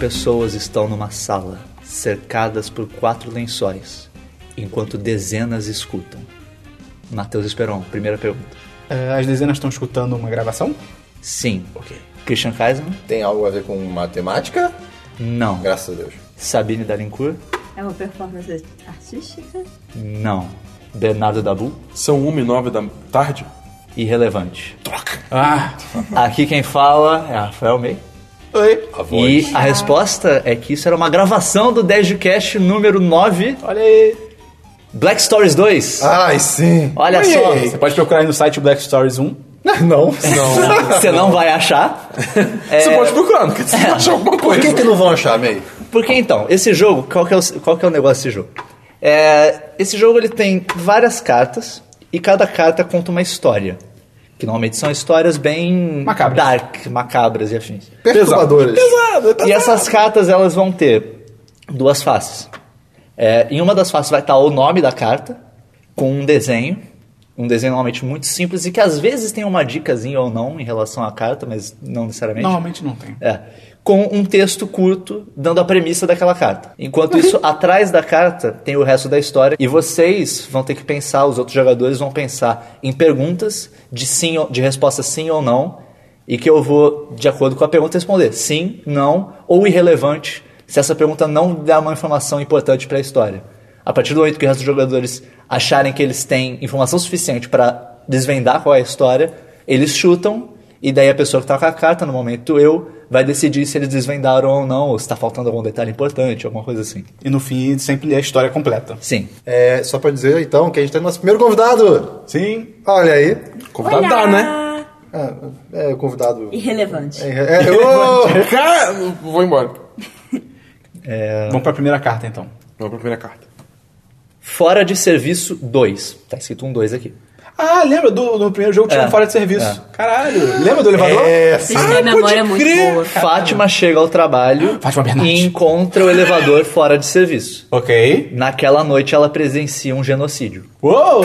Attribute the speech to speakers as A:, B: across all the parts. A: pessoas estão numa sala, cercadas por quatro lençóis, enquanto dezenas escutam. Matheus Esperon, primeira pergunta.
B: É, As dezenas estão escutando uma gravação?
A: Sim.
C: Ok.
A: Christian Kaisman?
C: Tem algo a ver com matemática?
A: Não.
C: Graças a Deus.
A: Sabine Dalincourt?
D: É uma performance artística?
A: Não. Bernardo Dabu?
E: São 1 e 9 da tarde?
A: Irrelevante.
B: Ah,
A: Aqui quem fala é Rafael May.
B: oi.
C: A voz.
A: E a resposta é que isso era uma gravação do 10 de Cast número 9,
B: Olha aí.
A: Black Stories 2.
C: Ai, sim.
A: Olha
C: Ui.
A: só.
B: Você pode procurar aí no site Black Stories 1.
C: Não. Não.
A: Você não vai achar. É.
E: Você pode procurar, não quer dizer que você achar alguma
C: Por
E: coisa.
C: que que não vão achar, May?
A: Porque então, esse jogo, qual que é o, qual que é o negócio desse jogo? É, esse jogo ele tem várias cartas e cada carta conta uma história. Que normalmente são histórias bem
B: Macabras.
A: dark, macabras e afins.
C: Perturbadores.
A: E essas cartas elas vão ter duas faces. É, em uma das faces vai estar o nome da carta com um desenho, um desenho normalmente muito simples e que às vezes tem uma dicasinha ou não em relação à carta, mas não necessariamente.
B: Normalmente não tem.
A: É. Com um texto curto dando a premissa daquela carta. Enquanto isso, atrás da carta tem o resto da história e vocês vão ter que pensar, os outros jogadores vão pensar em perguntas de sim, ou- de resposta sim ou não e que eu vou, de acordo com a pergunta, responder sim, não ou irrelevante se essa pergunta não dá uma informação importante para a história. A partir do momento que os restos dos jogadores acharem que eles têm informação suficiente para desvendar qual é a história, eles chutam e daí a pessoa que tá com a carta, no momento eu, vai decidir se eles desvendaram ou não, ou se tá faltando algum detalhe importante, alguma coisa assim.
B: E no fim, sempre é a história completa.
A: Sim.
C: É, só pra dizer, então, que a gente tem nosso primeiro convidado.
B: Sim.
C: Olha aí.
E: Convidado dá, né?
C: Ah, é, o convidado...
D: Irrelevante.
C: É, é, ô!
E: Cara, vou embora.
B: Vamos pra primeira carta, então.
E: Vamos pra primeira carta.
A: Fora de serviço 2. Tá escrito um 2 aqui.
B: Ah, lembra do no primeiro jogo que tinha
A: É.
B: um fora de serviço. Caralho. Lembra do elevador?
C: É, sim.
D: Vocês têm a memória muito boa.
A: Fátima chega ao trabalho
B: Fátima Bernardes.
A: e encontra o elevador fora de serviço.
B: Ok.
A: Naquela noite ela presencia um genocídio.
B: Uou!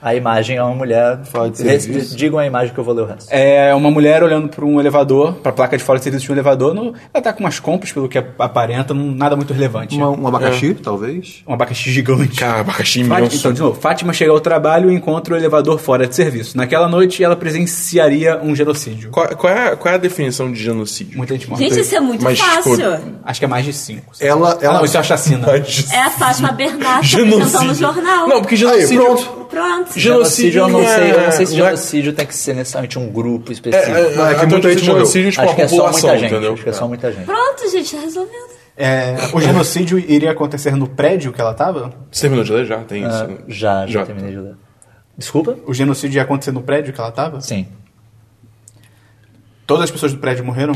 A: A imagem é uma mulher.
C: Fora de
A: Res-
C: serviço.
A: Digam a imagem que eu vou ler o resto.
B: É uma mulher olhando pra um elevador, pra placa de fora de serviço de um elevador. no- ela tá com umas compras, pelo que aparenta, não- nada muito relevante.
F: Uma- um abacaxi,
C: É.
F: talvez.
B: Um abacaxi gigante.
E: Cara, abacaxi
B: Fátima-
E: imenso.
B: então, de novo, Fátima chega ao trabalho e encontra o elevador fora de serviço. Naquela noite, ela presenciaria um genocídio.
E: Qual, qual é, a- qual é a definição de genocídio?
B: Muita gente morre.
D: Gente, isso é muito
E: Mas,
D: fácil.
E: tipo,
B: Acho que é mais de cinco.
C: Ela-
B: Ah,
C: ela-
B: não, isso é uma chacina.
A: tá
D: É a Fátima Bernardo apresentando no
E: Genocídio.
D: jornal.
E: Não, porque
C: Aí,
E: genocídio...
C: pronto.
D: Pronto.
E: Genocídio
A: eu não sei, eu não sei se
E: não é-
A: genocídio tem que ser necessariamente um grupo
E: É,
A: específico.
E: é,
C: Não, é que
E: a
C: muita
E: teoria
C: gente
E: de
C: morreu.
E: genocídio, tipo,
A: acho que
E: a
A: é só
E: população,
A: muita gente.
E: entendeu?
A: Acho que é só muita gente.
D: Pronto, gente, tá resolvido.
B: É, o genocídio iria acontecer no prédio que ela tava?
E: Você terminou de ler já? Tem isso? né?
A: Ah, Já, já, terminei de ler. Desculpa?
B: O genocídio ia acontecer no prédio que ela tava?
A: Sim.
B: Todas as pessoas do prédio morreram?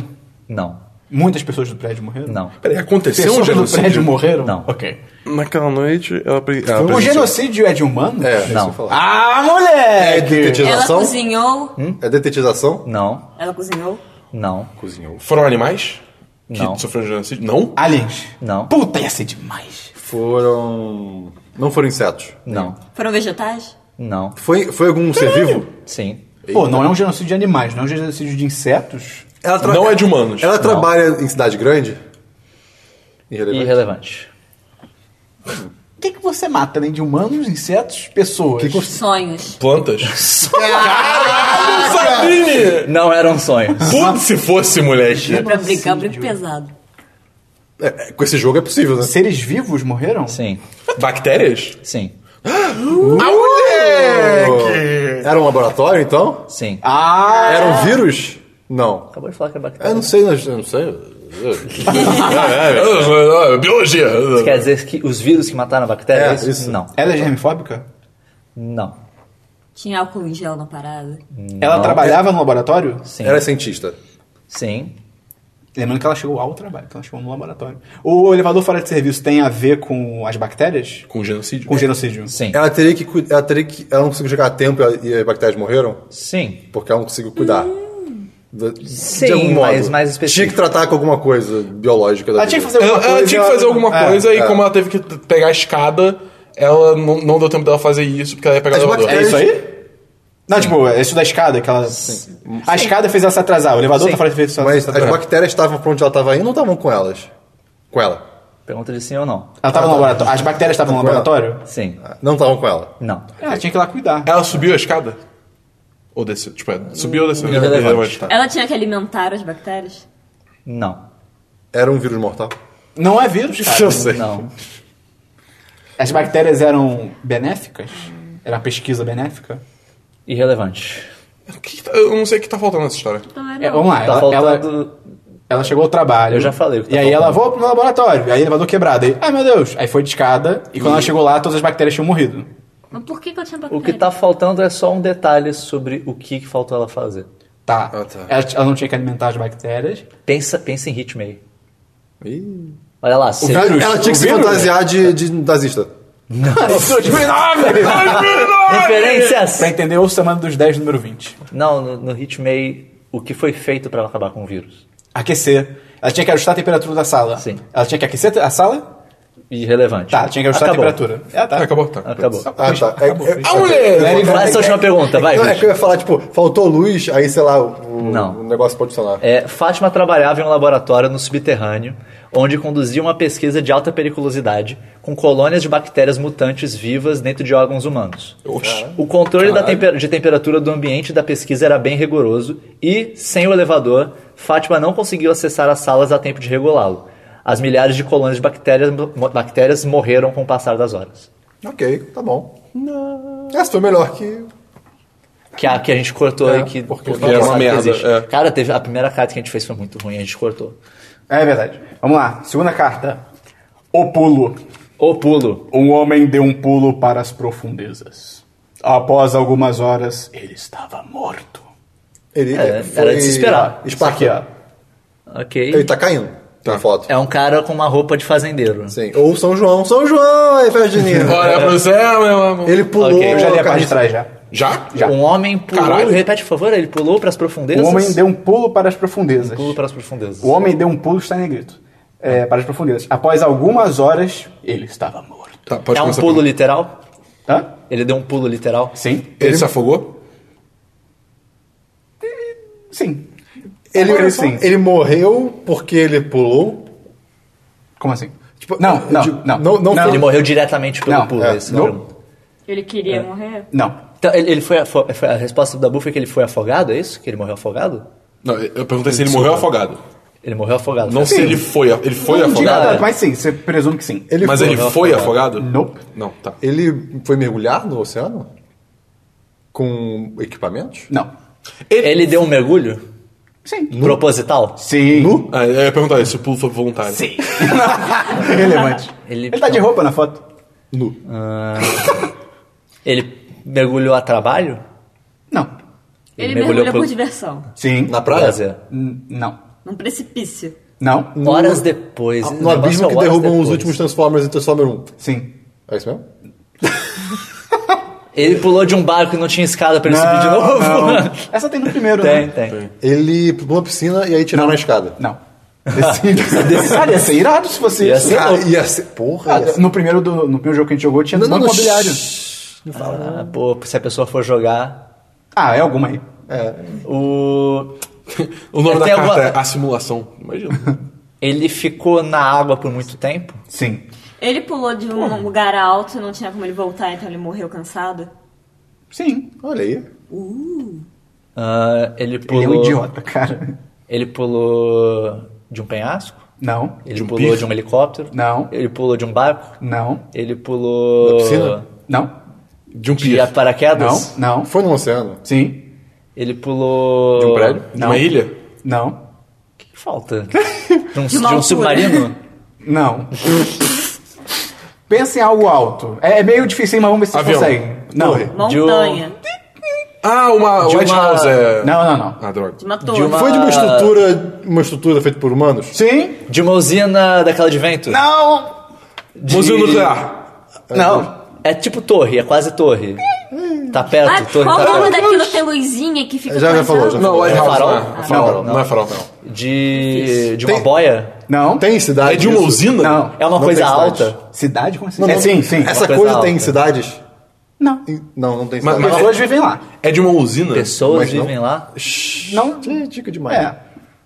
A: Não.
B: Muitas pessoas do prédio morreram?
A: Não.
E: Peraí, aconteceu um
B: Pessoas do prédio
E: genocídio?
B: morreram?
A: Não.
B: Ok.
E: Naquela noite, ela... pre-
C: um
E: ela
B: O
E: presenciou-
B: genocídio é de humanos?
C: É, isso
A: Não.
C: que eu falava.
B: Ah,
C: É
B: moleque!
D: Ela
C: detetização?
D: cozinhou.
C: É detetização?
A: Não.
D: Ela cozinhou.
A: Não.
C: Cozinhou.
E: Foram animais? Que
A: Não.
E: sofreram genocídio? Não?
B: Aliens.
A: Não.
B: Puta, ia ser demais.
C: Foram... Não foram insetos.
A: Não.
D: Foram vegetais?
A: Não.
C: Foi, foi algum ser vivo?
A: Sim.
B: Pô, não é um genocídio de animais, não é um genocídio de insetos?
C: Ela tra-
E: Não é de humanos.
C: Ela trabalha em cidade grande? Irrelevante.
A: Irrelevante.
B: O que, que você mata, além de humanos, insetos, pessoas?
D: Sonhos.
E: Plantas? Sabine!
A: Não um eram sonhos.
E: Puta se fosse, moleque.
D: Pra brincar, eu brinco pesado.
C: É, é, com esse jogo é possível, né?
B: Seres vivos morreram?
A: Sim.
E: Bactérias?
A: Sim.
F: é
C: Era um laboratório, então?
A: Sim.
B: Ah,
C: Era
A: É.
C: um vírus? Não.
A: Acabou de falar que é bactéria.
C: Eu não sei, eu não sei.
E: Ah, Biologia.
A: Quer dizer que os vírus que mataram a bactéria?
C: É,
A: é isso?
C: isso.
A: Não.
B: ela é germifóbica?
A: Não.
D: Tinha álcool em gel na parada.
B: Ela trabalhava no laboratório?
A: Sim.
C: Era é cientista.
A: Sim.
B: Lembrando que ela chegou ao trabalho, que ela chegou no laboratório. O elevador fora de serviço tem a ver com as bactérias?
E: Com genocídio?
B: Com o genocídio?
A: Sim.
C: Ela teria que cu- ela teria que ela não conseguiu chegar a tempo e as bactérias morreram
A: Sim.
C: porque ela não conseguiu cuidar. Do- De,
A: Hum. Sim, mas mais específico.
C: Tinha que tratar com alguma coisa biológica. da
B: Ela tinha que
C: vida.
B: fazer alguma
E: Ela,
B: coisa.
E: ela tinha que fazer alguma
B: É.
E: coisa e como ela teve que t- pegar a escada, ela não, não deu tempo dela fazer isso porque ela ia pegar
C: As
E: o elevador.
B: É
C: bactérias-
B: isso aí? Não, tipo, isso da escada, que ela. A escada fez ela se atrasar, o elevador
A: Sim.
B: tá falando que fez ela
C: Mas
B: se
C: as
B: atrasar.
C: bactérias estavam pra onde ela estava indo ou estavam com elas? Com ela?
A: Pergunta de sim ou não.
B: Ela tava no laboratório. As bactérias estavam no
C: Ué.
B: laboratório?
A: Sim.
C: Não estavam com ela.
A: Não.
B: Ela tinha que ir lá cuidar.
E: Ela subiu a escada? Ou desceu? Tipo, é, subiu ou desceu?
A: Irrelevante.
E: tá.
D: Ela tinha que alimentar as bactérias?
A: Não.
C: Era um vírus mortal.
B: Não é vírus, cara.
E: Eu sei.
A: Não.
B: As bactérias eram benéficas? Era uma pesquisa benéfica?
A: Irrelevante.
E: O que que tá- eu não sei o que tá faltando nessa história.
D: Então era.
B: É, vamos lá,
A: Tá
B: ela, ela,
A: faltando.
B: ela chegou ao trabalho.
A: Eu já falei o que tá
B: E aí ela
A: faltando.
B: voltou pro laboratório, aí elevador quebrado. Aí, ai meu Deus! Aí foi de escada, e quando ela chegou lá, todas as bactérias tinham morrido.
D: Mas por que, que ela tinha
A: O
D: bactéria?
A: que tá faltando é só um detalhe sobre o que, que faltou ela fazer.
B: Tá.
A: Ah,
C: tá.
B: Ela, ela não tinha que alimentar as bactérias.
A: Pensa, pensa em ritmo aí. Olha lá, se-
B: cara- Vírus?
C: Ela
A: Um
C: tinha que
B: O
C: se
B: vírus?
C: fantasiar de, de nazista.
A: Referências!
B: pra entender, ouça Semana dos 10, número 20.
A: Não, no, no Hitmei, o que foi feito pra acabar com o vírus?
B: Aquecer. Ela tinha que ajustar a temperatura da sala.
A: Sim.
B: Ela tinha que aquecer a sala?
A: Irrelevante.
B: Tá, tinha que ajustar
A: Acabou.
B: a temperatura. Ah, tá.
E: Acabou, tá.
A: Acabou.
C: Ah, tá. É, é,
E: A mulher!
B: Let it go.
A: Vai essa última pergunta, vai.
C: não, é
A: Vitor.
C: que eu ia falar, tipo, faltou luz, aí sei lá, o,
A: Não.
C: o negócio pode funcionar.
A: É, Fátima trabalhava em um laboratório no subterrâneo, onde conduzia uma pesquisa de alta periculosidade com colônias de bactérias mutantes vivas dentro de órgãos humanos.
E: Oxi.
A: O controle da temper- de temperatura do ambiente da pesquisa era bem rigoroso e, sem o elevador, Fátima não conseguiu acessar as salas a tempo de regulá-lo. As milhares de colônias de bactérias, mo- bactérias morreram com o passar das horas.
C: Ok, tá bom. Não. Essa foi melhor que.
A: Que a, que a gente cortou aí, que
E: É, porque
A: porque
E: era
A: não
E: uma
A: sabe que
E: merda,
A: existe.
E: é.
A: Cara, teve, a primeira carta que a gente fez foi muito ruim, a gente cortou.
B: É verdade. Vamos lá. Segunda carta. O pulo.
A: O pulo.
B: Um homem deu um pulo para as profundezas. Após algumas horas, ele estava morto.
C: Ele
A: É, era
C: foi
A: de se esperar.
B: Isso aqui, ó.
C: Esparta.
A: Ok.
C: Ele tá caindo na foto.
A: É um cara com uma roupa de fazendeiro.
C: Sim. Ou São João. São João, aí, festa junina.
E: Olha pro céu, meu amor.
C: Ele pulou.
A: Ok,
B: Eu já li a
C: cara,
B: parte de trás já.
E: Já?
B: Já.
A: Um homem pulou.
E: Caralho.
A: Repete, por favor, ele pulou pras profundezas?
B: O homem deu um pulo para as profundezas.
A: pulo pras profundezas.
B: O homem deu um pulo, está em negrito. É, para as profundezas. Após algumas horas, ele estava morto.
E: Tá, pode
A: é um
E: começar.
A: pulo literal?
B: Hã?
A: Ele deu um pulo literal?
B: Sim?
E: Ele se afogou?
B: Sim.
C: Ele,
B: Ele, sim.
C: ele morreu porque ele pulou.
B: Como assim?
C: Tipo,
B: não,
C: eu
B: não,
C: digo,
B: não,
C: não- não
A: Ele
B: não.
A: morreu diretamente pelo
B: Não,
A: pulo.
B: é,
A: esse
B: não.
A: problema.
D: Ele queria morrer?
B: não.
A: Então, ele, ele foi, afo- foi- A resposta da Bu foi que ele foi afogado, é isso? Que ele morreu afogado?
E: Não, eu perguntei se ele morreu afogado.
A: Ele morreu afogado.
E: Não
A: Foi-
E: se ele foi. a- Ele foi
B: Não diga
E: afogado?
B: tanto, mas sim, você presume que sim.
C: Ele
E: Mas
C: foi-
E: ele foi afogado?
B: Nope.
E: Não, tá.
C: Ele foi mergulhar no oceano? Com equipamentos?
B: Não.
A: Ele deu um mergulho?
B: Sim.
A: Proposital?
B: Sim.
C: Nu?
E: Ah, eu ia perguntar se o pulo foi voluntário.
B: Sim. Relevante.
A: Ele-
B: Ele, tá de roupa na foto?
C: Nu.
A: Ele mergulhou a trabalho?
B: Não.
D: Ele, mergulhou, por diversão.
B: Sim.
C: Na praia?
A: Prazer.
B: N- Não.
D: Num precipício.
B: Não.
A: Horas depois. esse
C: No
A: negócio é
C: abismo que
A: horas
C: derrubam os
A: depois.
C: últimos Transformers e Transformer 1.
B: Sim.
C: É isso mesmo?
A: Ele pulou de um barco e não tinha escada pra ele subir de
B: Não,
A: novo?
B: não. Essa tem no primeiro,
A: Tem,
B: né?
A: tem.
C: Ele pulou na piscina e aí tiraram na escada.
B: Não. Cara, ia ser irado se fosse
A: Ia
B: isso.
A: ser
C: Ah,
A: louco.
C: ia ser. Porra,
B: Ah,
C: ia ser.
B: no, primeiro do- no primeiro jogo que a gente jogou tinha banco imobiliário.
A: Ah, pô, se a pessoa for jogar.
B: Ah, é alguma aí.
A: O.
E: O nome
A: Eu
E: da
A: tenho
E: carta
A: alguma-
E: é A Simulação. Imagina.
A: Ele ficou na água por muito tempo?
B: Sim.
D: Ele pulou de um lugar alto e não tinha como ele voltar, então ele morreu cansado.
B: Sim.
C: Olha aí.
A: Ah, ele pulou.
B: Ele é um idiota, cara.
A: Ele pulou de um penhasco?
B: Não.
A: Ele
E: De um
A: pulou
E: pico?
A: de um helicóptero?
B: Não.
A: Ele pulou de um barco?
B: Não.
A: Ele pulou.
C: Da piscina?
B: Não.
E: De um
A: De
E: pier.
A: paraquedas?
B: Não. Não.
C: Foi no oceano.
B: Sim.
A: Ele pulou.
E: De um prédio? De
B: Não.
E: uma ilha?
B: Não.
A: O que falta? De um, de um
D: altura.
A: submarino?
B: Não. Pensa em algo alto. É, é meio difícil, mas vamos ver se vocês
E: Avião.
B: conseguem. Não.
C: Torre.
D: Montanha.
E: Ah, uma
A: De
E: White
A: uma-
E: House é...
B: Não, não, não.
E: Ah, droga.
D: De uma torre.
A: De uma-
C: Foi de
A: Ah.
C: uma estrutura. Uma estrutura feita por humanos?
B: Sim.
A: De uma usina daquela de vento?
B: Não.
E: Museu nuclear.
B: Não.
A: É tipo torre, é quase torre. Tá perto,
D: Ah,
A: torre
D: qual
A: tá
D: o nome
A: perto.
D: daquilo que tem luzinha que fica
C: Já- já falou,
D: coisando?
C: já
E: Não,
C: falou.
E: White
A: É
E: House
A: farol?
E: não é.
A: Ah,
E: Farol,
A: não.
E: Não é farol.
A: De. de uma
C: Tem-
A: boia?
B: Não.
C: Tem cidade.
E: É de uma
C: isso?
E: usina?
B: Não.
A: É uma
C: Não
A: coisa
C: tem cidade.
A: alta?
B: Cidade? Como assim?
C: Não,
B: É,
C: não,
B: sim, sim.
C: Essa
A: Uma coisa
C: coisa tem
A: alta.
C: cidades?
B: Não.
C: E- Não, não tem
E: Mas-
C: sinal.
E: mas
B: Pessoas vivem lá.
E: É de uma usina?
A: Pessoas
C: Mas não-
A: vivem lá.
B: Não.
C: É dica demais.
B: É.
C: É.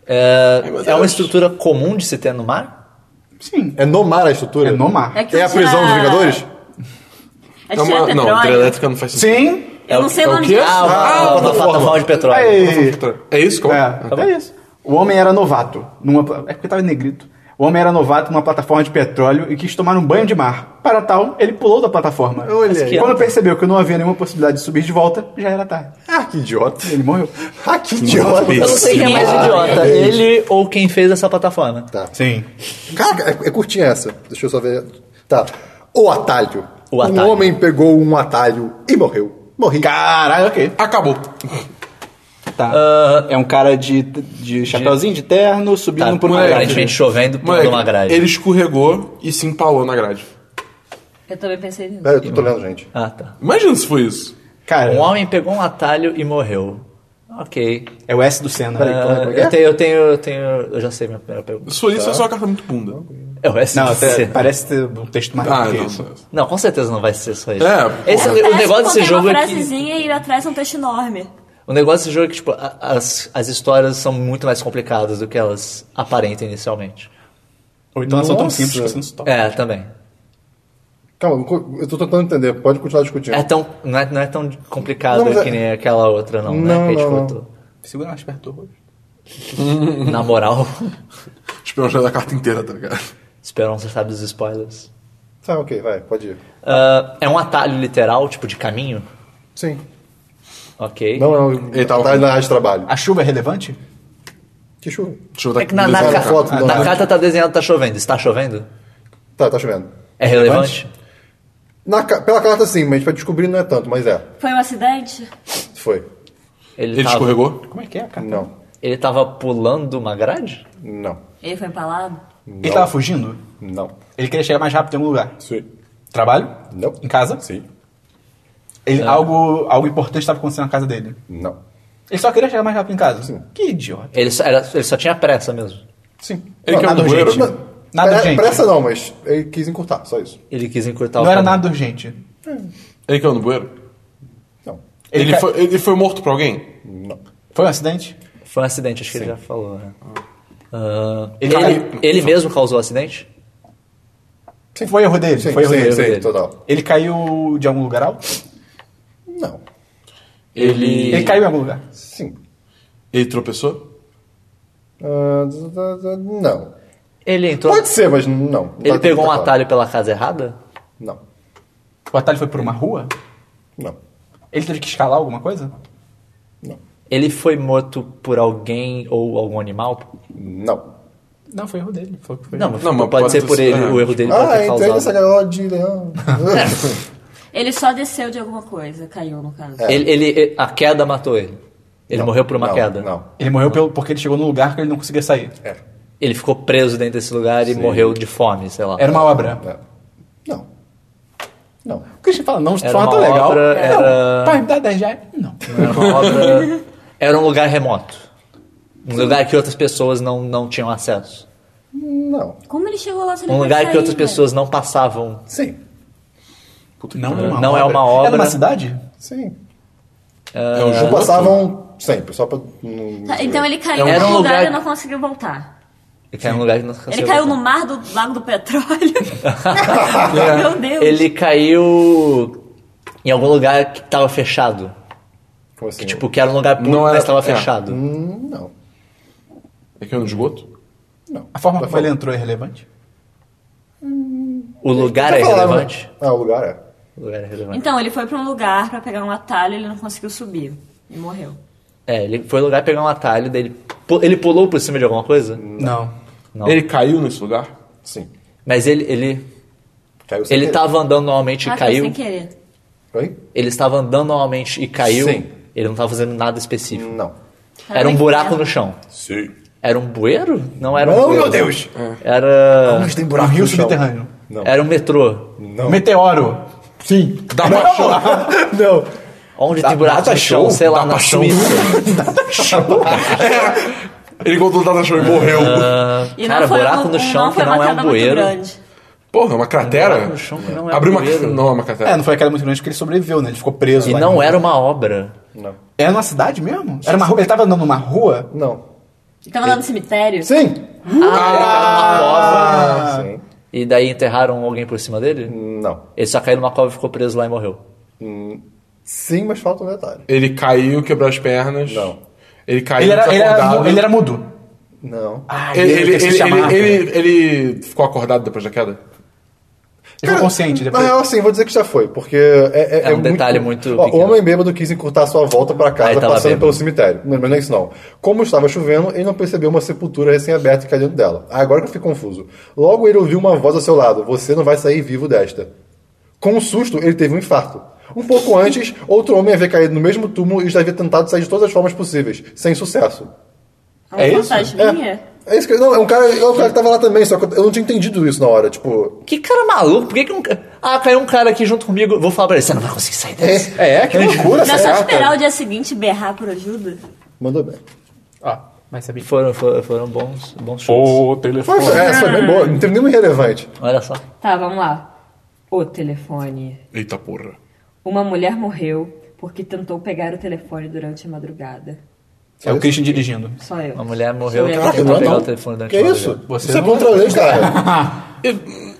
A: É,
E: Ai, meu
A: é uma
E: Deus.
A: estrutura comum de se ter no mar?
B: Sim.
C: no mar a estrutura?
B: É no mar.
D: É que
C: É a
D: já-
C: prisão
A: Ah.
C: dos Vingadores?
D: É
E: É
D: de
E: uma,
D: tirar
E: não,
D: petróleo?
E: hidrelétrica não faz sentido.
B: Sim.
D: Eu não sei
E: é o
D: onde
E: quê?
D: é.
A: Ah, uma,
E: Ah,
A: uma plataforma de petróleo.
B: Aí.
E: É isso? Como? Ah, tá.
B: É, é isso. O homem era novato. Numa, pla- é porque tava em negrito. O homem era novato numa plataforma de petróleo e quis tomar um banho de mar. Para tal, ele pulou da plataforma.
C: Olha
A: aí.
B: Quando percebeu que não havia nenhuma possibilidade de subir de volta, já era tarde.
C: Ah, que idiota.
B: Ele morreu.
C: Ah, que idiota.
A: Eu não sei quem é mais
E: Ah,
A: idiota, ele ou quem fez essa plataforma.
C: Tá.
B: Sim.
C: Cara, é, é curtinha essa. Deixa eu só ver. Tá. O atalho.
A: O atalho.
C: Um homem pegou um atalho e morreu. Morri.
B: Caralho, ok.
E: Acabou.
B: Tá.
A: Ah,
C: Ah,
B: é um cara de, de chapéuzinho de terno subindo
C: um
A: Tá,
B: por uma
C: né?
A: aparentemente
B: grade.
A: chovendo por
E: Moleque,
A: uma grade.
E: ele escorregou e se empalou na grade.
D: Eu também pensei nisso.
C: Pera, É, eu tô, tô lendo, gente.
A: Ah, tá.
E: Imagina se foi isso.
B: Cara,
A: Um homem pegou um atalho e morreu. Ok.
B: é o S do Senna.
A: Ah,
C: como é que é?
A: eu, tenho, eu tenho, eu tenho. Eu já sei minha primeira pergunta.
E: Se foi isso, é só uma carta muito bunda.
A: É o
B: Não,
A: SDC.
B: até parece ter um texto mais
E: Ah,
B: do que
E: não.
B: isso.
A: Não, com certeza não vai ser só isso.
E: É,
A: Esse-
D: Parece
A: o negócio desse
D: qualquer
A: jogo
D: uma
A: é que.
D: frasezinha e ir atrás é um texto enorme.
A: O negócio desse jogo é que, tipo, a- as, as histórias são muito mais complicadas do que elas aparentam inicialmente.
B: Ou então elas são tão
C: Nossa.
B: simples que você não
C: Tá.
B: se toca.
A: É, também.
C: Calma, co- eu tô tentando entender. Pode continuar discutindo.
A: É tão, não, é, não é tão complicado
C: Não, mas é-
A: que nem aquela outra, não, né?
C: Não,
A: Que,
C: não,
A: tipo,
B: Segura mais perto do rosto.
A: tu- na moral,
E: Espionagem da carta inteira, tá ligado?
A: esperam você sabe dos spoilers.
C: Tá, ok, vai. Pode ir.
A: Ah, é um atalho literal, tipo, de caminho?
C: Sim.
A: Ok.
C: Não, não.
E: Ele tava-
C: Atalho na área de trabalho.
B: A chuva é relevante?
C: Que chuva.
E: Deixa eu dar
A: É que na, na,
C: Não,
A: ca-
C: não, foto, não,
A: na
C: não.
A: carta tá desenhado tá chovendo. Está chovendo?
C: Tá, tá chovendo.
A: É relevante?
C: Na ca- Pela carta sim, mas pra descobrir não é tanto, mas é.
D: Foi um acidente?
C: Foi.
E: Ele
A: tava,
E: escorregou?
B: Como é que é, cara?
C: Não.
A: Ele tava pulando uma grade?
C: Não.
D: Ele foi empalado?
B: Ele tava fugindo?
C: Não.
B: Ele queria chegar mais rápido em algum lugar.
C: Sim.
B: Trabalho?
C: Não.
B: Em casa?
C: Sim.
B: Ele, algo, algo importante estava acontecendo na casa dele.
C: Não.
B: Ele só queria chegar mais rápido em casa. Que idiota.
A: Ele só, era- ele só tinha pressa mesmo.
C: Sim.
E: Ele quer um
C: nada
E: banheiro?
C: urgente.
B: Nada
C: Pre-
B: urgente.
C: Pressa não, mas ele quis encurtar, só isso.
A: Ele quis encurtar o
B: Não era
A: caminho.
B: nada urgente.
E: Ele caiu no bueiro?
C: Não.
B: Ele
E: Ele,
B: cai-
E: foi, ele foi morto por alguém?
C: Não.
B: Foi um acidente?
A: Foi um acidente, acho que ele já falou, né? Ah, ele
B: Cara,
A: ele- ele mesmo causou o acidente?
B: Foi erro dele.
C: Sim,
B: foi erro
C: sim,
B: dele.
C: sim,
A: dele.
C: total.
B: Ele caiu de algum lugar alto?
C: Não.
E: Ele.
B: Ele caiu em algum lugar.
C: Sim.
E: Ele tropeçou?
C: Ah, d- d- d- não.
A: Ele entrou.
C: Pode ser, mas não. não
A: Então- ele
C: tá-
A: pegou um
C: tá claro.
A: atalho pela casa errada?
C: Não.
B: O atalho foi por uma rua?
C: Não.
B: Ele teve que escalar alguma coisa?
C: Não.
A: Ele foi morto por alguém ou algum animal?
C: Não.
B: Não, foi erro dele. Foi, foi
A: Não, mas
E: Não, mas
A: pode,
E: pode
A: ser
E: ter
A: por
E: sido-
A: ele,
E: é.
A: o erro dele pode
C: Ah,
A: ter
C: entrei
A: causado.
C: nessa gaiola de leão.
D: Ele só desceu de alguma coisa, caiu no caso.
A: Ele, ele- ele- a queda matou ele. Ele
C: Não,
A: morreu por uma
C: não,
A: queda.
C: Não. É,
B: Ele morreu pelo, porque ele chegou num lugar que ele não conseguia sair.
A: Ele ficou preso dentro desse lugar e morreu de fome, sei lá.
B: Era uma obra.
C: É. Não. Não.
B: O Christian fala, não, de
A: Era
B: forma tão
A: uma
B: legal.
A: obra,
B: Não,
A: era-
B: pai, me dá 10 reais. Não.
A: Era uma obra- Era um lugar remoto. Um lugar que outras pessoas não, não tinham acesso.
C: Não.
D: Como ele chegou lá se ele
A: Um
D: foi
A: lugar
D: sair,
A: que outras
D: velho?
A: pessoas não passavam.
C: Sim.
B: Não, é uma
A: Não é uma obra.
B: É numa cidade?
C: Sim.
E: É um
C: Não
E: esgoto?
C: passavam sempre, só pra. não-
D: Tá, Então ele caiu
A: Era
D: num
A: um
D: lugar,
A: lugar-
D: e não conseguiu voltar.
A: Ele caiu num lugar eh, que não
D: Ele caiu no mar do Lago do Petróleo. Meu
A: É,
D: Deus.
A: Ele caiu em algum lugar que estava fechado.
C: Como assim?
A: Tipo, que era um lugar público,
E: Não era-
A: mas estava
E: é.
A: fechado.
C: Hum, Não.
E: Ele caiu no esgoto?
C: Não.
B: A forma
C: Já
B: como ele
C: falou.
B: entrou é relevante?
A: O lugar
C: Já
A: é
C: falaram,
A: relevante?
C: né? Ah, o lugar é.
A: O lugar é relevante.
D: Então, ele foi pra um lugar pra pegar um atalho ele não conseguiu subir. E morreu.
A: É, ele foi no lugar pegar um atalho, daí ele, pu- ele pulou por cima de alguma coisa?
B: Não.
A: Não.
E: Ele caiu nesse lugar?
C: Sim.
A: Mas ele ele,
C: Caiu sem
A: ele
C: querer.
A: estava andando normalmente
D: Ah,
A: e
D: foi
A: caiu.
D: sem querer.
C: Oi?
A: Ele estava andando normalmente e caiu.
C: Sim.
A: Ele não estava fazendo nada específico.
C: Não.
A: Era um buraco no chão.
E: Sim.
A: Era um bueiro? Não era um
C: Não,
A: bueiro.
C: meu Deus!
A: Era
C: tem
B: um rio
C: no chão.
B: subterrâneo.
C: Não.
A: era um metrô.
C: Não.
B: Meteoro.
C: Sim.
E: Dá uma show.
C: Não.
A: Onde tem buraco no chão, sei lá, na Suíça.
E: Ele contou o data show e morreu.
D: E
A: Cara,
D: não foi
A: buraco
D: um,
A: no
D: um-
A: chão
D: não foi
A: que não
D: uma
A: é um
D: queda muito
A: bueiro.
D: grande.
E: Porra, é uma cratera?
A: no chão que não é
E: Abriu uma
A: poeira.
E: Não, é uma
B: É,
E: cratera.
B: não foi aquela muito grande que ele sobreviveu, né? Ele ficou preso
A: E
B: lá.
A: não é. era uma obra.
C: Não.
B: Era numa cidade mesmo? Era uma rua. Ele tava andando numa rua?
C: Não.
D: Tava lá no cemitério?
C: Sim!
A: Ah,
C: Ah,
A: era uma cova.
C: sim.
A: E daí enterraram alguém por cima dele?
C: Não.
A: Ele só caiu numa cova e ficou preso lá e morreu.
C: Sim, mas falta um detalhe.
E: Ele caiu, quebrou as pernas.
C: Não.
E: Ele caiu
B: Ele era, ele, era,
E: desacordado.
B: mu- ele era mudo.
C: Não.
A: Ah,
E: Ele, ele,
B: ele-
E: ele-
B: esse chamado.
E: ele- ele- ele ficou acordado depois da queda?
B: Ele ficou consciente depois.
C: Na real, assim, vou dizer que já foi, porque é, é,
A: É um detalhe muito
C: Ó, o
A: pequeno.
C: homem bêbado quis encurtar sua volta pra
A: Aí
C: casa
A: tava
C: passando
A: bêbado.
C: pelo cemitério. Não, mas não é isso não. Como estava chovendo, ele não percebeu uma sepultura recém-aberta que caiu dentro dela. Ah, agora que eu fiquei confuso. Logo ele ouviu uma voz ao seu lado: Você não vai sair vivo desta. Com um susto, ele teve um infarto. Um pouco antes, outro homem havia caído no mesmo túmulo e já havia tentado sair de todas as formas possíveis, sem sucesso.
D: É um
B: É isso?
D: fantasminha?
C: É isso que. Não, é um cara, é um cara que tava lá também, só que eu não tinha entendido isso na hora. Tipo,
A: Que cara maluco? Por que, que um. ca- Ah, caiu um cara aqui junto comigo. Vou falar pra ele: você não vai conseguir sair dessa.
B: É, é, que loucura
D: Não
B: essa
D: é só
B: carta.
D: esperar o dia seguinte e berrar por ajuda?
C: mandou bem.
B: Ó, mas sabia.
A: Foram, foram, foram bons, bons chutes.
E: Ou
C: Foi,
E: telefone.
C: foi, é, foi bem boa, não teve nenhum irrelevante.
A: Olha só.
D: Tá, vamos lá. O telefone.
E: Eita porra.
D: Uma mulher morreu porque tentou pegar o telefone durante a madrugada.
B: É o Christian dirigindo.
D: Só eu.
A: Uma mulher morreu
D: Sou eu.
A: pra
C: Caraca,
A: tentar
C: não,
A: pegar
C: não.
A: o telefone da
C: Que isso?
B: Você
C: Você,
B: não-
C: é contra a lei, cara.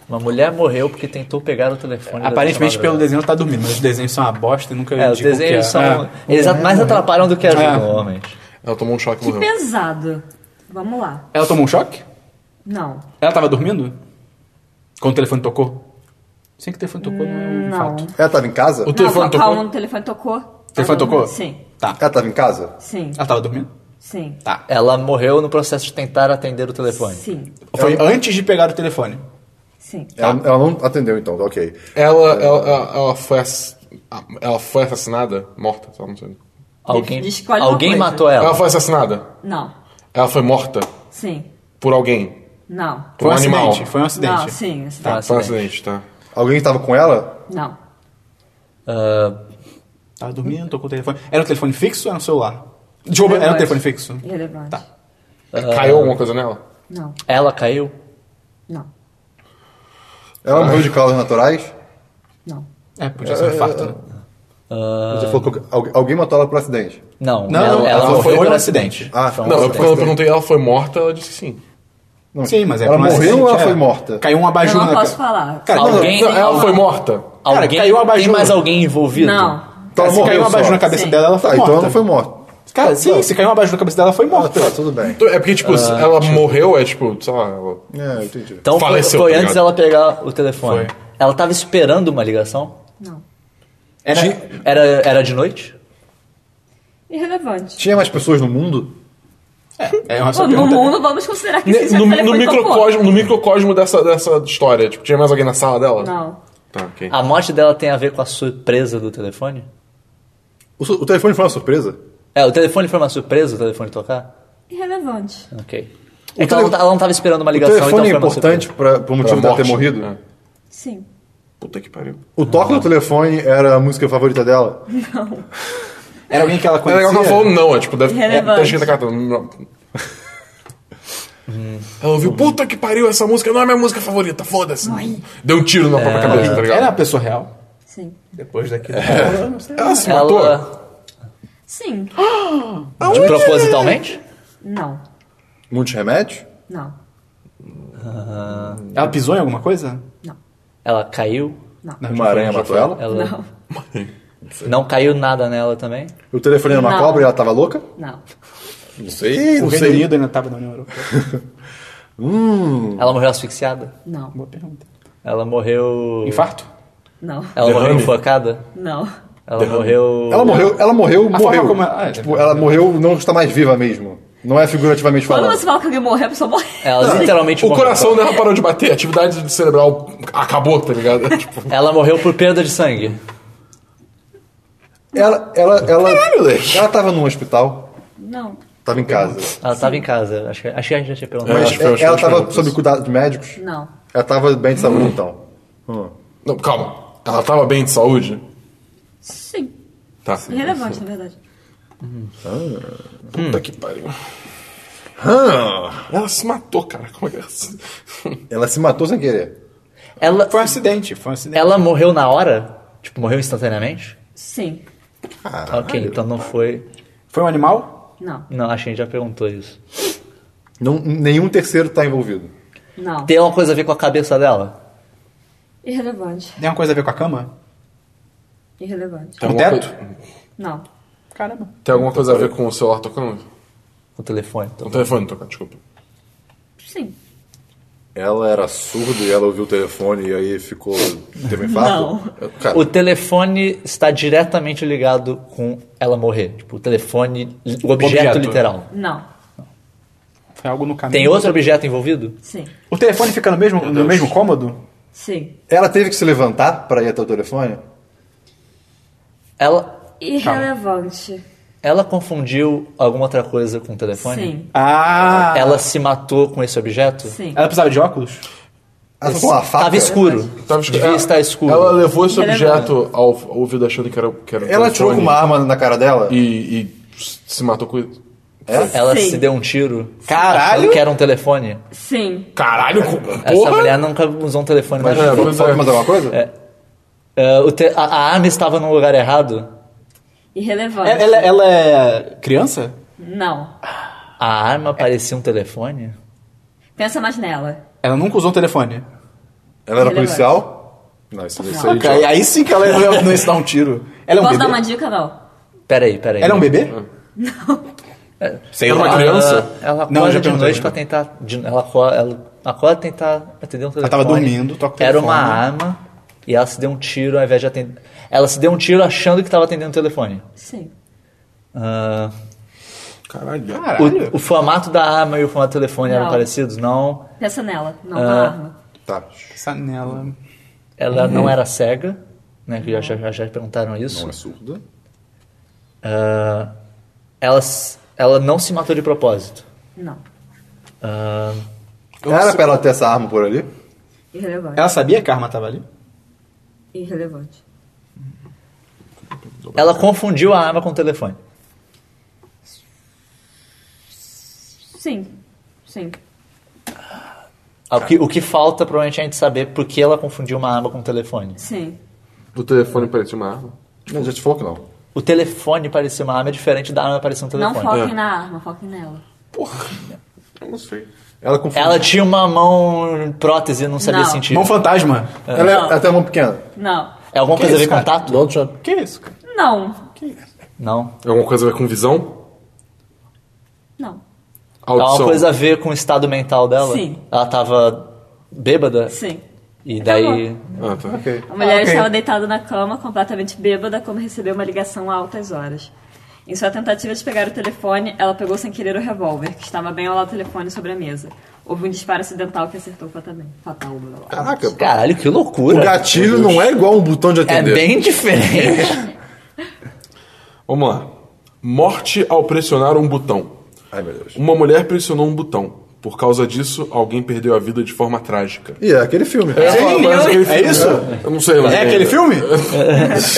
A: Uma mulher morreu porque tentou pegar o telefone da
B: Aparentemente, pelo
A: chamada.
B: desenho, ela tá dormindo, mas os desenhos são uma bosta e nunca
A: É, os
B: indicam o que
A: desenhos
B: é.
A: são.
B: É.
A: Eles mais atrapalham do que ajudam,
B: É.
A: normalmente.
E: Ela tomou um choque e
D: Que
E: morreu.
D: pesado. Vamos lá.
B: Ela tomou um choque?
D: Não.
B: Ela tava dormindo? Quando o telefone tocou? Sem que o telefone tocou, não é um
D: Não.
B: fato.
C: Ela tava em casa?
E: O telefone
D: não, tá, um-
E: tocou?
D: calma, o telefone tocou.
B: O telefone tocou?
D: Sim,
B: Tá.
C: Ela tava em casa?
D: sim,
B: Ela tava dormindo?
D: sim.
B: Tá.
A: Ela morreu no processo de tentar atender o telefone.
D: Sim,
B: Foi antes de pegar o telefone.
C: um
D: sim.
A: É.
C: Ela, ela não atendeu, então, ok.
E: Ela, ela, ela, ela foi ass- ela foi assassinada? Morta, sei lá, não sei.
A: Alguém,
D: Escolhe uma
A: alguém
D: coisa.
A: matou ela.
E: Ela foi assassinada.
D: Não,
E: Ela foi morta
D: sim,
E: por alguém.
D: não.
E: Por
B: Foi um
E: um animal.
B: acidente. Foi um acidente.
D: Não, sim, sim.
A: Tá,
E: Foi um
A: acidente.
E: acidente, tá.
C: Alguém tava com
B: Tá.
C: ela?
D: Não.
A: Ah,
B: Tava dormindo, tocou o telefone. Era um telefone fixo ou era um celular? Desculpa, era um
D: Relevante.
B: telefone fixo.
D: Irrelevante.
B: Tá.
E: Caiu alguma coisa nela?
D: Não,
A: ela caiu.
D: não,
A: Ah.
C: Ela morreu de causas naturais?
D: não.
B: É, podia ser um infarto, né?
A: Ah.
C: Você falou que algu- alguém matou ela por acidente.
A: Não,
B: Não,
A: ela,
B: não,
A: ela
B: ela
A: morreu
B: foi
A: por
B: um
A: acidente.
C: acidente. Ah,
A: Foi um
E: Não, eu-
A: acidente.
E: quando eu perguntei ela foi morta, ela disse que sim.
C: Não.
B: Sim, mas é
C: Ela
B: pra um
C: morreu
B: acidente,
C: ou ela
B: é.
C: foi morta?
B: Caiu um abajur
D: Eu não
B: na
D: posso
B: ca-
D: falar.
B: Cara,
A: Alguém-
E: Não, ela foi morta.
B: Cara,
A: Alguém,
B: caiu a
A: tem
B: abajur.
A: mais alguém envolvido?
D: Não,
C: Então
B: Cara,
C: ela
B: se caiu
C: morreu
B: um abajur
C: só.
B: na cabeça
D: Sim.
B: dela, ela
C: Tá,
B: foi
C: então
B: morta.
C: ela não foi morta.
B: Cara, sim, se caiu um abajur na cabeça dela, ela foi morta.
C: Tá, tudo bem.
E: Então, É porque, tipo, se ela morreu, é tipo, sei lá, ela...
C: É, entendi.
A: Então foi,
E: Faleceu,
A: foi
E: tá
A: antes
E: ligado?
A: dela pegar o telefone.
B: Foi.
A: Ela tava esperando uma ligação?
D: não.
B: Era...
A: É, Era, era de noite?
D: Irrelevante.
C: Tinha mais pessoas no mundo?
B: É, é uma
D: Pô,
B: só
D: no
B: pergunta.
D: mundo, vamos considerar que esse já
E: No, no
D: é telefone tocou.
E: microcosmo, no microcosmo dessa, dessa história, tipo, tinha mais alguém na sala dela?
D: Não, Ah,
E: Tá, ok.
A: A morte dela tem a ver com a surpresa do telefone?
C: O, su- o telefone foi uma surpresa?
A: É, o telefone foi uma surpresa, o telefone tocar?
D: irrelevante.
A: Ok. É
C: O
A: que ela, não
C: tele-
A: tá- ela não tava esperando uma
C: O
A: ligação, então
C: telefone
A: foi
C: é
A: uma
C: importante
A: surpresa.
C: pra, pro motivo
E: Pra
C: dela ter
E: morte.
C: morrido?
E: É.
D: Sim,
E: Puta que pariu.
C: O toque do telefone era a música favorita dela?
B: Era alguém que ela
E: É
B: conhecia.
E: legal que ela falou não, é tipo, deve é,
D: Relevante.
E: tá escrito a carta. não. Ela ouviu, puta que pariu, essa música não é minha música favorita, foda-se. Deu um tiro na própria cabeça, tá ligado?
B: Era uma pessoa real. É.
D: sim.
B: Depois daquilo.
E: Ela se matou.
A: Ela,
D: Sim,
C: é?
A: de propositalmente?
D: não,
C: Muitos remédios?
D: não,
B: Ela pisou em alguma coisa?
D: não,
A: Ela caiu?
B: Não, tipo,
C: Uma aranha
B: já
C: matou
B: foi.
C: ela?
A: Ela
D: não,
A: não caiu nada nela também?
C: é. O telefone era uma
D: Não.
C: cobra e ela tava louca?
D: não.
C: Não sei,
B: O
C: não
B: Reino
C: sei.
B: Unido ainda tava na União Europeia.
A: Ela morreu asfixiada?
D: Não,
B: Boa pergunta.
A: Ela morreu.
B: Infarto?
D: não,
A: Ela
E: Derrame?
A: morreu enforcada?
D: não.
A: Ela morreu.
C: Ela morreu, ela morreu,
B: forma
C: morreu.
B: como ela- ah, é.
C: tipo, ela morreu, não está mais viva mesmo. Não é figurativamente
D: Quando
C: falando.
D: você fala que alguém morreu, a pessoa morreu.
A: Ela literalmente
E: O
A: morreu.
E: coração dela parou de bater, a atividade cerebral acabou, tá ligado? É, tipo,
A: Ela morreu por perda de sangue.
C: Ela, ela, ela, ela tava num hospital,
D: Não,
C: tava em casa.
A: Ela estava em casa. Acho que, acho que a gente já tinha perguntado.
C: Mas
E: acho que foi- acho que
C: ela
E: foi as
C: tava
E: perguntas.
C: sob cuidado de médicos.
D: não,
C: Ela tava bem de saúde então. Hum.
E: não, calma. Ela tava bem de saúde?
D: sim.
E: Tá.
D: Irrelevante, na verdade.
E: Puta que pariu. Ela se matou, cara. Como é que é?
C: Ela se matou sem querer.
A: Ela,
C: assim.
B: Foi um acidente, foi um acidente.
A: ela morreu na hora? Tipo, morreu instantaneamente?
D: Sim.
A: ok, então não foi.
B: Foi um animal?
D: Não.
A: Não, acho que a gente já perguntou isso.
C: Não, nenhum terceiro tá envolvido.
D: Não.
A: Tem alguma coisa a ver com a cabeça dela?
D: Irrelevante.
B: Tem uma coisa a ver com a cama?
D: Irrelevante.
E: Tem
B: Com o
E: alguma
B: teto?
E: coi-
D: Não.
B: Caramba.
E: Tem alguma coisa a ver com o celular tocando?
A: O telefone? Então.
E: Com o telefone tocando, desculpa.
D: Sim.
C: Ela era surda e ela ouviu o telefone e aí ficou. Teve um infarto?
D: Não.
C: Eu- Cara,
A: O telefone está diretamente ligado com ela morrer. Tipo, o telefone, o objeto,
B: Objeto. Uhum.
A: literal.
D: Não.
B: Foi algo no caminho.
A: Tem outro objeto envolvido?
D: Sim.
B: O telefone fica no mesmo, no mesmo cômodo?
D: Sim.
C: ela teve que se levantar pra ir até o telefone?
A: Ela,
D: Irrelevante.
A: ela confundiu alguma outra coisa com o telefone?
D: Sim.
B: Ah!
A: Ela se matou com esse objeto?
D: Sim.
B: Ela precisava de óculos?
C: Ela tocou uma faca?
A: Tava escuro.
E: Tava escuro.
A: Devia estar escuro.
E: Ela levou esse objeto ao ao ouvido achando que era, que era o
C: Ela
E: telefone
C: tirou com uma arma na cara dela?
E: E, e se matou com isso.
A: Ela
D: Sim.
A: se deu um tiro.
B: Caralho!
A: Achando que era um telefone.
D: Sim.
E: Caralho, co-
A: Essa
E: porra!
A: mulher nunca usou um telefone na
E: Mas
A: vida.
E: é,
C: Falta falta mais alguma coisa?
A: Ah, o te- a, a arma estava no lugar errado?
D: Irrelevante.
B: Ela, ela- ela é criança?
D: Não.
A: A arma parecia um telefone?
D: Pensa mais nela.
B: Ela nunca usou um telefone.
C: Ela era
D: Relevante.
C: policial? Não, isso, isso aí.
B: Cara, aí, sim que ela ela não ia se dar um tiro. Ela é um
D: Posso
B: bebê?
D: dar uma dica, não?
A: Peraí, peraí.
B: Ela é um bebê? É,
E: Era uma
A: Ela-
E: criança?
A: Ela
B: Não, eu
A: acorda
B: já
A: de
B: perguntei,
A: noite
B: já.
A: pra tentar. de- ela, acorda, ela acorda tentar atender um telefone.
B: tava dormindo, toca o
A: Era
B: telefone.
A: uma arma e ela se deu um tiro ao invés de atender. Ela se deu um tiro achando que tava atendendo o telefone.
D: Sim.
A: Ah,
E: Caralho.
B: Caralho.
A: o, o formato da arma e o formato do telefone eram
D: Não.
A: parecidos? Não.
D: Pensa nela. Não,
A: Ah.
D: com a arma.
C: Tá.
B: Pensa nela.
A: Ela
B: Uhum.
A: não era cega, né? Que já, já, já perguntaram isso.
C: Não é surda.
A: Ah, ela, s- ela não se matou de propósito.
D: Não.
A: Ah,
C: Era pra ela ter essa arma por ali?
D: Irrelevante.
B: Ela sabia que a arma tava ali?
D: Irrelevante.
A: ela confundiu a arma com o telefone.
D: Sim. Sim.
A: Ah, O que, o que falta, provavelmente, é a gente saber por que ela confundiu uma arma com um telefone.
D: Sim.
E: O telefone parecia uma arma.
C: Não, já te falou que não.
A: O telefone parecia uma arma é diferente da arma parecer um
D: Não
A: telefone.
D: foquem na arma, foquem nela.
E: Eu não sei.
C: Ela confundiu.
A: Ela tinha uma mão prótese e não sabia
D: Não.
A: sentir.
B: Mão fantasma.
C: Ela, é- ela tem uma mão pequena.
D: Não.
A: É alguma coisa a ver com contato?
C: Donald Trump.
B: Que isso, cara?
D: Não.
A: Não.
E: É Alguma coisa a ver com visão?
D: Não.
C: Tá
A: É alguma
E: Audição?
A: coisa a ver com o estado mental dela?
D: Sim.
A: Ela tava bêbada?
D: Sim.
A: E daí.
E: Ah, tá.
D: A mulher
B: Ah, ok.
D: estava deitada na cama, completamente bêbada, quando recebeu uma ligação a altas horas. Em sua tentativa de pegar o telefone, ela pegou sem querer o revólver, que estava bem ao lado do telefone sobre a mesa. Houve um disparo acidental que acertou fatalmente. Fatal. blá, blá, blá.
C: Caraca,
A: Caralho, que
C: o
A: loucura!
C: gatilho não é igual um botão de
A: é
C: atender.
A: bem diferente.
E: Vamos lá. Morte ao pressionar um botão.
C: Ai, meu Deus.
E: Uma mulher pressionou um botão. Por causa disso, alguém perdeu a vida de forma trágica.
C: E é aquele filme.
E: Sim, parece aquele
B: É
E: filme. né?
B: isso?
E: Eu não sei. mas-
B: É aquele filme?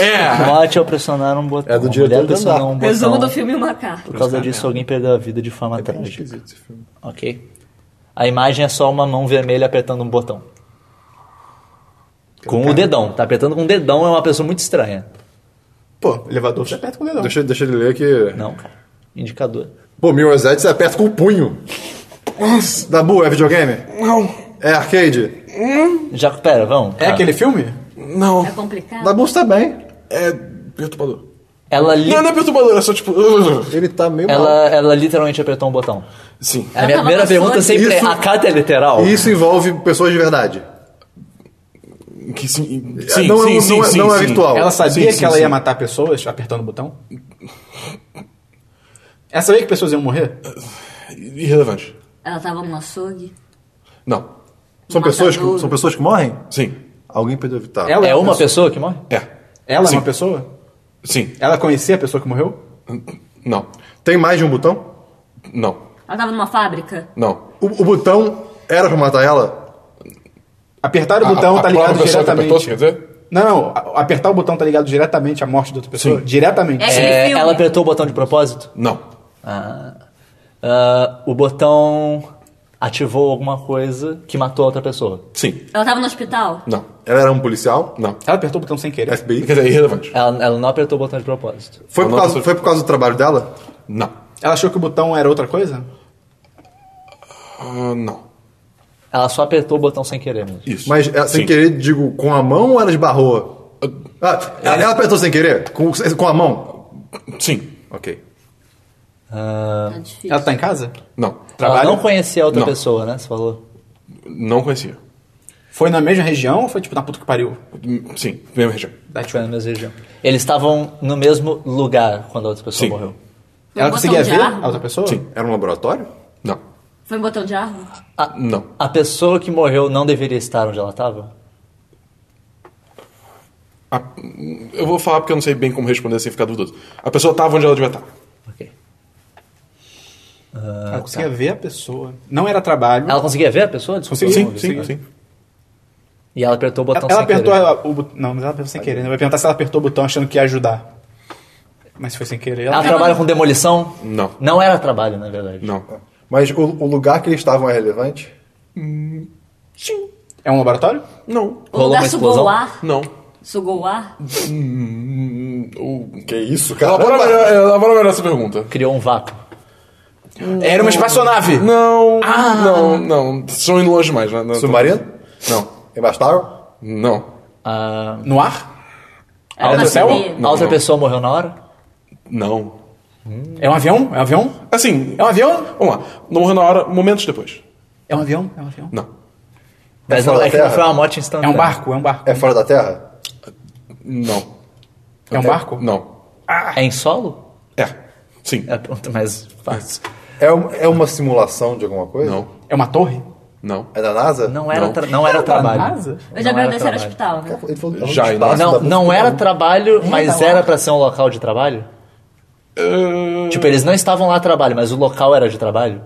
E: É!
A: Morte ao pressionar um botão.
C: É do
A: Uma
C: diretor
A: mulher
C: de
A: pressionar
C: andar.
A: um botão.
D: Resumo do filme em uma carta.
A: Por causa disso, alguém perdeu a vida de
C: É
A: forma trágica.
C: Esquisito esse filme.
A: Ok. A imagem é só uma mão vermelha apertando um botão. Com o dedão. Tá apertando com o dedão, é uma pessoa muito estranha.
B: Pô, elevador você aperta com o dedão.
C: Deixa, deixa ele ler que.
A: Não, cara. Indicador.
C: Pô, Mirror's você aperta com o punho. Dabu, é videogame?
E: Não!
C: É arcade?
A: Já, pera, vamos. Tá.
B: É
A: cara.
B: aquele filme?
E: Não!
D: É complicado?
C: Dabu está bem.
E: É perturbador.
A: Ela, li-
E: Não, não é perturbador, é só tipo. "Ugh".
C: Ele tá meio mal.
A: ela, ela literalmente apertou um botão.
E: Sim.
C: É
A: a minha
D: tava
A: primeira
D: com
A: pergunta
D: sono.
A: sempre
C: Isso-
A: é: a carta é literal?
C: E isso envolve pessoas de verdade.
E: Que sim. Sim,
C: não
E: sim,
C: é,
E: sim,
C: não é,
E: sim,
C: não é
E: sim.
C: virtual.
B: Ela sabia
E: Sim, sim,
B: que ela
E: sim.
B: ia matar pessoas apertando o botão? Ela sabia que pessoas iam morrer?
E: Irrelevante.
D: Ela tava num açougue?
E: Não.
C: São, pessoas que,
D: Matador.
C: são pessoas que morrem?
E: Sim.
C: Alguém perdeu a vida. Tá.
B: Ela
A: É uma pessoa que morre?
E: É.
B: Ela
E: Sim.
B: é uma pessoa?
E: Sim.
B: Ela conhecia a pessoa que morreu?
E: Não.
C: Tem mais de um botão?
E: Não.
D: Ela tava numa fábrica?
E: Não.
C: O, o botão era pra matar ela?
B: Apertar o
E: A-
B: botão
E: a-
B: tá
E: a
B: ligado
E: própria pessoa que apertou,
B: diretamente.
E: você quer dizer?
B: Não, não, a- apertar o botão tá ligado diretamente à morte da outra pessoa?
E: Sim.
B: Diretamente.
D: É. Aquele
A: É,
D: filme.
A: ela apertou Ah. o botão de propósito?
E: Não.
A: Ah, ah, o botão. ativou alguma coisa que matou a outra pessoa.
E: Sim.
D: Ela tava no hospital?
E: Não.
C: Ela era um policial? Um
E: Não.
B: Ela apertou o botão sem querer.
E: Quer
C: FBI?
E: dizer, é irrelevante.
A: Ela, ela não apertou o botão de propósito.
C: Foi por,
E: Não,
C: causa,
E: não.
C: foi por causa do trabalho dela?
E: Não.
B: Ela achou que o botão era outra coisa?
E: Ah, não.
A: Ela só apertou o botão sem querer mesmo.
E: Isso.
C: Mas ela, sem
E: Sim.
C: querer, digo, com a mão ou ela esbarrou? Ah, ela- Ela apertou sem querer? Com, com a mão?
E: Sim.
C: Ok.
A: Ah,
D: Tá difícil.
B: Ela tá em casa?
E: Não.
A: ela
B: Trabalho?
A: não conhecia a outra
E: Não.
A: pessoa, né? Você falou.
E: Não conhecia.
B: Foi na mesma região ou foi tipo na puta que pariu?
E: Hum, Sim. Mesma região.
B: Da
A: Foi na mesma região. Eles estavam no mesmo lugar quando a outra pessoa
E: Sim.
A: morreu.
D: Foi um
B: Ela
D: botão
B: conseguia
D: de
B: ver
D: arma?
B: a outra pessoa?
E: Sim.
C: Era um laboratório?
E: Não.
D: Foi um botão de arma?
E: Não.
A: A pessoa que morreu não deveria estar onde ela estava?
E: A- Eu vou falar porque eu não sei bem como responder sem ficar duvidoso. A pessoa tava onde ela devia estar.
A: Ok.
B: Ela conseguia ver a pessoa. Não era trabalho.
A: Ah, tá. Ela conseguia ver a pessoa? Desculpa.
E: Sim,
A: eu não
E: sim,
A: ouvi.
E: sim,
A: E ela apertou o
B: Ela,
A: botão
B: ela
A: sem
B: apertou
A: querer.
B: a- o botão. Não, mas ela apertou sem querer. né? Eu ia perguntar se ela apertou o botão achando que ia ajudar. Mas foi sem querer.
A: Ela
B: Ela...
A: trabalha com demolição?
E: Não.
A: Não era trabalho, na verdade.
E: Não.
C: Mas o, o lugar que eles estavam é relevante?
E: Sim.
B: É um laboratório?
E: Não.
D: O
A: Rolou
D: lugar
A: uma
D: sugou
A: explosão?
D: o ar?
E: Não.
D: Sugou o ar?
E: O...
C: Que isso,
E: Elabora
C: cara?
E: melhor, elabora melhor essa pergunta.
A: Criou um vácuo.
B: Era uma espaçonave!
E: Não.
B: Ah.
E: Não, não. Estão indo longe demais. Né? Não,
C: Submarino?
E: Não.
C: Embaixo da água?
E: Não.
A: Ah,
B: No ar?
D: Era
B: do
D: uma
B: céu?
D: sereia.
A: a outra
E: não.
A: pessoa morreu na hora?
E: Não.
B: É um avião? É um avião?
E: Assim,
B: É um avião?
E: vamos lá. Não morreu na hora, momentos depois.
B: É um avião? É um avião?
E: Não.
A: Mas
C: fora
A: não,
C: da
A: é que não
C: Terra?
A: foi uma morte
B: É
A: instantânea.
B: um barco? É um barco?
C: É fora da Terra?
E: Não.
B: É um barco?
E: Não.
A: É em solo?
E: É. Sim.
A: É pronto, mas fácil.
C: É, um- é uma simulação de alguma coisa?
E: Não.
B: É uma torre?
E: Não.
C: É da NASA?
A: Não era,
E: Não.
A: tra- não era
B: Era da
A: trabalho.
B: NASA?
D: Eu já
A: Não era
D: perguntei se era
A: trabalho. Tá
D: hospital, né?
C: Ele falou,
E: Já,
C: um espaço
A: Não,
C: da música.
A: não era trabalho, mas
B: tá lá.
A: era pra ser um local de trabalho?
E: Eh,
A: Tipo, eles não estavam lá a trabalho, mas o local era de trabalho?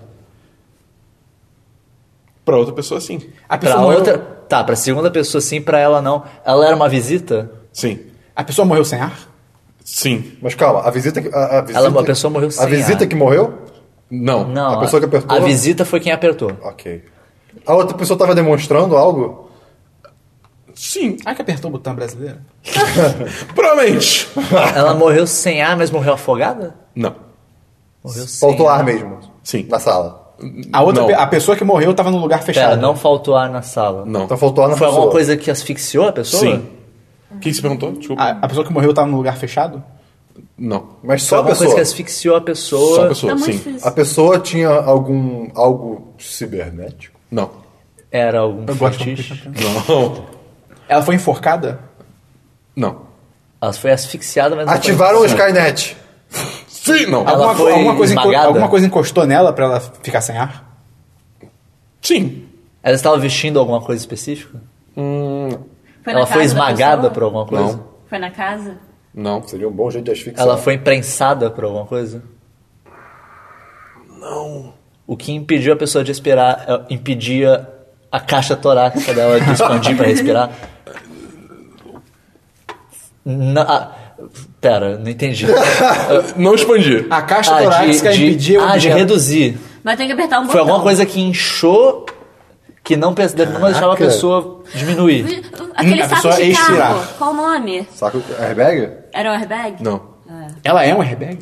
E: Pra outra pessoa, sim.
B: A
A: Pra
B: pessoa, morreu...
A: outra... Tá, pra segunda pessoa sim, pra ela não. Ela era uma visita?
E: Sim.
B: a pessoa morreu sem ar?
E: Sim.
C: Mas calma, a visita que. A, a visita,
A: Ela- a pessoa morreu
C: A
A: sem
C: visita
A: ar.
C: que morreu?
E: Não.
A: Não.
C: A pessoa que apertou?
A: A visita foi quem apertou.
C: Ok. A outra pessoa estava demonstrando algo?
E: Sim.
B: Ah, que apertou o botão brasileiro?
E: Provavelmente.
A: Ela morreu sem ar, mas morreu afogada?
E: Não.
A: Morreu sem
C: Faltou ar mesmo.
E: Sim.
C: Na sala.
B: A outra,
E: Não.
B: pe- a pessoa que morreu tava num lugar
A: Pera,
B: fechado.
A: não faltou ar na sala.
E: Não.
C: Então faltou ar na
A: Foi alguma
C: pessoa.
A: coisa que asfixiou a pessoa?
E: Sim. O que você perguntou? Desculpa.
B: A, a pessoa que morreu tava num lugar fechado?
E: Não.
C: Mas
A: Foi
C: só a
A: alguma
C: pessoa.
A: coisa que asfixiou a pessoa?
E: Só a
D: Tá
E: pessoa,
D: muito
E: sim.
D: difícil.
C: A pessoa tinha algum. algo cibernético?
E: Não.
A: Era algum
B: Eu gosto quando
A: fetiche?
B: fica pra-
E: Não.
B: Ela foi enforcada?
E: Não.
A: Ela foi asfixiada, mas não foi-
C: Ativaram o Skynet.
E: Sim, não.
A: Ela
B: alguma, co-
A: foi
B: alguma coisa enco-
A: esmagada?
B: alguma coisa encostou nela pra ela ficar sem ar?
E: Sim.
A: Ela estava vestindo alguma coisa específica?
D: Foi na
A: Ah, ela foi
D: casa da
A: esmagada
D: pessoa?
A: por alguma coisa?
E: Não.
D: Foi na casa?
E: Não.
C: Seria um bom jeito de asfixiar.
A: Ela foi prensada por alguma coisa?
E: Não.
A: O que impediu a pessoa de respirar, eh, impedia a caixa torácica dela de expandir pra respirar? Na, ah, pera, não entendi.
E: Ah, Não expandi.
B: A caixa
A: Ah, de-
B: torácica
A: de-
B: impediu o
A: ah, de
B: objeto.
A: reduzir.
D: Mas tem que apertar um botão.
A: Foi alguma coisa que inchou que não, pens- não deixava a pessoa diminuir.
D: Aquele
B: Hum, a
D: saco
B: pessoa
D: de
B: expirar.
D: carro. Qual o nome?
C: Saca o airbag?
D: Era um airbag?
E: Não.
B: Ela é um airbag?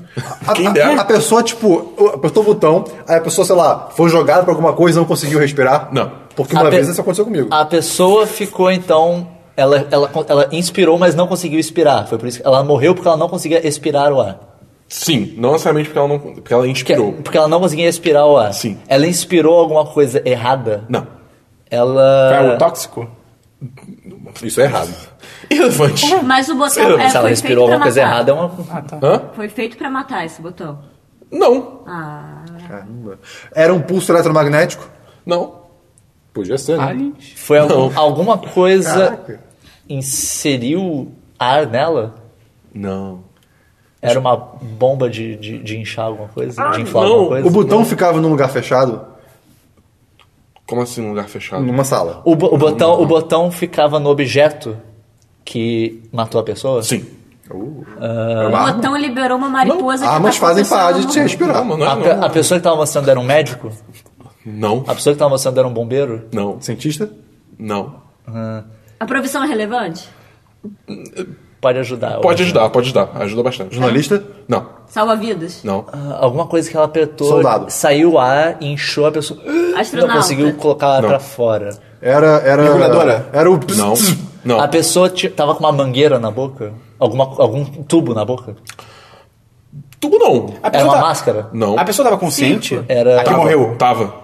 C: A,
E: Quem
C: a-
E: dera.
C: a pessoa, tipo, apertou o botão, aí a pessoa, sei lá, foi jogada pra alguma coisa e não conseguiu respirar?
E: Não.
C: Porque uma
A: A pe-
C: vez isso aconteceu comigo.
A: A pessoa ficou então. Ela, ela, ela inspirou, mas não conseguiu expirar. Foi por isso que ela morreu porque ela não conseguia expirar o ar.
E: Sim. Não necessariamente porque ela não. Porque ela
A: Porque,
E: inspirou.
A: porque ela não conseguia expirar o ar.
E: Sim.
A: Ela inspirou alguma coisa errada.
E: Não.
B: Foi algo
A: Ela.
B: um tóxico?
C: Isso é errado.
E: Elefante.
D: Mas o
E: Sei
D: botão
E: lá,
D: é,
A: Se ela
D: foi feito
A: respirou
D: pra
A: alguma coisa
D: matar.
A: errada, é uma.
E: Hã?
D: Foi feito pra matar esse botão.
E: Não.
D: Ah.
C: Caramba. Era um pulso eletromagnético?
E: Não.
C: Podia ser, né?
B: Aliens?
A: Foi algum- alguma coisa.
C: Caraca.
A: Inseriu ar nela?
E: Não.
A: Era uma bomba de, de, de inchar alguma coisa?
D: Ah,
A: de inflar
E: não.
A: alguma coisa?
C: O botão ficava num lugar fechado,
E: Como assim, num lugar fechado?
C: numa sala.
A: O, bo- o botão, o botão ficava no objeto que matou a pessoa?
E: Sim.
C: Era uma
D: O
C: arma.
D: botão liberou uma mariposa que
C: Ah. Armas
D: tá
C: fazem
D: acontecendo
C: parada de
D: no
C: te
D: mundo.
C: respirar.
E: Não, mas não é,
A: A,
E: não.
A: pe- a pessoa que tava mostrando era um médico?
E: Não,
A: A pessoa que tava mostrando era um bombeiro?
E: não,
B: Cientista?
E: não.
D: A profissão é relevante?
A: Pode ajudar. eu acho.
E: Pode ajudar, pode ajudar. Ajuda bastante.
C: Jornalista?
E: Não,
D: Salva vidas?
E: não.
A: Ah, Alguma coisa que ela apertou,
C: Soldado.
A: saiu o ar, inchou a pessoa.
D: Astronauta.
A: Não conseguiu colocar
E: Não.
A: pra fora.
C: Era. era
B: Mergulhadora?
C: Era o.
E: Não,
A: A
E: não.
A: pessoa ti- tava com uma mangueira na boca? Alguma, algum tubo na boca?
E: Tubo não.
B: A
A: Era uma
B: tá-
A: máscara?
E: Não.
B: A pessoa tava consciente?
A: Era-
B: A que
E: Tava,
B: morreu?
E: Tava.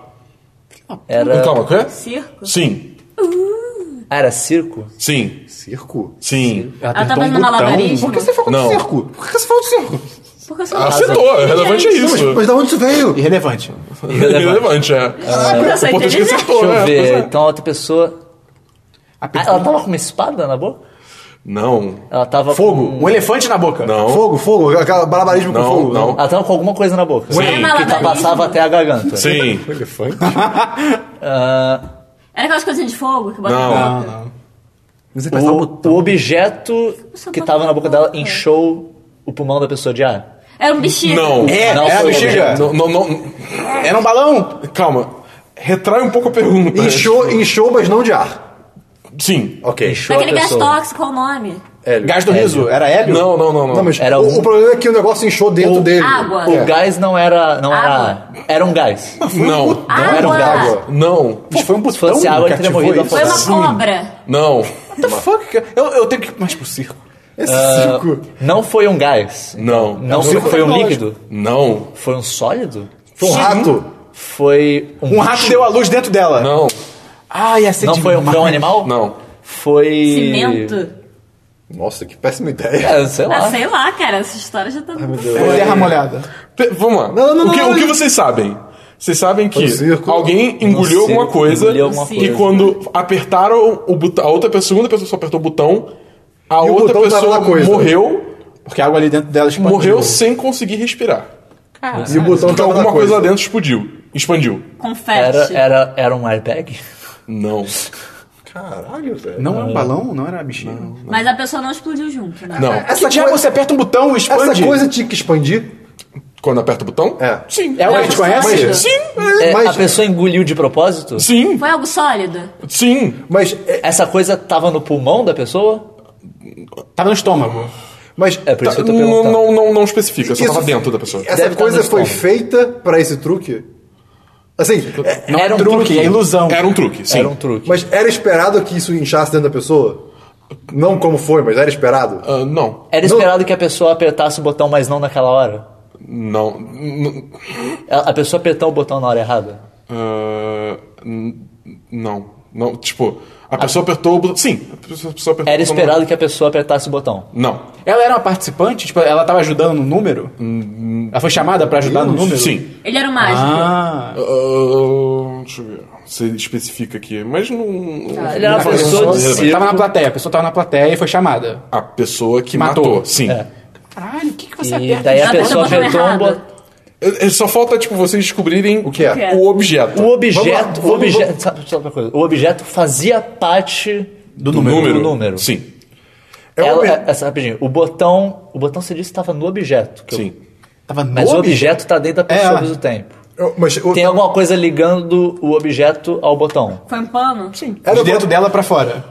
A: Era.
E: Calma, o quê?
D: Circo?
E: Sim,
A: Ah, era circo?
E: sim,
C: Circo?
E: sim.
D: Ela
B: um
D: tá fazendo malabarismo?
B: Por que você falou
E: Não.
B: de circo? Por que você falou de circo?
D: Por que eu sou
E: Acertou, é relevante é isso.
C: Mas da onde isso veio?
B: Irrelevante.
E: Relevante, é.
D: eu sou
E: O importante é que
D: inteligente.
E: acertou,
A: Deixa
E: né?
A: eu
E: Pois
A: ver.
E: é.
A: Então a outra pessoa.
B: A
A: Ah,
B: pessoa-
A: ela tava com uma espada na boca?
E: Não,
A: Ela tava.
B: Fogo.
A: Com...
B: Um elefante na boca.
E: não.
C: Hum. Fogo, fogo, aquela balabarismo com
E: Não,
C: fogo.
E: não.
A: Ela tava com alguma coisa na boca.
E: Sim. Era
A: Que
D: malabarismo?
A: passava até a garganta.
E: Sim,
C: Elefante?
D: Era aquelas coisinhas de fogo que bota
E: Não.
D: na
B: Não,
D: boca?
B: não.
F: Você apertar
B: um
F: o
A: O,
F: botão.
A: o objeto
D: Você
A: que
D: botou
A: tava na boca dela
D: na boca.
A: inchou o pulmão da pessoa de ar.
D: Era um bexiga.
E: não.
B: É,
A: Não,
B: era a
A: foi
B: bexiga.
E: Não, não, não.
B: Era um balão.
E: Calma. Retrai um pouco a pergunta.
C: Inchou, inchou, mas não de ar.
E: Sim.
C: Ok.
A: Inchou
D: Daquele
A: a
D: gás
A: pessoa.
D: tóxico, qual o nome?
B: Gás do riso. Era hélio?
E: Não, não, não, não.
C: Não, mas
A: Era
C: o,
A: um-
C: o problema é que o negócio inchou dentro dele.
D: Água.
A: O gás não era. Não era.
D: Água.
A: ar. Era um gás.
E: Não,
D: Água.
A: era um gás.
C: Água.
E: não,
B: Pô, foi um
A: Se
B: botão
A: fosse água,
B: que
A: ele teria
B: ativou
A: morrido
B: isso.
D: Foi uma
A: Sim.
D: cobra.
E: não,
B: What the fuck? Eu, eu tenho que ir mais pro circo.
C: Esse
A: Ah,
C: circo.
A: não foi um gás.
E: Não.
A: Não
E: Não,
A: foi um
B: lógico.
A: líquido.
E: não,
A: Foi um sólido?
C: Foi um rato.
A: Foi um.
B: Um rato deu a luz dentro dela.
E: não,
B: Ah, ia ser
A: Não foi um, foi um animal?
E: não.
A: Foi.
D: Cimento.
C: Nossa, que péssima ideia.
A: É, sei lá.
D: Ah, sei lá, cara. Essa história já tá...
B: Foi terra molhada.
E: Pe- Vamos lá.
C: Não, não, não,
E: o, que,
C: não,
E: o que
C: não.
E: vocês sabem? Vocês sabem que
C: No circo.
E: alguém
A: No
E: engoliu
A: circo,
E: alguma coisa
A: engoliu alguma
E: e
A: coisa.
E: quando apertaram o botão, a outra pessoa, a segunda pessoa só apertou o botão, a
C: E o
E: outra
C: botão tava
E: pessoa
C: na coisa.
E: morreu,
B: Porque a água ali dentro dela expandiu.
E: morreu sem conseguir respirar.
C: E o botão
E: Porque
C: tava
E: alguma
C: tá na
E: coisa
C: coisa.
E: lá dentro explodiu. Expandiu.
D: Confete.
A: Era, era, era um airbag?
E: Não.
C: Caralho, velho.
B: Não era um balão? Não era a bexiga?
D: Mas a pessoa não explodiu junto, né?
E: Não.
B: Essa
C: Essa,
B: diabo
C: coisa,
B: você aperta um botão e
C: essa
B: expande?
C: coisa tinha que expandir.
E: Quando aperta o botão?
C: É.
E: Sim.
B: É o que a
D: Não,
B: gente conhece?
D: sólido.
A: É,
C: mas,
A: a pessoa engoliu de propósito?
E: Sim.
D: Foi algo sólido?
E: Sim.
C: mas, é,
A: Essa coisa tava no pulmão da pessoa?
B: Tava no estômago.
C: mas
A: É por isso
E: Tá,
A: que eu tô
E: não,
A: perguntando.
E: não, não, não especifica, só
C: Isso-
E: tava dentro da pessoa.
C: essa
A: Deve tá
C: coisa
A: no
C: foi
A: estômago.
C: feita pra esse truque? Assim, é-
A: Era um truque.
B: é ilusão.
E: Era um truque, sim.
A: Era um truque.
C: mas era esperado que isso inchasse dentro da pessoa? Não como foi, mas era esperado?
E: Ah, não.
A: Era esperado que a pessoa apertasse o botão, mas não naquela hora?
E: Não. N-
A: A a pessoa apertou o botão na hora errada?
E: ah, n- não. Não, tipo, a pessoa apertou o botão. Sim, a pessoa a pessoa apertou
A: Ah. Era
E: o botão.
A: esperado que a pessoa apertasse o botão?
E: Não.
B: Ela era uma participante? Tipo, ela tava ajudando no número? Ela foi chamada pra
A: Tá
B: ajudar no número?
E: Sim.
D: Ele era um mágico.
B: Ah,
E: Ah, deixa eu ver. Você especifica aqui, mas não.
A: Tá, Ele era uma
B: Não,
A: pessoa de
E: relevante.
A: circo.
B: tava na plateia. A pessoa tava na plateia e foi chamada.
E: A pessoa que matou.
B: Matou.
E: Sim.
C: É.
B: Caralho, o que, que você
A: E
B: aperta? tá
A: daí a
D: Ela
A: pessoa
D: apertou o botão
A: apertou um
D: errado.
A: botão.
E: É- é Só falta, tipo, vocês descobrirem
C: O que é?
D: é?
E: o objeto.
A: O
C: Vamos lá,
A: objeto.
C: vamos-
A: o objeto. Sabe, sabe uma coisa? O objeto fazia parte do,
E: número.
A: Do número.
E: Sim.
C: É um
A: Ela-
C: obje-
A: essa, rapidinho, o botão. O botão você disse estava no objeto. que eu-
E: Sim.
B: Tava no
A: mas o
B: objeto?
A: objeto está dentro da pessoa
B: ela.
A: ao mesmo tempo.
C: Eu- Mas o-
A: Tem alguma coisa ligando o objeto ao botão.
D: Foi um pano? Sim.
C: era
B: De dentro dela pra fora.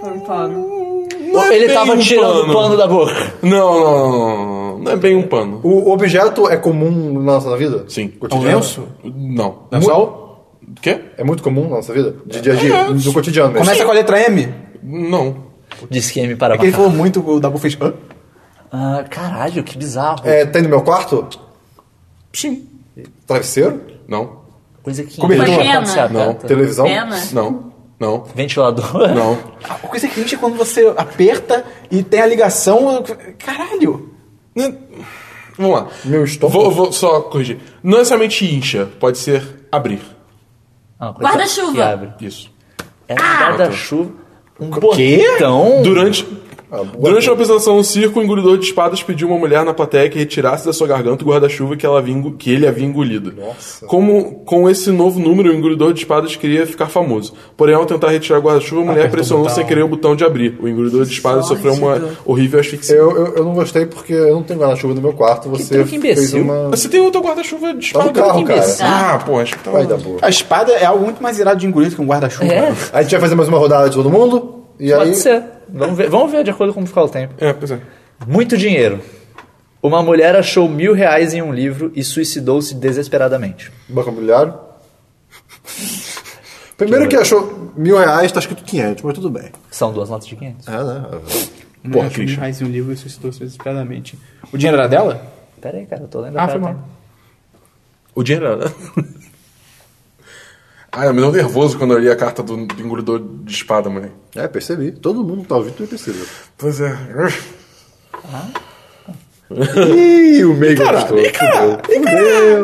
D: Foi um pano.
E: Não é
A: Ele
E: bem
A: estava
E: um
A: tirando o pano da boca.
E: Não, não, não, não. Não é bem um pano.
C: O objeto é comum na nossa vida?
E: Sim.
B: É um
C: Cotidiana?
B: lenço? é
E: Não.
B: Lençol?
E: O quê?
C: É muito comum na nossa vida? De dia a dia? Do cotidiano mesmo?
B: Começa com a letra M.
E: Não.
A: Disse que ia me parar.
B: Porque É ele falou muito, o Dabu fez... Hã?
A: Ah, caralho, que bizarro.
C: É, tem no meu quarto?
E: Sim.
C: Travesseiro?
E: Não.
A: Coisa que
B: Cobertor.
A: enche
D: Foi
A: quando você
D: pena?
A: aperta.
E: Não.
B: é um
C: Televisão?
D: Pena?
E: Não. Não.
A: Ventilador.
E: Não.
B: A coisa que enche é quando você aperta e tem a ligação... Caralho!
E: Né? Vamos lá.
C: Meu estômago.
E: Vou, vou só corrigir. Não necessariamente incha, pode ser abrir.
A: Ah, coisa
D: Guarda-chuva.
A: que abre.
E: Isso.
A: Era um guarda-chuva. Um botão.
E: Durante.
C: Ah,
E: Durante a apresentação no circo, o engolidor de espadas pediu uma mulher na plateia que retirasse da sua garganta o guarda-chuva que, ela havia engo- que ele havia engolido.
C: Nossa.
E: Como com esse novo número, o engolidor de espadas queria ficar famoso. Porém, ao tentar retirar o guarda-chuva, a mulher pressionou sem querer o botão de abrir. O engolidor de espadas sofreu uma horrível asfixia.
C: Eu, eu, eu não gostei porque eu não tenho guarda-chuva no meu quarto. Você
A: truque
C: fez
A: imbecil.
C: uma.
E: Você tem outro guarda-chuva de espada?
C: Tá no carro, cara.
E: Ah, pô, acho que tá
C: Vai dar boa.
B: A espada é algo muito mais irado de engolir do que um guarda-chuva.
A: É,
C: A gente vai fazer mais uma rodada de todo mundo. E
A: pode
C: aí.
A: ser. Vamos ver, vamos ver de acordo com como ficar o tempo.
E: É, pois é.
A: Muito dinheiro. Uma mulher achou mil reais em um livro e suicidou-se desesperadamente.
C: Banco imobiliário. Primeiro que achou mil reais, tá escrito 500, mas tudo bem.
A: São duas notas de 500.
C: É, né?
E: é
B: Porra, Christian. Reais em um livro e suicidou-se desesperadamente. O dinheiro era dela?
A: Pera aí, cara, eu tô lendo
B: Ah,
A: a cara
B: foi
A: do
B: mal.
A: tempo.
E: O dinheiro é era. Ah, me deu nervoso quando eu li a carta do, do engolidor de espada, mulher.
C: É, percebi. Todo mundo que tá ouvindo tudo percebeu.
E: Pois é.
C: Ih, o meio gostou. Fudeu. Fudeu.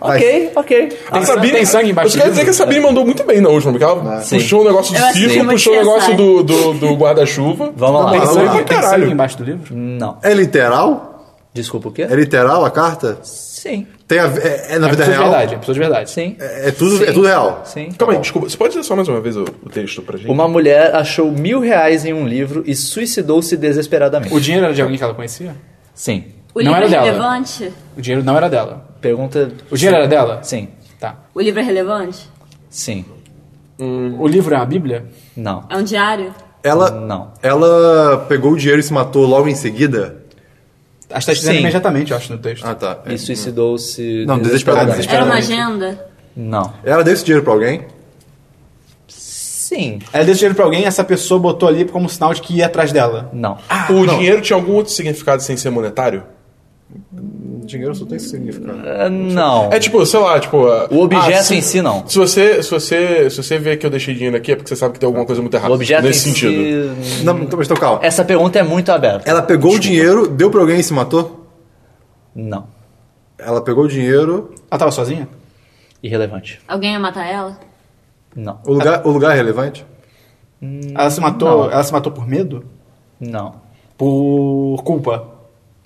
A: Ok, ok. Ah,
E: A Sabine,
B: tem sangue embaixo
E: Eu quero
B: do
E: dizer
B: livro?
E: que a Sabine mandou muito bem na última, porque ela
A: Sim.
E: puxou o negócio
D: Eu
E: do
D: achei
E: circo,
D: muito
E: puxou o negócio do,
D: engraçado.
E: do, do guarda-chuva.
A: Vamos lá.
C: Tem sangue
E: pra
B: tem
E: caralho.
B: sangue embaixo do livro?
A: Não.
C: É literal?
A: Desculpa o quê?
C: É literal a carta?
A: Sim.
C: Tem a, é, é na
B: É pessoa
C: vida
B: de
C: real?
B: verdade, é pessoa de verdade.
A: Sim.
C: É, é tudo, é tudo real.
A: Sim.
E: Calma aí, desculpa. Você pode ler só mais uma vez o, o texto pra gente?
A: Uma mulher achou mil reais em um livro e suicidou-se desesperadamente.
B: O dinheiro era de alguém que ela conhecia?
A: Sim.
D: O
B: Não
D: livro
B: era
D: é
B: dela.
D: relevante?
B: O dinheiro não era dela.
A: Pergunta.
B: O dinheiro era dela?
A: Sim.
B: Tá.
D: O livro é relevante?
A: Sim.
B: O livro é uma bíblia?
A: Não.
D: É um diário?
C: Ela,
A: Não.
C: ela pegou o dinheiro e se matou logo em seguida?
B: Acho que tá É. dizendo
A: Sim.
B: imediatamente, eu acho, no texto.
C: Ah, tá.
A: E suicidou-se
C: Não, desesperadamente.
D: Era uma
B: Claramente.
D: agenda?
A: Não.
C: Ela deu esse dinheiro pra alguém?
A: Sim.
B: Ela deu esse dinheiro pra alguém essa pessoa botou ali como sinal de que ia atrás dela.
A: Não.
E: o dinheiro tinha algum outro significado sem ser monetário?
C: Dinheiro só tem esse significado.
A: Ah, não.
E: É tipo, sei lá, tipo. ah,
A: O objeto
E: ah, se-
A: em si, não.
E: Se você, se, você, se você vê que eu deixei dinheiro aqui, é porque você sabe que tem alguma coisa muito errada.
A: O objeto
E: Nesse
A: em
E: sentido.
A: si.
C: Não, então, mas então calma.
A: Essa pergunta é muito aberta.
C: Ela pegou o dinheiro, deu pra alguém e se matou?
A: Não.
C: Ela pegou o dinheiro.
B: Ela tava sozinha?
A: Irrelevante.
D: Alguém ia matar ela?
A: Não.
C: O lugar, o lugar é relevante?
B: Ela se matou. Ela se matou por medo?
A: Não.
B: Por culpa.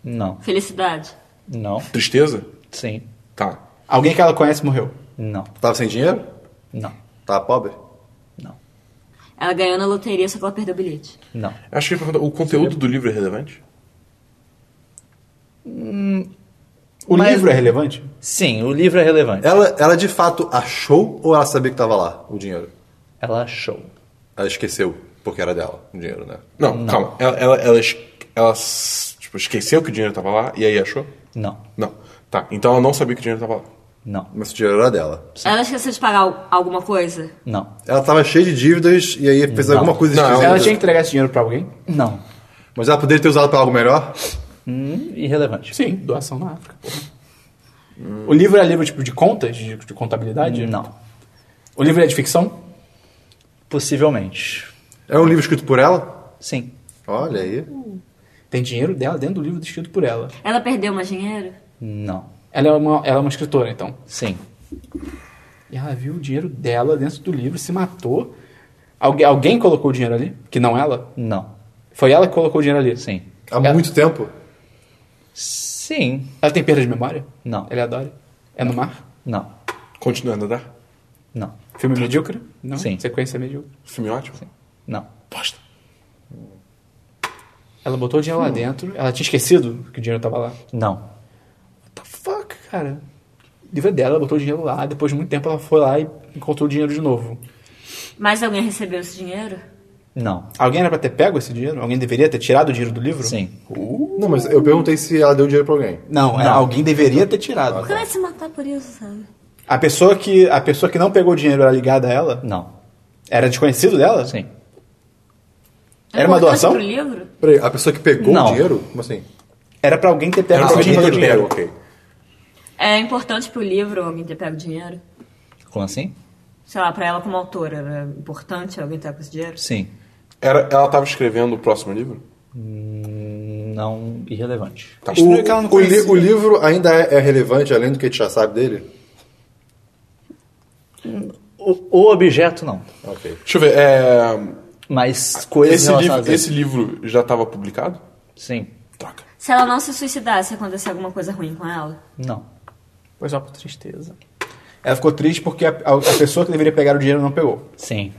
A: Não.
D: Felicidade?
A: Não.
E: Tristeza?
A: Sim.
E: Tá.
B: Alguém que ela conhece morreu.
A: Não.
C: Tava sem dinheiro?
A: Não.
C: Tava pobre?
A: Não.
D: Ela ganhou na loteria, só que ela perdeu o bilhete.
A: Não.
E: Acho que ele perguntou, o conteúdo do livro é relevante?
B: O
A: Mas-
B: livro é relevante?
A: Sim, o livro é relevante.
C: Ela, ela de fato achou ou ela sabia que tava lá o dinheiro?
A: Ela achou.
C: Ela esqueceu, porque era dela o dinheiro, né?
E: Não, calma. Ela, ela, ela, es- ela s- tipo, esqueceu que o dinheiro tava lá e aí achou?
A: Não.
E: Não. Tá, então ela não sabia que o dinheiro tava lá.
A: Não.
C: Mas o dinheiro era dela.
D: Ela esqueceu de pagar al- alguma coisa?
A: Não.
C: Ela tava cheia de dívidas e aí fez
A: Não.
C: alguma coisa
E: Não,
C: esquisita.
B: Ela tinha que entregar esse dinheiro pra alguém?
A: Não.
C: Mas ela poderia ter usado pra algo melhor?
A: Hum, irrelevante.
B: Sim, doação na África. porra. O livro é livro tipo de contas, de, de contabilidade?
A: Não.
B: O livro é de ficção?
A: Possivelmente.
C: É um livro escrito por ela?
A: Sim.
C: Olha aí.
B: Tem dinheiro dela dentro do livro escrito por ela.
D: Ela perdeu mais dinheiro?
A: Não.
B: Ela é uma, ela é uma escritora, então.
A: Sim.
B: E ela viu o dinheiro dela dentro do livro, se matou. Algu alguém colocou o dinheiro ali? Que não ela?
A: Não.
B: Foi ela que colocou o dinheiro ali?
A: Sim.
C: Há muito tempo?
A: Sim.
B: Ela tem perda de memória?
A: Não.
B: Ela adora? É no mar?
A: Não.
E: Continuando a andar?
A: Não.
B: Filme medíocre? Não.
A: Sim.
B: Sequência medíocre.
E: Filme ótimo?
A: Não.
E: Bosta.
B: Ela botou o dinheiro lá dentro, ela tinha esquecido que o dinheiro tava lá.
A: Não.
B: What the fuck, cara? O livro é dela, ela botou o dinheiro lá, depois de muito tempo ela foi lá e encontrou o dinheiro de novo.
D: Mas alguém recebeu esse dinheiro?
A: Não.
B: Alguém era pra ter pego esse dinheiro? Alguém deveria ter tirado o dinheiro do livro?
A: Sim.
C: Não, mas eu perguntei se ela deu dinheiro pra alguém.
B: Não, é, alguém deveria ter tirado.
D: Porque ela ia é se matar por isso, sabe?
B: A pessoa que a pessoa que não pegou o dinheiro era ligada a ela?
A: Não.
B: Era desconhecido dela?
A: Sim.
D: É
B: Era uma
D: importante
B: doação?
D: Pro livro?
C: Peraí, a pessoa que pegou
A: Não.
C: o dinheiro? Como assim?
B: Era pra alguém ter pego
E: Era
B: esse
E: pra alguém
B: dinheiro.
E: ter pego, ok.
D: É importante pro livro alguém ter pego dinheiro?
A: Como assim?
D: Sei lá, pra ela como autora, era importante alguém ter pego esse dinheiro?
A: Sim.
E: Era, ela tava escrevendo o próximo livro?
A: Não irrelevante.
E: Tá.
C: O,
E: Estranho que ela não
C: o li-
E: conhecia.
C: o livro ainda é, é relevante, além do que a gente já sabe dele?
A: O, o objeto, não.
C: Ok.
E: Deixa eu ver, é...
A: Mas coisas
E: Esse
A: relacionadas
E: livro,
A: a
E: esse livro já estava publicado?
A: Sim.
E: Troca.
D: Se ela não se suicidar, se acontecer alguma coisa ruim com ela.
A: Não.
G: Pois ó, por tristeza.
B: Ela ficou triste porque a, a- a pessoa que deveria pegar o dinheiro não pegou.
A: Sim.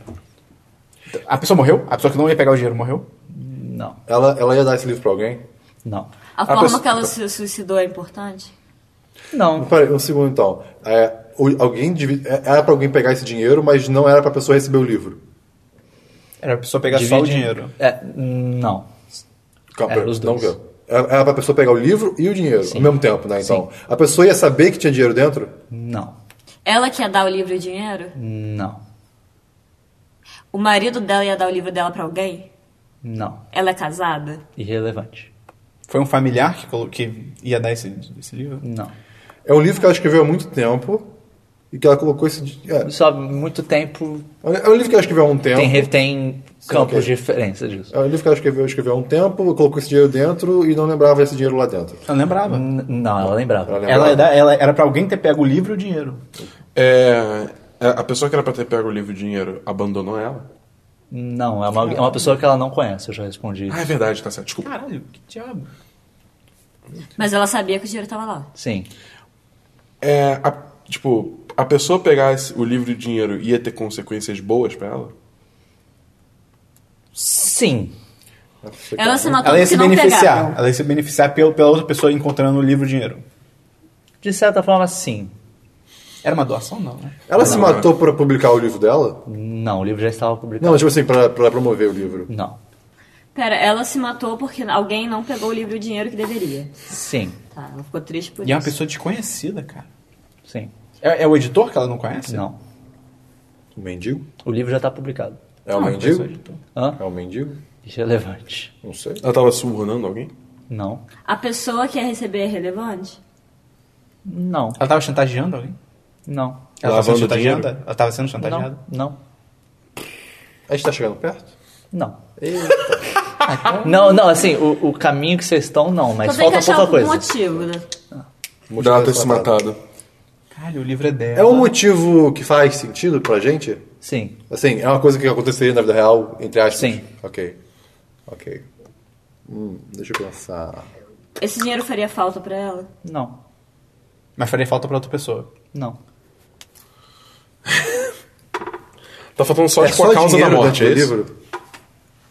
B: A pessoa morreu? A pessoa que não ia pegar o dinheiro morreu?
A: Não.
C: Ela, ela ia dar esse livro pra alguém?
A: Não.
D: A, forma
E: pessoa-
D: que ela se suicidou é importante?
A: Não.
C: Peraí, um segundo então. É, o- alguém divi- é- era pra alguém pegar esse dinheiro, mas não era pra pessoa receber o livro.
B: Era a pessoa pegar só o
A: Divide-
B: dinheiro.
A: É, não.
C: Calma,
A: Era
C: peraí,
A: os
C: não
A: dois.
C: viu. É, Era era pra pessoa pegar o livro e o dinheiro ao mesmo tempo, né? Então, a pessoa ia saber que tinha dinheiro dentro?
A: Não.
D: Ela que ia dar o livro e o dinheiro?
A: Não.
D: O marido dela ia dar o livro dela pra alguém?
A: Não.
D: Ela é casada?
A: Irrelevante.
B: Foi um familiar que, colo- que ia dar esse, esse livro?
A: Não.
C: É um livro que ela escreveu há muito tempo e que ela colocou esse. di- É,
A: Só muito tempo
C: é um livro que ela escreveu há um tempo.
A: tem, re- tem campos
C: ok.
A: de diferença disso.
C: É um livro que ela escreveu, escreveu há um tempo, colocou esse dinheiro dentro e não lembrava desse dinheiro lá dentro.
B: Eu não lembrava.
A: N- Não, ela é, lembrava.
C: Ela é
B: Ela,
C: lembrava.
B: era- ela era pra alguém ter pego o livro e o dinheiro.
E: É, é, a pessoa que era pra ter pego o livro e o dinheiro abandonou ela?
A: Não, é uma, é uma pessoa que ela não conhece, eu já respondi.
E: Ah, é verdade, tá certo. Desculpa.
B: Caralho, que diabo.
D: Mas ela sabia que o dinheiro tava lá.
A: Sim.
E: É, a- tipo, a pessoa pegar esse- o livro e o dinheiro ia ter consequências boas pra ela?
A: Sim.
D: Ela assinou
B: Ela ia
D: tudo
B: se
D: que não
B: beneficiar.
D: pegaram.
B: Ela ia se beneficiar pelo, pela outra pessoa encontrando o livro e o dinheiro.
A: De certa forma, sim.
B: Era uma doação, não, né?
C: Ela se matou pra publicar o livro dela?
A: Não, o livro já estava publicado.
C: Não, tipo assim, pra, pra promover o livro.
A: Não.
D: Pera, ela se matou porque alguém não pegou o livro e o dinheiro que deveria.
A: Sim.
D: Tá, ela ficou triste por
B: E é uma
D: isso.
B: pessoa desconhecida, cara.
A: Sim.
B: É, é o editor que ela não conhece?
A: Não.
C: Um mendigo?
A: O livro já está publicado.
C: É um
B: Não,
C: mendigo?
B: não é o editor.
A: Hã?
C: É um mendigo?
A: Irrelevante.
C: Não sei.
E: Ela tava subornando alguém?
A: Não.
D: A pessoa que ia receber é relevante?
A: Não.
B: Ela tava chantageando alguém?
A: Não.
B: Ela
E: Lavando
B: tava sendo chantageada?
E: dinheiro?
B: Ela tava sendo
C: Tá
B: chantageada?
A: Não. Não.
C: A gente tá chegando perto?
A: Não. Não, não, assim, o, o caminho que vocês estão, não, mas
D: Só tem
A: falta
D: que achar
A: pouca
D: algum
A: coisa.
D: motivo, né?
E: Dela ter se matado.
B: Caralho, o livro é dela.
C: É um motivo que faz sentido pra gente?
A: Sim.
C: Assim, é uma coisa que aconteceria na vida real, entre aspas?
A: Sim.
C: Ok. Ok. Hum, deixa eu pensar.
D: Esse dinheiro faria falta pra ela?
A: Não.
B: Mas faria falta pra outra pessoa.
A: Não.
E: Tá faltando só,
C: É
E: tipo, a causa da
C: dinheiro
E: morte, é
C: dentro do
E: isso?
C: livro?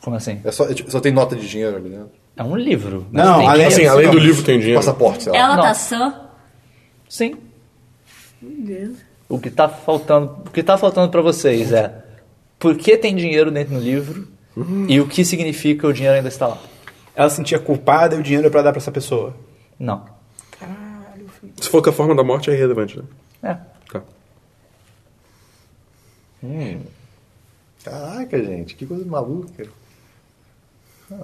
A: Como assim?
C: É só, é tipo, só tem nota de dinheiro ali dentro?
A: É um livro. mas
B: Não,
A: tem que-
B: além-
E: Assim, além do livro tem dinheiro.
C: Passaporte, sei lá.
D: Ela
A: Não.
D: tá sã?
A: Sim. O que tá faltando, o que tá faltando para vocês é por que tem dinheiro dentro do livro e o que significa o dinheiro ainda está lá?
B: Ela se sentia culpada e o dinheiro era pra dar pra essa pessoa.
A: Não.
E: Se for que a forma da morte é irrelevante, né?
A: É.
E: Tá.
C: É. Hum. Caraca, gente, que coisa maluca.
B: Que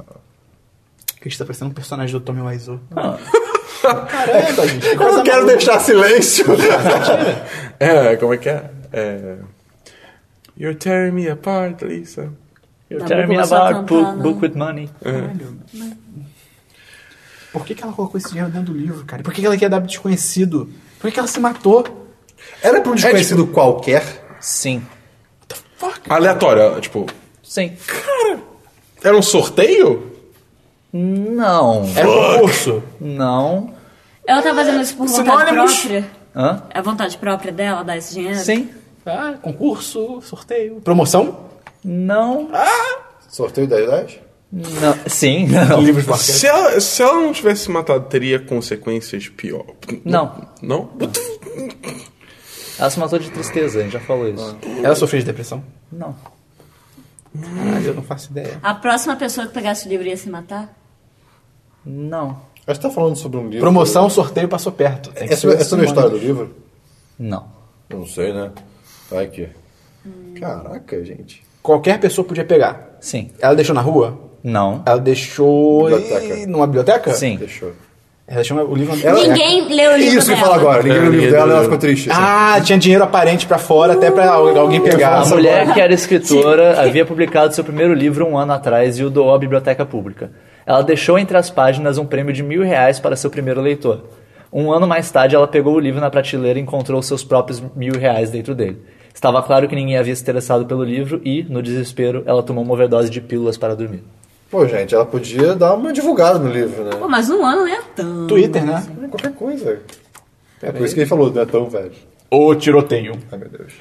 B: a gente tá parecendo um personagem do Tommy Wiseau.
A: Não.
B: Caramba, gente. que
C: Eu
B: coisa
C: não quero
B: maluca.
C: deixar silêncio.
E: É, como é que é? É... You're tearing me apart, Lisa.
A: Eu
D: Tá
A: quero
D: bom,
A: me
D: começou a
A: abar
D: cantar, né?
A: book with money.
B: Por que, que ela colocou esse dinheiro dentro do livro, cara? Por que, que ela quer dar pro desconhecido? Por que, que ela se matou?
C: Era pra um desconhecido qualquer?
A: Sim.
E: Aleatória, tipo...
A: Sim.
E: Era um sorteio?
A: Não.
B: Era um concurso.
A: Não.
D: Ela tá fazendo isso por vontade
B: Sinônimos.
D: própria?
A: Hã?
D: É vontade própria dela dar esse dinheiro?
A: Sim.
B: Ah, concurso, sorteio. Promoção?
A: Não.
C: Sorteio 10 reais?
A: Não. Sim. Não.
B: Livros marcados.
E: Se ela, se ela não tivesse se matado, teria consequências pior?
A: Não.
E: Não?
A: Ela se matou de tristeza, a gente já falou isso.
B: Ela sofreu de depressão?
A: Não.
B: Caralho, Ah, eu não faço ideia.
D: A próxima pessoa que pegasse o livro ia se matar?
A: Não.
C: A gente tá falando sobre um livro.
B: Promoção, sorteio, passou perto. Tem que
C: É
B: ser
C: sobre, é sobre a
B: assim,
C: história
B: mano.
C: do livro?
A: Não.
C: Eu não sei, né? Vai aqui. Caraca, gente.
B: Qualquer pessoa podia pegar.
A: Sim.
B: Ela deixou na rua?
A: Não.
B: Ela deixou...
C: Biblioteca.
B: Ih, numa biblioteca?
A: Sim.
C: Deixou.
B: Ela deixou o livro na biblioteca.
D: Ninguém leu o livro
C: É Isso que eu
D: dela.
C: falo agora. Ninguém
E: É,
C: no livro
E: ninguém
C: dela,
E: leu.
C: ela ficou triste. assim.
B: Ah, tinha dinheiro aparente pra fora, até pra al- alguém pegar.
A: A mulher que era escritora havia publicado seu primeiro livro um ano atrás e o doou à biblioteca pública. Ela deixou entre as páginas um prêmio de mil reais para seu primeiro leitor. Um ano mais tarde, ela pegou o livro na prateleira e encontrou seus próprios mil reais dentro dele. Estava claro que ninguém havia se interessado pelo livro e, no desespero, ela tomou uma overdose de pílulas para dormir.
C: Pô, gente, ela podia dar uma divulgada no livro, né?
D: Pô, mas um ano não é tanto.
B: Twitter, né?
C: Qualquer coisa. É por isso que ele falou, não é tão velho.
B: O tiroteio.
C: Ai, meu Deus.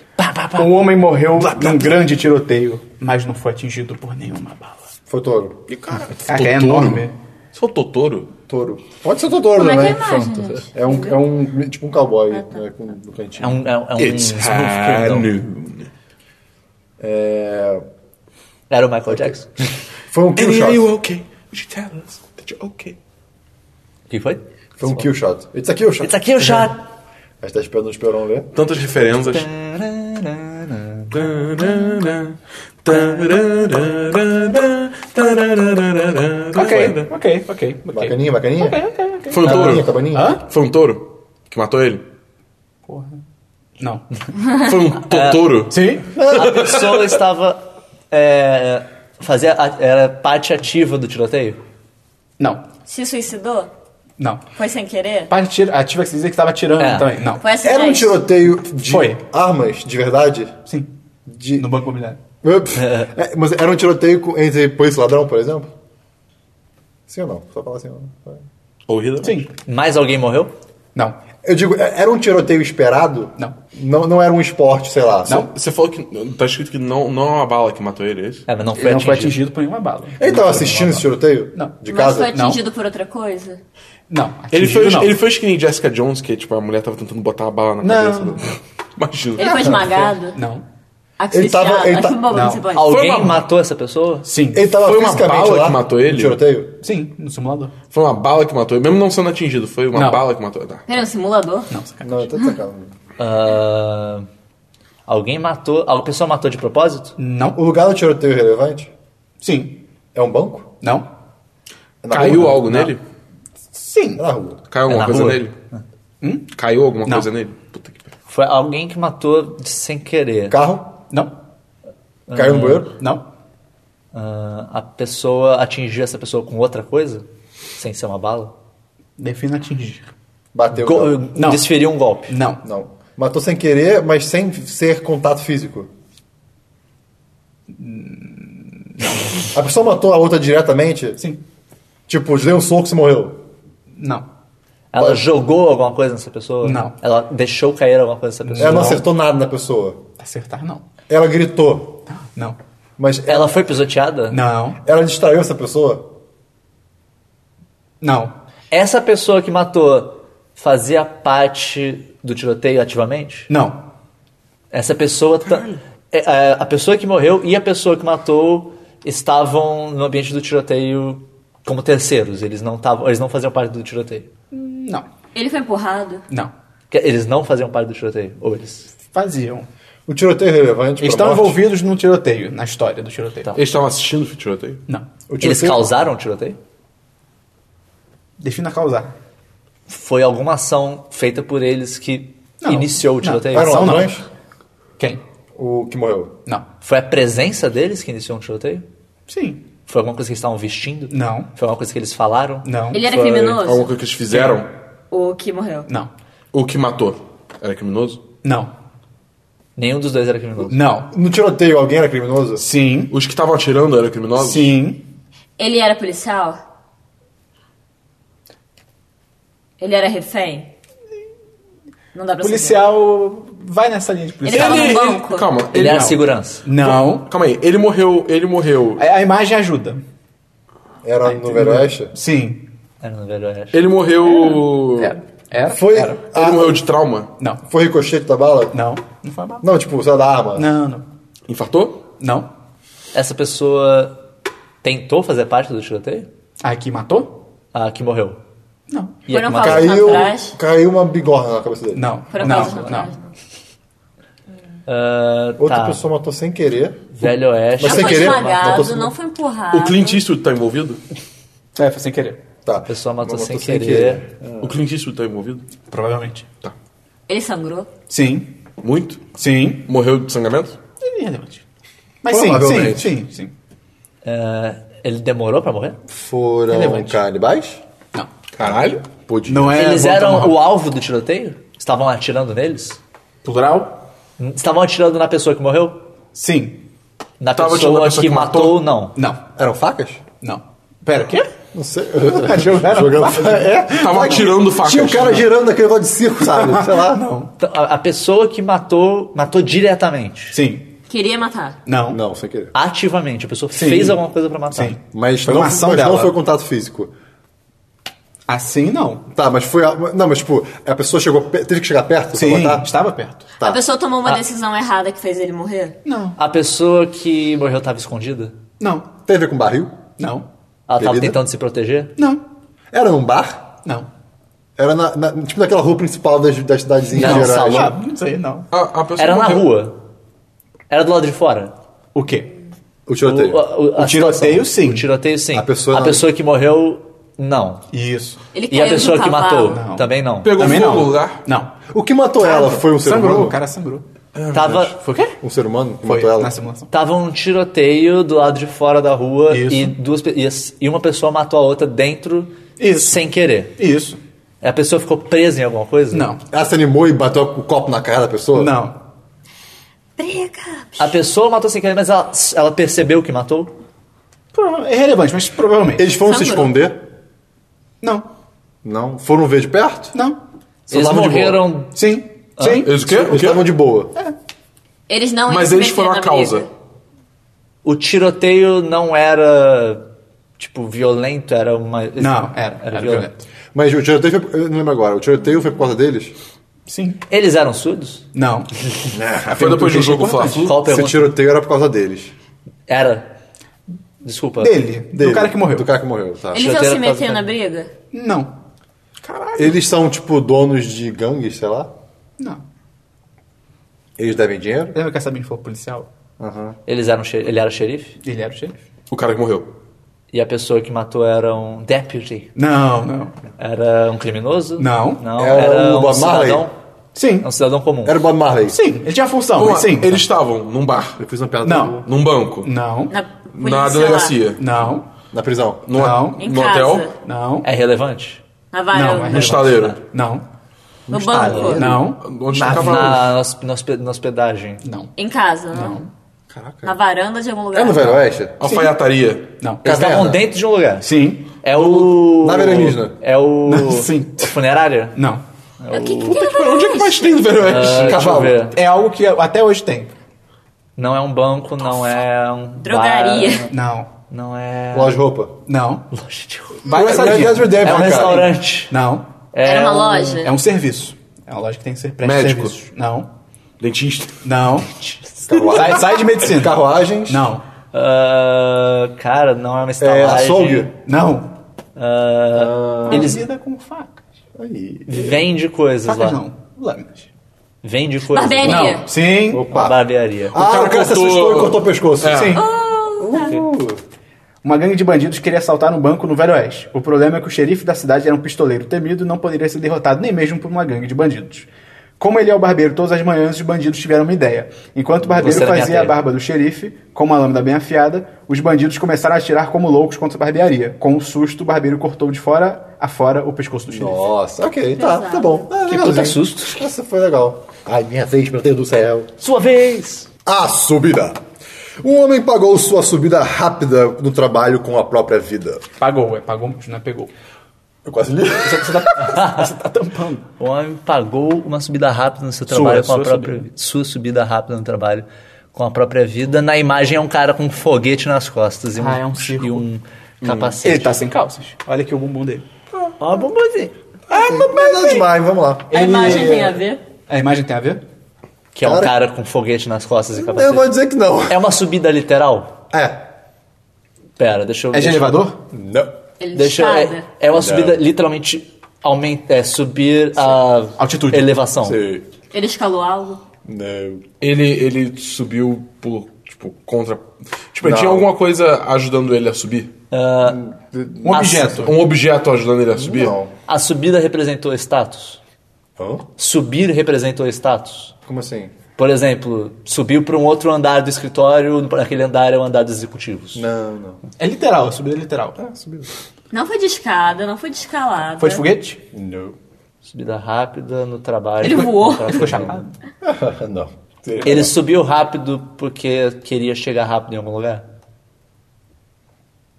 B: Um homem morreu num grande tiroteio, mas não foi atingido por nenhuma bala.
C: Foi touro.
E: E, cara,
B: Cara, é enorme.
E: Se for Totoro,
C: Touro. Pode ser o touro
D: Como é que
C: também.
D: é a imagem, gente? Ah, tá.
C: É um, é um tipo um cowboy né, com, no cantinho.
A: É um. É, um- é um
E: it's high
A: perdão.
E: noon.
C: É,
A: Era o Michael Jackson?
C: Foi um
B: é
C: kill
E: And are you
C: shot.
E: okay? Would you tell us that you're okay?
A: que foi?
C: Foi um kill shot. It's a kill shot.
A: It's a kill shot!
C: A gente tá esperando o Esperão ler.
E: Tantas referências.
B: é? Ok, ok, ok, ok.
C: Bacaninha, bacaninha?
E: Foi um
C: Cabaninha,
E: touro?
C: cabaninha?
E: Foi um touro que matou ele?
B: Não.
E: Foi um totouro?
B: Sim?
A: A pessoa estava. É, fazia a- era parte ativa do tiroteio?
B: Não.
D: Se suicidou?
B: Não.
D: Foi sem querer?
B: Parte tira, a Tiva que se dizia que estava tirando
A: É.
B: também. Não.
D: Foi acidente?
C: Era um tiroteio de
B: Foi.
C: armas, de verdade?
B: Sim.
C: De...
B: No Banco Imobiliário.
C: Ups. É, mas era um tiroteio com- entre polícia e ladrão, por exemplo? Sim ou não? Só falar assim ou não.
E: Ou Hitler?
B: Sim.
A: Mais alguém morreu?
B: Não.
C: Eu digo, é- era um tiroteio esperado?
B: Não.
C: Não, não era um esporte, sei lá.
B: Não.
E: Você falou que. Tá escrito que não, não é uma bala que matou ele, é isso?
A: É, mas não foi
B: Ele não foi
A: atingido.
B: atingido por nenhuma bala.
C: Ele
B: Não
C: tava
B: foi
C: assistindo esse tiroteio?
B: Não.
C: De
D: Mas foi
C: casa?
B: Não.
D: atingido por outra coisa?
B: nenhuma bala. Não.
E: Ele
B: atingido,
E: foi,
B: não.
E: ele foi que nem Jessica Jones, que tipo, a mulher tava tentando botar uma bala na cabeça.
B: Não.
E: dele. Imagina.
D: Ele foi esmagado?
B: Não.
D: Asfixiado?
C: Ele tava- ele
D: Ai,
C: tá-
D: que bobo
B: não.
D: você pode.
A: Alguém
E: Foi uma-
A: matou essa pessoa?
B: Sim.
C: Ele tava
E: Foi uma
C: fisicamente
E: bala
C: lá
E: que matou
C: no
E: ele?
C: tiroteio?
B: Sim, no simulador.
E: Foi uma bala que matou ele, mesmo não sendo atingido, foi uma
B: Não.
E: bala que matou ele. Tá.
D: Ele é um simulador?
C: Não, eu tô de sacanagem.
A: Ah, alguém matou. A pessoa matou de propósito?
B: Não.
C: O lugar do tiroteio é relevante?
B: Sim.
C: É um banco?
B: Não.
C: É na
E: Caiu
C: rua?
E: algo nele?
B: Sim.
C: É na rua.
E: Caiu alguma
A: na
E: coisa
A: rua?
E: nele? Hum? Caiu alguma
B: Não.
E: coisa nele? Puta que pariu.
A: Foi alguém que matou de- sem querer.
C: Carro?
B: Não.
C: Caiu no banheiro?
B: Não.
A: Ah, a pessoa atingiu essa pessoa com outra coisa? Sem ser uma bala?
B: Defina atingir.
C: Bateu.
A: Go-
C: o carro.
B: Não.
A: Desferiu um golpe.
B: Não.
C: Não. Matou sem querer, mas sem ser contato físico. A pessoa matou a outra diretamente?
B: Sim.
C: Tipo, deu um soco e morreu.
B: Não.
A: Ela jogou alguma coisa nessa pessoa?
B: Não.
A: Ela deixou cair alguma coisa nessa pessoa?
C: Ela não acertou nada na pessoa.
B: Acertar, não.
C: Ela gritou.
B: Não.
C: Mas
A: Ela foi pisoteada?
B: Não.
C: ela distraiu essa pessoa?
B: Não.
A: Essa pessoa que matou fazia parte do tiroteio ativamente?
B: Não.
A: Essa pessoa. ta- É, é, a pessoa que morreu e a pessoa que matou estavam no ambiente do tiroteio como terceiros. Eles não, tavam, eles não faziam parte do tiroteio.
B: Não.
D: Ele foi empurrado?
B: Não.
A: Que- Eles não faziam parte do tiroteio. Ou eles.
B: Faziam.
C: O tiroteio é relevante? pra
B: Eles estão
C: morte?
B: envolvidos no tiroteio, na história do tiroteio.
A: Tá.
E: Eles estavam assistindo o tá tiroteio?
B: Não.
C: O tiroteio-
A: Eles causaram o tiroteio?
B: Defina causar.
A: Foi alguma ação feita por eles que
B: Não.
A: iniciou o
B: Não.
A: tiroteio?
C: Eram
B: São não.
C: ladrões?
B: Quem?
C: O que morreu?
B: Não.
A: Foi a presença deles que iniciou o tiroteio?
B: Sim.
A: Foi alguma coisa que eles estavam vestindo?
B: Não.
A: Foi alguma coisa que eles falaram?
B: Não.
D: Ele era
E: Foi É, Alguma
D: É criminoso?
E: coisa que eles fizeram?
D: O que morreu?
B: Não.
E: O que matou? Era criminoso?
B: Não.
A: Nenhum dos dois era criminoso.
B: Não.
C: No tiroteio, alguém era criminoso?
B: Sim.
E: Os que estavam atirando eram criminosos?
B: Sim.
D: Ele era policial? Ele era refém? Não dá pra saber.
B: Policial. Vai nessa linha de
D: Ele
B: policial.
D: tava
E: Ele-
D: no
E: ele-
D: banco?
E: calma,
A: Ele era
B: Não.
A: segurança.
B: Não.
E: Calma aí, ele morreu, ele morreu.
B: É, A a imagem ajuda.
C: Era no Velho Oeste?
B: Sim.
A: Era no Velho Oeste.
E: Ele morreu.
B: Era. Era.
C: Foi.
B: Era.
E: Ele
C: a-
E: morreu de trauma?
B: Não.
C: Foi ricochete da bala?
B: Não. Não foi uma bala.
C: Não, tipo, sei lá, da arma.
B: Não, não.
E: Infartou?
B: Não.
A: Essa pessoa tentou fazer parte do tiroteio?
B: A que matou?
A: A que morreu.
B: Não.
A: E a que
D: Foram
A: matou.
D: falar.
C: Caiu,
D: Atrás.
C: caiu uma bigorna na cabeça dele.
B: Não.
D: Foram causa
B: não.
D: naturais,
B: Não.
A: Ah,
C: Outra
A: tá.
C: pessoa matou sem querer.
A: Velho Oeste.
C: Mas
D: Não
C: sem
D: foi
C: querer,
D: esmagado,
C: matou sem-
D: não foi empurrado.
E: O Clint Eastwood tá envolvido?
B: É, foi sem querer.
C: Tá.
A: A pessoa matou, sem, querer.
E: O Clint Eastwood tá envolvido?
B: Provavelmente.
D: Ele sangrou?
B: Sim.
E: Muito?
B: Sim.
E: Morreu de sangramento?
B: Irrelevante. Mas sim,
C: Provavelmente.
B: sim, sim, sim.
A: Ah, ele demorou pra morrer?
C: Foram
B: Relevante.
C: canibais?
B: Não.
E: Caralho.
C: Podia.
B: Não é.
A: eles
B: volta
A: eram
B: ao normal.
A: o alvo do tiroteio? Estavam atirando neles?
B: Plural?
A: Estavam atirando na pessoa que morreu?
B: Sim.
A: Na
E: Tava
A: pessoa
E: atirando na
A: que,
E: pessoa que
A: matou,
E: matou?
A: não.
B: Não.
F: Eram facas?
B: Não. Pera, o quê?
C: Não sei.
B: Jogaram
C: Jogando. É.
E: Tava atirando facas.
C: Tinha um cara girando aquele negócio de circo, sabe? Sei lá.
B: Não.
A: Então, A, a pessoa que matou, matou diretamente.
B: Sim.
D: Queria matar.
B: Não.
C: Não, sem querer.
A: Ativamente. A pessoa
B: Sim.
A: fez alguma coisa pra matar.
B: Sim.
C: Mas,
B: Foi
C: não,
B: uma ação
C: mas
B: dela.
C: não foi contato físico.
B: Assim não.
C: Tá, mas foi. a- Não, mas tipo, a pessoa chegou. pe- Teve que chegar perto? pra
B: Sim.
C: matar?
B: Estava perto.
C: Tá.
D: A pessoa tomou uma decisão errada que fez ele morrer?
B: Não.
A: A pessoa que morreu estava escondida?
B: Não.
C: Tem a ver com barril?
B: Não.
A: Ela estava
C: Bebida?
A: tentando se proteger?
B: Não.
C: Era num bar?
B: Não.
C: Era na, na- tipo naquela rua principal das, das cidadezinhas
A: Não,
C: gerais.
A: salão.
B: Ah, não sei, não.
E: A, a pessoa
A: Era na
E: morreu.
A: rua. Era do lado de fora.
B: O quê?
C: O tiroteio.
A: a
B: O tiroteio, sim.
A: O tiroteio sim.
C: A pessoa não.
A: que morreu, não.
B: Isso.
D: Ele
A: E
D: caiu
A: a pessoa
D: do
A: que
D: cavalo.
A: matou,
B: Não.
A: também não.
E: Pegou
B: Também
E: fogo
B: não.
E: no lugar.
B: Não.
C: O que matou ela foi um ser
B: sangrou,
C: humano?
B: o cara sangrou.
A: Tava,
B: Foi o quê?
C: Um ser humano que
B: Foi
C: matou ela?
B: na simulação.
A: tava um tiroteio do lado de fora da rua
B: Isso.
A: e, duas, pe- e as- e uma pessoa matou a outra dentro
B: Isso.
A: sem querer.
B: Isso.
A: A pessoa ficou presa em alguma coisa?
B: Não.
C: Ela se animou e bateu o copo na cara da pessoa?
B: Não.
D: Briga!
A: A pessoa matou sem querer, mas ela, ela percebeu que matou?
B: Prova- É relevante, mas provavelmente.
C: Eles foram se
D: Sangrou.
C: esconder?
B: Não.
C: Não. Foram ver de perto?
B: Não.
C: Só
A: Eles
C: estavam de boa.
A: morreram.
B: Sim. Sim.
E: Eles o quê? O
C: Eles
E: quê?
C: estavam de boa.
B: É.
D: Eles não iam
E: Mas
D: se
E: eles
D: meter
E: foram
D: na
E: a causa.
D: briga.
A: O tiroteio não era, tipo, violento, era uma.
B: Não, era. Era violento.
C: Mas o tiroteio foi. Eu não lembro agora. O tiroteio foi por causa deles?
B: Sim.
A: Eles eram surdos?
B: Não.
E: Foi depois do jogo Fla-Flu.
A: Qual a
C: Se o
A: pergunta?
C: tiroteio era por causa deles.
A: Era. Desculpa.
B: Dele.
C: Dele.
B: Do cara que morreu.
C: Do cara que morreu, tá.
D: Eles iam
A: Chuteira
D: se meter
A: tava-
D: na briga?
B: Não.
C: Eles são, tipo, donos de gangues, sei lá?
B: Não.
C: Eles devem dinheiro?
B: Lembra que a Sabine falou policial?
A: Eles eram xe- ele era xerife?
B: Ele era o xerife?
E: O cara que morreu.
A: E a pessoa que matou era um deputy?
B: Não, não.
A: Era um criminoso?
B: Não.
A: Não,
C: Era
A: era,
C: o
A: um
C: Bob Marley?
A: cidadão.
B: Sim.
A: É um cidadão comum.
C: Era o Bob Marley.
B: Sim. Ele tinha função,
E: Pô,
B: mas sim.
E: eles estavam num bar,
C: Eu fiz uma piada
B: Não. Hum.
E: num banco,
B: Não.
D: Na,
E: na
D: polícia
E: delegacia,
B: Não.
C: na prisão.
E: no,
B: Não.
D: Em
E: no
D: casa.
E: hotel,
B: Não.
A: É relevante?
D: Lá, na varanda.
B: Não, mas-
E: no estaleiro.
B: Não.
D: no banco.
B: Não.
E: Onde
B: Na-
E: ficava
B: na-
A: Na, hosp- na hospe- na hospedagem.
B: Não.
D: Em casa, não? Na
C: Caraca.
D: varanda de algum lugar.
C: É no Velho Oeste?
E: alfaiataria.
B: Não.
A: Eles
C: Caverna.
A: estavam dentro de um lugar.
B: Sim.
A: É o.
C: Na alienígena.
A: É o.
B: Sim.
A: o funerário?
B: Não.
D: O que, que tem a ver?
E: Onde é que mais tem no Velho Oeste?
A: Ah, deixa eu
E: Cavalo.
A: ver.
B: É algo que até hoje tem.
A: Não é um banco, não é um. bar,
D: Drogaria.
B: Não.
A: não é.
C: Loja de roupa.
B: Não.
A: Loja de roupa.
B: Vai
C: Red Dead
B: nessa
C: Redemption,
A: É um
C: cara.
A: restaurante.
B: Não.
A: É
D: Era uma
A: um-
D: loja?
B: É um serviço. É uma loja que tem que ser presta
E: Médico.
B: serviços. Não.
E: Dentista.
B: Não.
C: Carruagem.
B: Sai, sai de medicina.
C: Carruagens.
B: Não.
A: Ah, cara, não é uma
C: É,
A: estalagem.
C: açougue.
B: Não.
A: Ah, eles
B: Comida com facas.
C: Aí.
A: vendem coisas lá.
B: Facas não. Lâminas.
A: Vende coisas.
D: Barbearia.
B: Não. Sim.
A: Uma
C: Opa.
A: barbearia.
C: Ah, o cara,
E: cara
C: se
E: cortou-
C: assustou e cortou o pescoço.
E: É.
B: Sim. Uma gangue de bandidos queria assaltar um banco no Velho Oeste. O problema é que o xerife da cidade era um pistoleiro temido e não poderia ser derrotado nem mesmo por uma gangue de bandidos. Como ele é o barbeiro todas as manhãs, os bandidos tiveram uma ideia. Enquanto o barbeiro
A: Você era minha
B: fazia a
A: terra.
B: barba do xerife, com uma lâmina bem afiada, os bandidos começaram a atirar como loucos contra a barbearia. Com um susto, o barbeiro cortou de fora a fora o pescoço do xerife.
C: Nossa, ok, tá, tá bom. Ah,
A: Que
C: legalzinho.
A: puta susto.
C: Essa foi legal. Ai, minha vez, meu Deus do céu.
A: Sua vez!
C: A subida. Um homem pagou sua subida rápida no trabalho com a própria vida.
B: Pagou, é, pagou, não é pegou.
C: Eu quase li.
A: O homem pagou uma subida rápida no seu trabalho com
B: sua
A: a própria sua subida rápida no trabalho com a própria vida. Na imagem é um cara com um foguete nas costas e um,
B: Ah, é um circo.
A: e um
B: Ele
A: capacete.
B: tá sem calças. Olha aqui o bumbum dele.
A: Ó, bombozinho.
C: É, Nada demais, vamos lá.
D: A imagem tem a ver?
B: A imagem tem a ver?
A: Que é um
C: Cara-
A: cara com foguete nas costas e
C: Eu vou
A: capacete.
C: dizer que não.
A: É uma subida literal?
C: É.
A: Pera, deixa eu
B: É de
A: deixa eu-
B: elevador?
C: Não.
D: Ele
A: Deixa, é,
D: escada?
A: é uma subida literalmente aumenta, é subir a
B: Altitude.
A: elevação.
C: Sei.
D: Ele escalou algo?
C: Não.
E: Ele, ele subiu por, tipo, contra... Tipo,
C: Não.
E: tinha alguma coisa ajudando ele a subir?
A: Ah,
B: Um
A: A-
B: objeto.
E: Um objeto ajudando ele a subir?
C: É. Não.
A: a subida representou status.
C: Hã?
A: Subir representou status.
C: Como assim?
A: Por exemplo, subiu para um outro andar do escritório, naquele andar é o andar dos executivos.
C: Não, não.
B: É literal, a subida é. é literal.
D: Não foi de escada, não foi de escalada.
B: Foi de foguete?
C: Não.
A: Subida rápida no trabalho.
D: Ele voou.
B: Uhum.
A: Contrato-
B: Ficou chapado?
C: não.
A: Ele subiu rápido porque queria chegar rápido em algum lugar?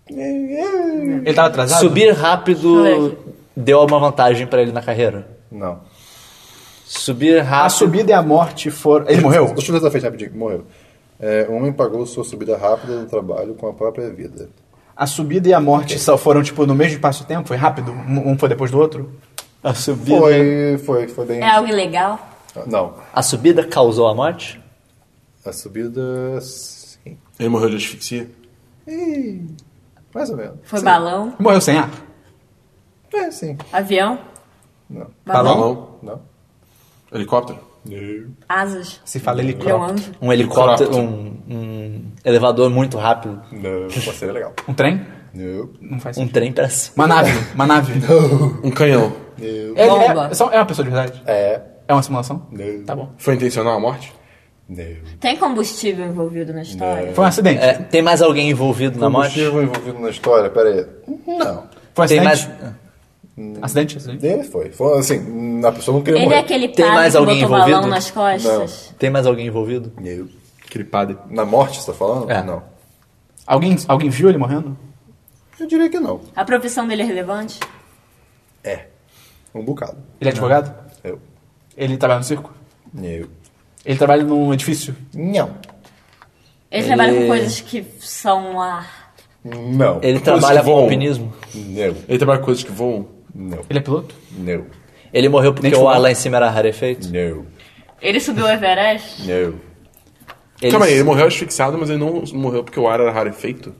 F: Ele tava atrasado?
A: Subir rápido deu uma vantagem pra ele na carreira?
C: Não.
A: Subir
B: A
A: rápido.
B: subida e a morte foram. Ele morreu?
C: Deixa eu ver essa frente rapidinho, que morreu. É, um homem pagou sua subida rápida do trabalho com a própria vida.
B: A subida e a morte só foram, tipo, no mesmo espaço-tempo? Foi rápido? Um um foi depois do outro?
A: A subida.
C: Foi, foi, foi bem.
D: É algo ilegal?
C: Não.
A: A subida causou a morte?
C: A subida. Sim.
E: Ele morreu de asfixia.
C: Ih, Mais ou menos.
D: Foi balão?
B: Morreu sem ar?
C: É, sim.
D: Avião?
C: Não.
E: Balão?
C: Não.
E: Helicóptero?
D: Asas?
B: Se fala
D: Ele é um
B: helicóptero.
D: anjo?
A: Um helicóptero. Um, um elevador muito rápido.
C: Não. Pô, seria legal.
B: Um trem?
C: Não.
B: Não faz
A: Um
B: sentido.
A: trem pra cima.
B: Uma nave. Uma nave.
E: Um canhão.
C: Não.
B: Ele
D: Bomba.
B: é, só- é uma pessoa de verdade?
C: É.
B: É uma simulação?
C: Não.
B: Tá bom.
E: Foi intencional a morte?
C: Não.
D: Tem combustível envolvido na história?
B: Foi um acidente?
A: É, tem mais alguém envolvido na morte?
C: Combustível envolvido na história, pera aí. Não.
B: Foi um
A: Tem
B: acidente?
A: mais,
B: Acidente? acidente?
C: Ele foi. Foi assim, a pessoa não queria
D: Ele é
C: morrer.
D: aquele
A: Tem
D: padre
A: mais
D: que botou
A: alguém
D: balão
A: envolvido?
D: nas costas?
A: tem mais alguém envolvido?
C: Não.
F: Aquele padre.
C: Na morte, você tá falando?
A: É.
C: Não.
B: Alguém, alguém viu ele morrendo?
C: Eu diria que não.
D: A profissão dele é relevante?
C: É. Um bocado.
B: Ele é advogado?
C: Eu.
B: Ele trabalha no circo?
C: Eu.
B: Ele trabalha num edifício?
C: Não.
D: Ele trabalha com coisas que são ar.
C: Não.
A: Ele
E: Coisas
A: trabalha
E: que
A: com
E: voam.
A: alpinismo?
C: Não.
E: Ele trabalha com coisas que voam?
C: Não.
B: Ele é piloto?
C: Não.
A: Ele morreu porque
B: Nem
A: o ar
B: fumar.
A: lá em cima era rarefeito?
C: Não.
D: Ele subiu o Everest?
C: Não.
A: Ele-
E: Calma aí, ele morreu asfixiado, mas ele não morreu porque o ar era rarefeito?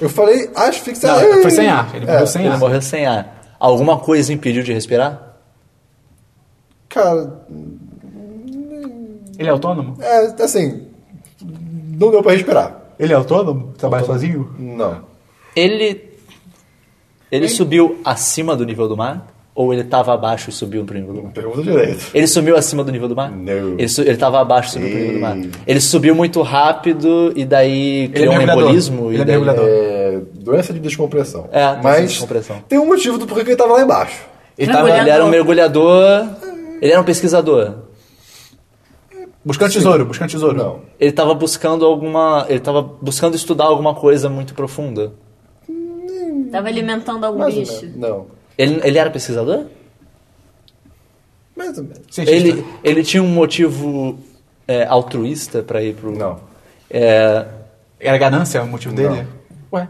C: Eu falei asfixia.
B: Não, foi sem ar. Ele é morreu sem
A: Ele
B: ar.
A: morreu sem ar. Alguma coisa impediu de respirar?
C: Cara,
B: Ele é autônomo?
C: é assim. Não deu pra respirar.
B: Ele é autônomo? Trabalha sozinho?
C: Não.
A: Ele. Ele subiu acima do nível do mar? Ou ele tava abaixo e subiu pro nível do mar?
C: Pergunta direito.
A: Ele subiu acima do nível do mar?
C: Não.
A: Ele, su- ele tava abaixo e subiu pro nível do mar.
C: Ei.
A: Ele subiu muito rápido e daí criou um
B: é mergulhador.
A: embolismo.
B: Ele
A: e
B: é
A: daí...
B: mergulhador.
C: É. Doença de descompressão.
A: É, doença
C: mas
A: de descompressão.
C: Tem um motivo do porquê que ele tava lá embaixo.
A: Ele, tava- ele era um mergulhador. Ele era um pesquisador.
B: Buscando tesouro, buscando tesouro.
C: Não.
A: Ele tava buscando alguma. Ele tava buscando estudar alguma coisa muito profunda.
D: Tava alimentando algum
C: Mais ou
D: bicho?
C: menos. Não.
A: Ele, ele era pesquisador?
C: Mais ou menos.
B: Cientista.
A: Ele, ele tinha um motivo é, altruísta pra ir pro.
C: Não.
A: É,
B: Era ganância o motivo dele? Ué.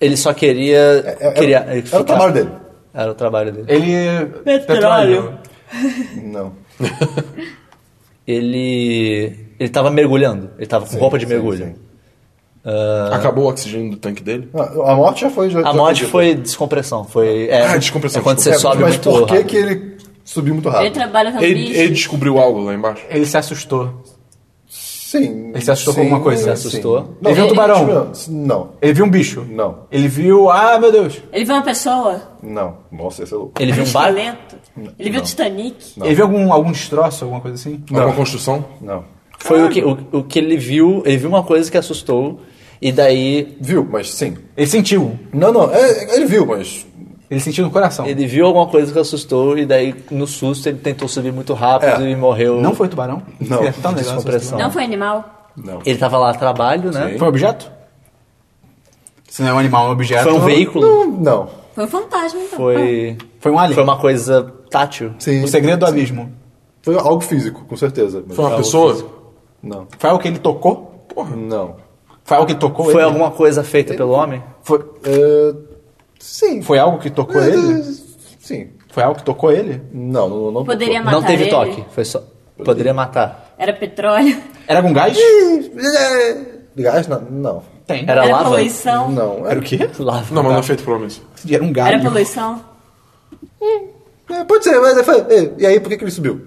A: ele só queria.
C: É, era-
A: queria
C: era o trabalho dele.
A: Era o trabalho dele.
B: Ele.
D: Petróleo.
C: Não.
A: Ele. Ele tava mergulhando. Ele tava com roupa de
C: sim,
A: mergulho.
C: sim. É.
A: Ah,
E: Acabou o oxigênio do tanque dele?
C: Não, Ah, A morte já foi. Já,
A: a
C: já
A: morte
C: dita.
A: foi descompressão. Foi. É,
E: Ah, descompressão,
A: é quando
E: desculpa.
A: você sobe
C: mas
A: muito
C: por que
A: rápido.
C: que ele subiu muito
D: Ele
C: rápido?
D: trabalha com
E: Ele,
D: bicho?
E: ele descobriu algo lá embaixo?
B: Ele se assustou.
C: Sim.
B: Ele se assustou com
C: sim,
B: alguma coisa?
A: Se assustou?
C: sim.
B: Ele viu um tubarão?
C: Não.
B: Ele viu um bicho.
C: Não.
B: Ele viu. Ah, meu Deus!
D: Ele viu uma pessoa?
C: Não. Nossa, esse é louco.
A: Ele viu um barco?
D: Esqueleto? Ele viu o Titanic?
C: Não.
B: Ele viu algum, algum destroço, alguma coisa assim?
E: Alguma construção?
C: Não.
A: Foi o que, o, o que ele viu. Ele viu uma coisa que assustou. E daí
C: Viu, mas sim.
B: Ele sentiu.
C: Não, não. é- ele viu, mas.
B: Ele sentiu no coração.
A: ele viu alguma coisa que assustou. E daí, no susto, ele tentou subir muito rápido
C: É.
A: e morreu.
B: Não foi tubarão?
C: Não.
B: Ele é tão legal. esse
A: Descompressão.
D: Não foi animal?
C: Não.
A: Ele tava lá a trabalho, né?
B: tubarão. Foi um objeto? Se não é um animal, é um objeto.
A: Foi um veículo?
C: Não, não.
D: Foi um fantasma, então.
A: Foi.
B: Foi um alien.
A: Foi uma coisa tátil.
C: um- Sim.
B: O segredo do abismo.
C: Foi algo físico, com certeza. Mas
E: Foi uma
C: algo
E: pessoa?
C: físico. Não.
B: Foi algo que ele tocou?
C: Não.
B: Foi algo que tocou
A: Foi
B: ele?
A: alguma coisa feita pelo homem?
B: Foi,
C: É, sim.
B: foi algo que tocou
C: É,
B: ele?
C: Sim.
B: Foi algo que tocou ele?
C: Não, não, não.
D: Poderia
C: não.
D: matar
A: não teve
D: ele?
A: toque. Foi só. Poderia matar.
D: Era petróleo?
B: Era algum gás?
C: Gás? eh, Não. Não.
B: Tem.
A: Era,
D: Era
A: lava?
D: poluição?
C: não.
B: Era o quê?
A: Lava.
E: Não, mas não é feito por homens.
B: Era um galho.
D: Era poluição?
C: É, pode ser, mas. foi- é, E aí, por que, que ele subiu?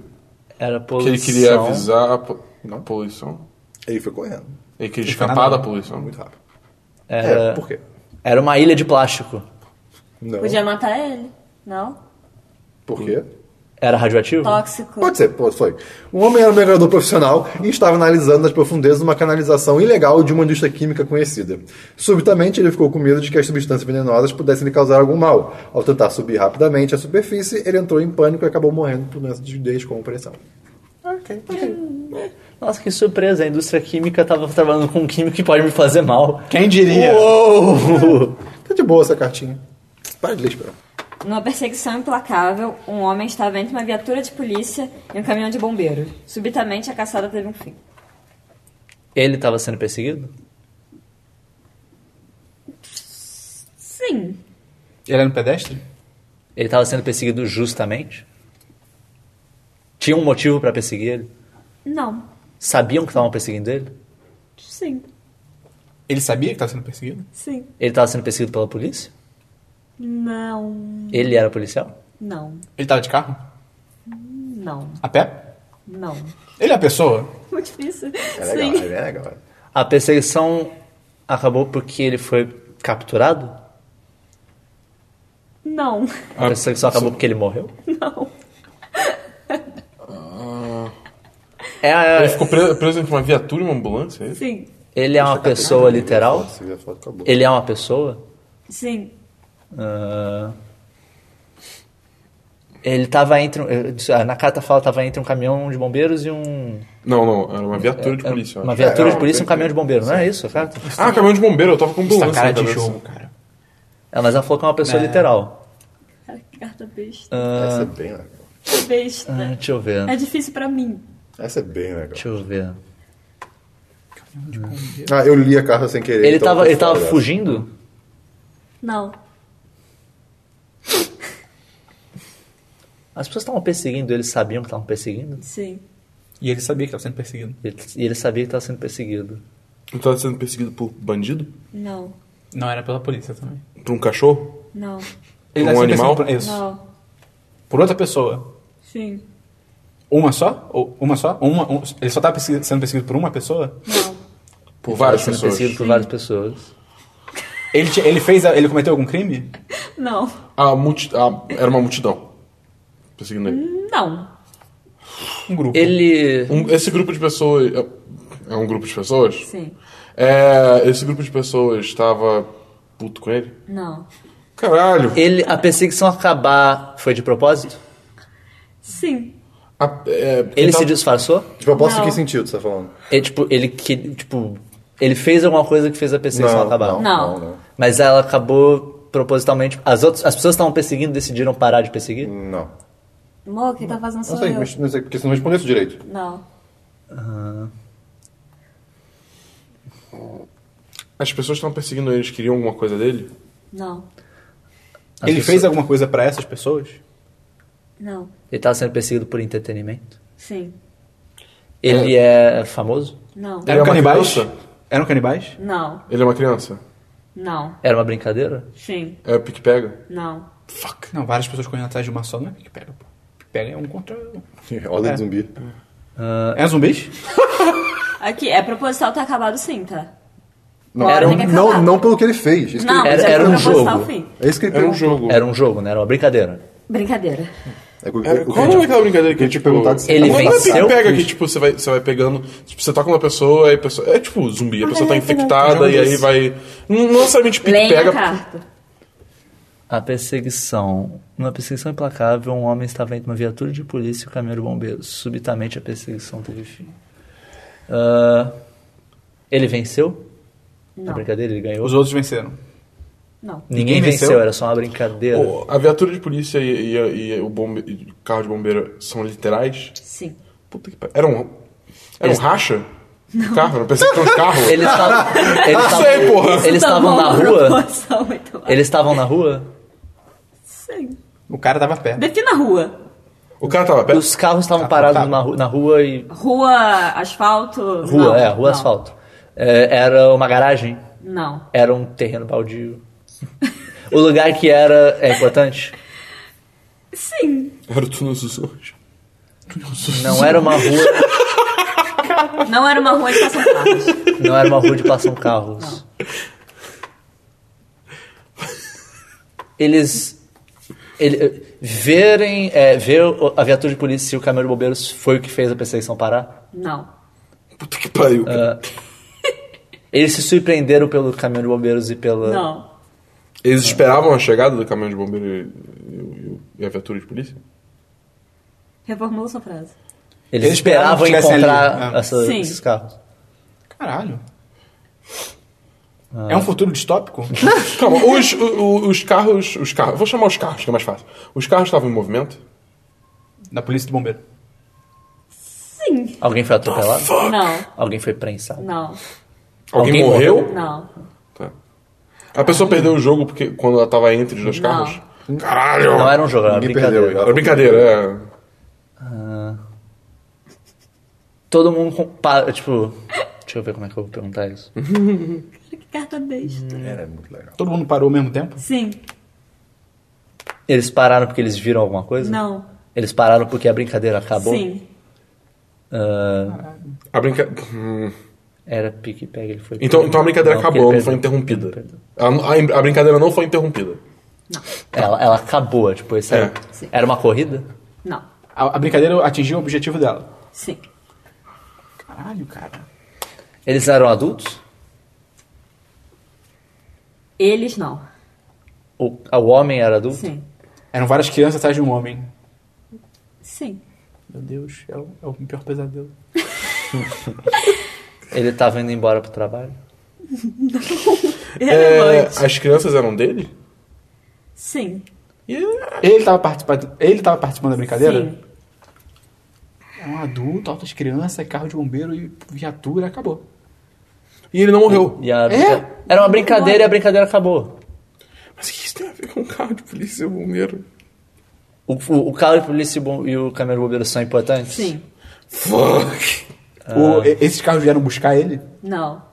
A: Era
E: Que
A: poluição.
E: ele queria avisar a, po- a poluição.
C: Ele foi correndo.
E: Ele queria
B: foi
E: escapar
B: nadar.
E: da poluição.
C: Muito rápido.
A: Era,
C: É, por quê?
A: era uma ilha de plástico.
C: Não.
D: Podia matar ele? Não?
C: Por quê?
A: Era radioativo?
D: Tóxico?
C: Pode ser, pô, foi. Um homem era um mergulhador profissional e estava analisando nas profundezas uma canalização ilegal de uma indústria química conhecida. Subitamente, ele ficou com medo de que as substâncias venenosas pudessem lhe causar algum mal. Ao tentar subir rapidamente à superfície, ele entrou em pânico e acabou morrendo por doença de descompressão.
E: ok, ok.
A: Nossa, que surpresa, a indústria química tava trabalhando com um químico que pode me fazer mal.
B: Quem diria?
A: Uou!
C: Tá de boa essa cartinha. Para de ler, espera.
D: Numa perseguição implacável, um homem estava entre uma viatura de polícia e um caminhão de bombeiros. Subitamente, a caçada teve um fim.
A: Ele tava sendo perseguido?
D: Sim.
B: Ele era um pedestre?
A: Ele tava sendo perseguido justamente? Tinha um motivo pra perseguir ele?
D: Não.
A: Sabiam que estavam perseguindo ele?
D: Sim.
B: Ele sabia que estava sendo perseguido?
D: Sim.
A: Ele tava sendo perseguido pela polícia?
D: Não.
A: Ele era policial?
D: Não.
B: Ele tava de carro?
D: Não.
B: A pé?
D: Não.
B: Ele é a pessoa?
D: Muito difícil.
C: É legal,
D: Sim.
C: é legal.
A: A perseguição acabou porque ele foi capturado?
D: Não.
C: Ah,
A: A perseguição acabou porque ele morreu?
D: Não.
A: É,
E: Ele
A: é-
E: ficou preso, preso entre uma viatura e uma ambulância? é isso?
D: Sim.
A: ele é uma pessoa literal?
C: Se vier foto, acabou.
A: Ele é uma pessoa?
D: Sim.
A: Ah, ele tava entre. um- eh, Na carta fala tava entre um caminhão de bombeiros e um.
E: Não, não, era uma viatura de polícia. eu
A: Uma
E: acho.
A: viatura
C: É,
A: de
C: não,
A: polícia e um
C: perfeito.
A: caminhão de bombeiros, não é isso, a carta?
E: Ah, caminhão de bombeiro, eu tava com
F: Isso tá
E: ambulância. na
F: cara de
E: cabeça.
F: jogo, cara.
A: É, mas ela falou que é uma pessoa literal.
D: Cara, que carta besta.
C: Essa é bem legal.
D: Que besta.
A: Ah, deixa eu ver.
D: É difícil pra mim.
C: Essa é bem legal.
A: Deixa eu ver.
C: Ah, eu li a carta sem querer.
A: Ele
C: então
A: tava,
C: eu tô
A: ele tava
C: fora dessa.
A: fugindo?
D: Não.
A: As pessoas estavam perseguindo, eles sabiam que estavam perseguindo?
D: Sim.
B: E ele sabia que estava sendo perseguido.
A: Ele- E ele sabia que estava sendo perseguido.
E: Então Ele tava sendo perseguido por bandido?
D: Não.
B: Não era pela polícia também.
E: Por um cachorro?
D: Não.
E: Por
B: tava
E: um
B: tá sendo perseguido
E: animal?
B: Por, isso.
D: Não.
B: Por outra pessoa.
D: Sim.
B: Uma só? Ou uma só? Uma, um- ele só estava sendo perseguido por uma pessoa?
D: Não.
E: Por várias
A: Tava tá sendo
E: pessoas?
A: perseguido por várias pessoas.
B: Ele, ti- ele fez. a- Ele cometeu algum crime?
D: Não.
E: A Ah, multi... a- Era uma multidão. Perseguindo ele.
D: Não.
B: Um grupo.
A: Ele.
E: Um- Esse grupo de pessoas... é- É um grupo de pessoas?
D: Sim.
E: É, esse grupo de pessoas estava puto com ele?
D: Não.
E: Caralho!
A: ele a perseguição acabar foi de propósito?
D: Sim.
E: A- é, quem
A: Ele
E: tá-
A: se disfarçou?
C: De propósito,
D: Não.
C: que sentido você tá falando?
A: Ele, tipo, ele que. Tipo. Ele fez alguma coisa que fez a perseguição
C: Não,
A: acabar.
C: não,
D: Não.
C: não, não.
A: Mas ela acabou propositalmente. As, outras, as pessoas que estavam perseguindo decidiram parar de perseguir?
C: Não.
D: Amor, quem tá fazendo sou
C: Não sei,
D: eu.
C: mas não sei, porque você não respondeu isso direito.
D: Não.
A: Ah,
E: As pessoas que estavam perseguindo eles queriam alguma coisa dele?
D: Não.
A: As
B: Ele
A: pessoas-
B: fez alguma coisa pra essas pessoas?
D: Não.
A: Ele estava sendo perseguido por entretenimento?
D: Sim.
A: Ele é, famoso?
D: Não.
E: Ele é
B: Eram
E: uma
B: canibais?
E: criança?
B: Eram canibais?
D: Não.
E: Ele é uma criança?
D: Não.
A: Era uma brincadeira?
D: Sim.
E: É pique-pega?
D: Não.
B: Fuck. Não, várias pessoas correndo atrás de uma só não é que pega, pô. Que Pega é um contra.
C: Ordem de zumbi.
B: É zumbis?
D: Aqui, é proposital ter acabado sim, tá?
C: Não,
D: Era um-
C: não, não pelo que ele fez. Isso
D: Não,
C: que ele...
D: mas
A: Era-
D: é
A: era um
D: proposital
A: jogo.
D: fim.
C: É isso que ele
E: Era um
C: perguntou.
E: jogo.
A: Era um jogo, né? Era uma brincadeira.
D: Brincadeira.
C: É, o-
E: Era-
C: o-
E: Qual é aquela brincadeira que
C: Eu
E: é
C: te
E: tipo...
C: perguntar se-
A: Ele
E: Não é
A: venceu?
E: pique-pega que tipo, você vai, você vai pegando... Tipo, você toca uma pessoa, aí a pessoa... É tipo zumbi. A pessoa tá infectada e aí vai... Não não necessariamente
D: Leia a
E: pique-pega...
D: carta.
A: A perseguição. Numa perseguição implacável, um homem estava entre uma viatura de polícia e o caminhão de bombeiros. Subitamente a perseguição teve fim. Ah, ele venceu? Na
D: Não.
A: brincadeira, ele ganhou?
B: Os outros venceram.
D: Não.
A: Ninguém
B: Ninguém
A: venceu,
B: venceu?
A: era só uma brincadeira.
E: Pô, a viatura de polícia e, e- e- e o, bombe... e o carro de bombeiro são literais?
D: Sim.
E: Puta que pariu. Era um... Era
A: Eles-
E: um racha? Não. Carro? Eu pensei que era um carro.
A: Eles estavam. Eles
E: Não
A: estavam-
E: sei, porra.
A: eles estavam
D: Tá
A: na
D: bom,
A: rua?
D: proposital muito alto.
A: Eles estavam na rua?
D: Sim.
B: O cara tava a pé.
D: Defina a rua.
E: O cara tava perto.
A: Os carros estavam parados numa ru- na rua e.
D: Rua, asfalto.
A: Rua,
D: não,
A: é, rua
D: não.
A: asfalto. É, era uma garagem?
D: Não.
A: Era um terreno baldio. o lugar que era. É importante?
D: Sim.
E: Era o túnel dos anjos.
A: Não era uma rua.
D: Não era uma rua de passar carros.
A: Não era uma rua de um passam carros. Eles. Ele, verem. é, ver o- a viatura de polícia e o caminhão de bombeiros foi o que fez a perseguição parar? ah,
D: Não.
E: Puta que pariu, cara.
A: Eles se surpreenderam pelo caminhão de bombeiros e pela.
D: Não.
E: Eles esperavam a chegada do caminhão de bombeiro e, e- e a viatura de polícia?
D: Reformula sua frase.
A: Eles,
B: Eles
A: esperavam
B: esperavam que tivessem
A: encontrar
B: ali, é.
A: essa-
D: Sim.
A: esses carros.
B: Caralho. É um futuro distópico?
E: Calma, os, o- o- os carros. Os carros. Vou chamar os carros, que é mais fácil. Os carros estavam em movimento.
B: da polícia do bombeiro.
D: Sim.
A: Alguém foi atropelado?
D: Não,
A: Alguém foi prensado?
D: não,
E: Alguém,
A: Alguém Ah.
E: morreu?
D: não.
E: Tá. A pessoa perdeu o jogo porque quando ela tava entre os dois
D: Não.
E: carros? Caralho!
A: Não era um jogo, era uma
C: Ninguém
A: brincadeira. Ah.
C: perdeu,
E: Era brincadeira, é.
A: Todo mundo com, pa- tipo. Deixa eu ver como é que eu vou perguntar isso.
D: Que carta besta.
C: é? Era muito legal.
B: Todo mundo parou ao mesmo
A: Hum.
B: tempo?
D: Sim,
A: Eles pararam porque eles viram alguma coisa?
D: não,
A: Eles pararam porque a brincadeira acabou?
D: sim.
A: Ah,
E: A brinca... Hum.
A: era pique e pega, ele foi.
E: Então, então a brincadeira
A: porque
E: acabou, ela
A: ele
E: não foi
A: perdeu.
E: interrompida.
A: Perdeu.
E: A, a- a brincadeira não foi interrompida.
A: Ela, ela acabou, tipo, isso
E: É.
A: era, era uma corrida?
D: Não,
B: A, a brincadeira atingiu o objetivo dela.
D: sim.
B: Caralho, cara.
A: Eles eram adultos?
D: Eles não,
A: O, o homem era adulto?
D: sim,
B: Eram várias crianças atrás de um homem.
D: sim.
B: Meu Deus, é o, é o pior pesadelo.
A: Ele tava indo embora pro trabalho? É,
D: Relevante.
E: É, as crianças eram dele?
D: Sim,
B: Ele tava participando, ele tava participando da brincadeira?
D: sim.
B: É um adulto, altas crianças, carro de bombeiro e viatura, acabou.
E: E ele não morreu.
A: E a brinca- Era uma brincadeira e a brincadeira acabou.
E: Mas o que isso tem a ver com um carro de polícia bombeiro?
A: O, o, o carro de polícia e o bom- e o caminhão de bombeiro são importantes?
D: Sim.
E: Fuck!
B: O- e- esses carros vieram buscar ele
D: Não.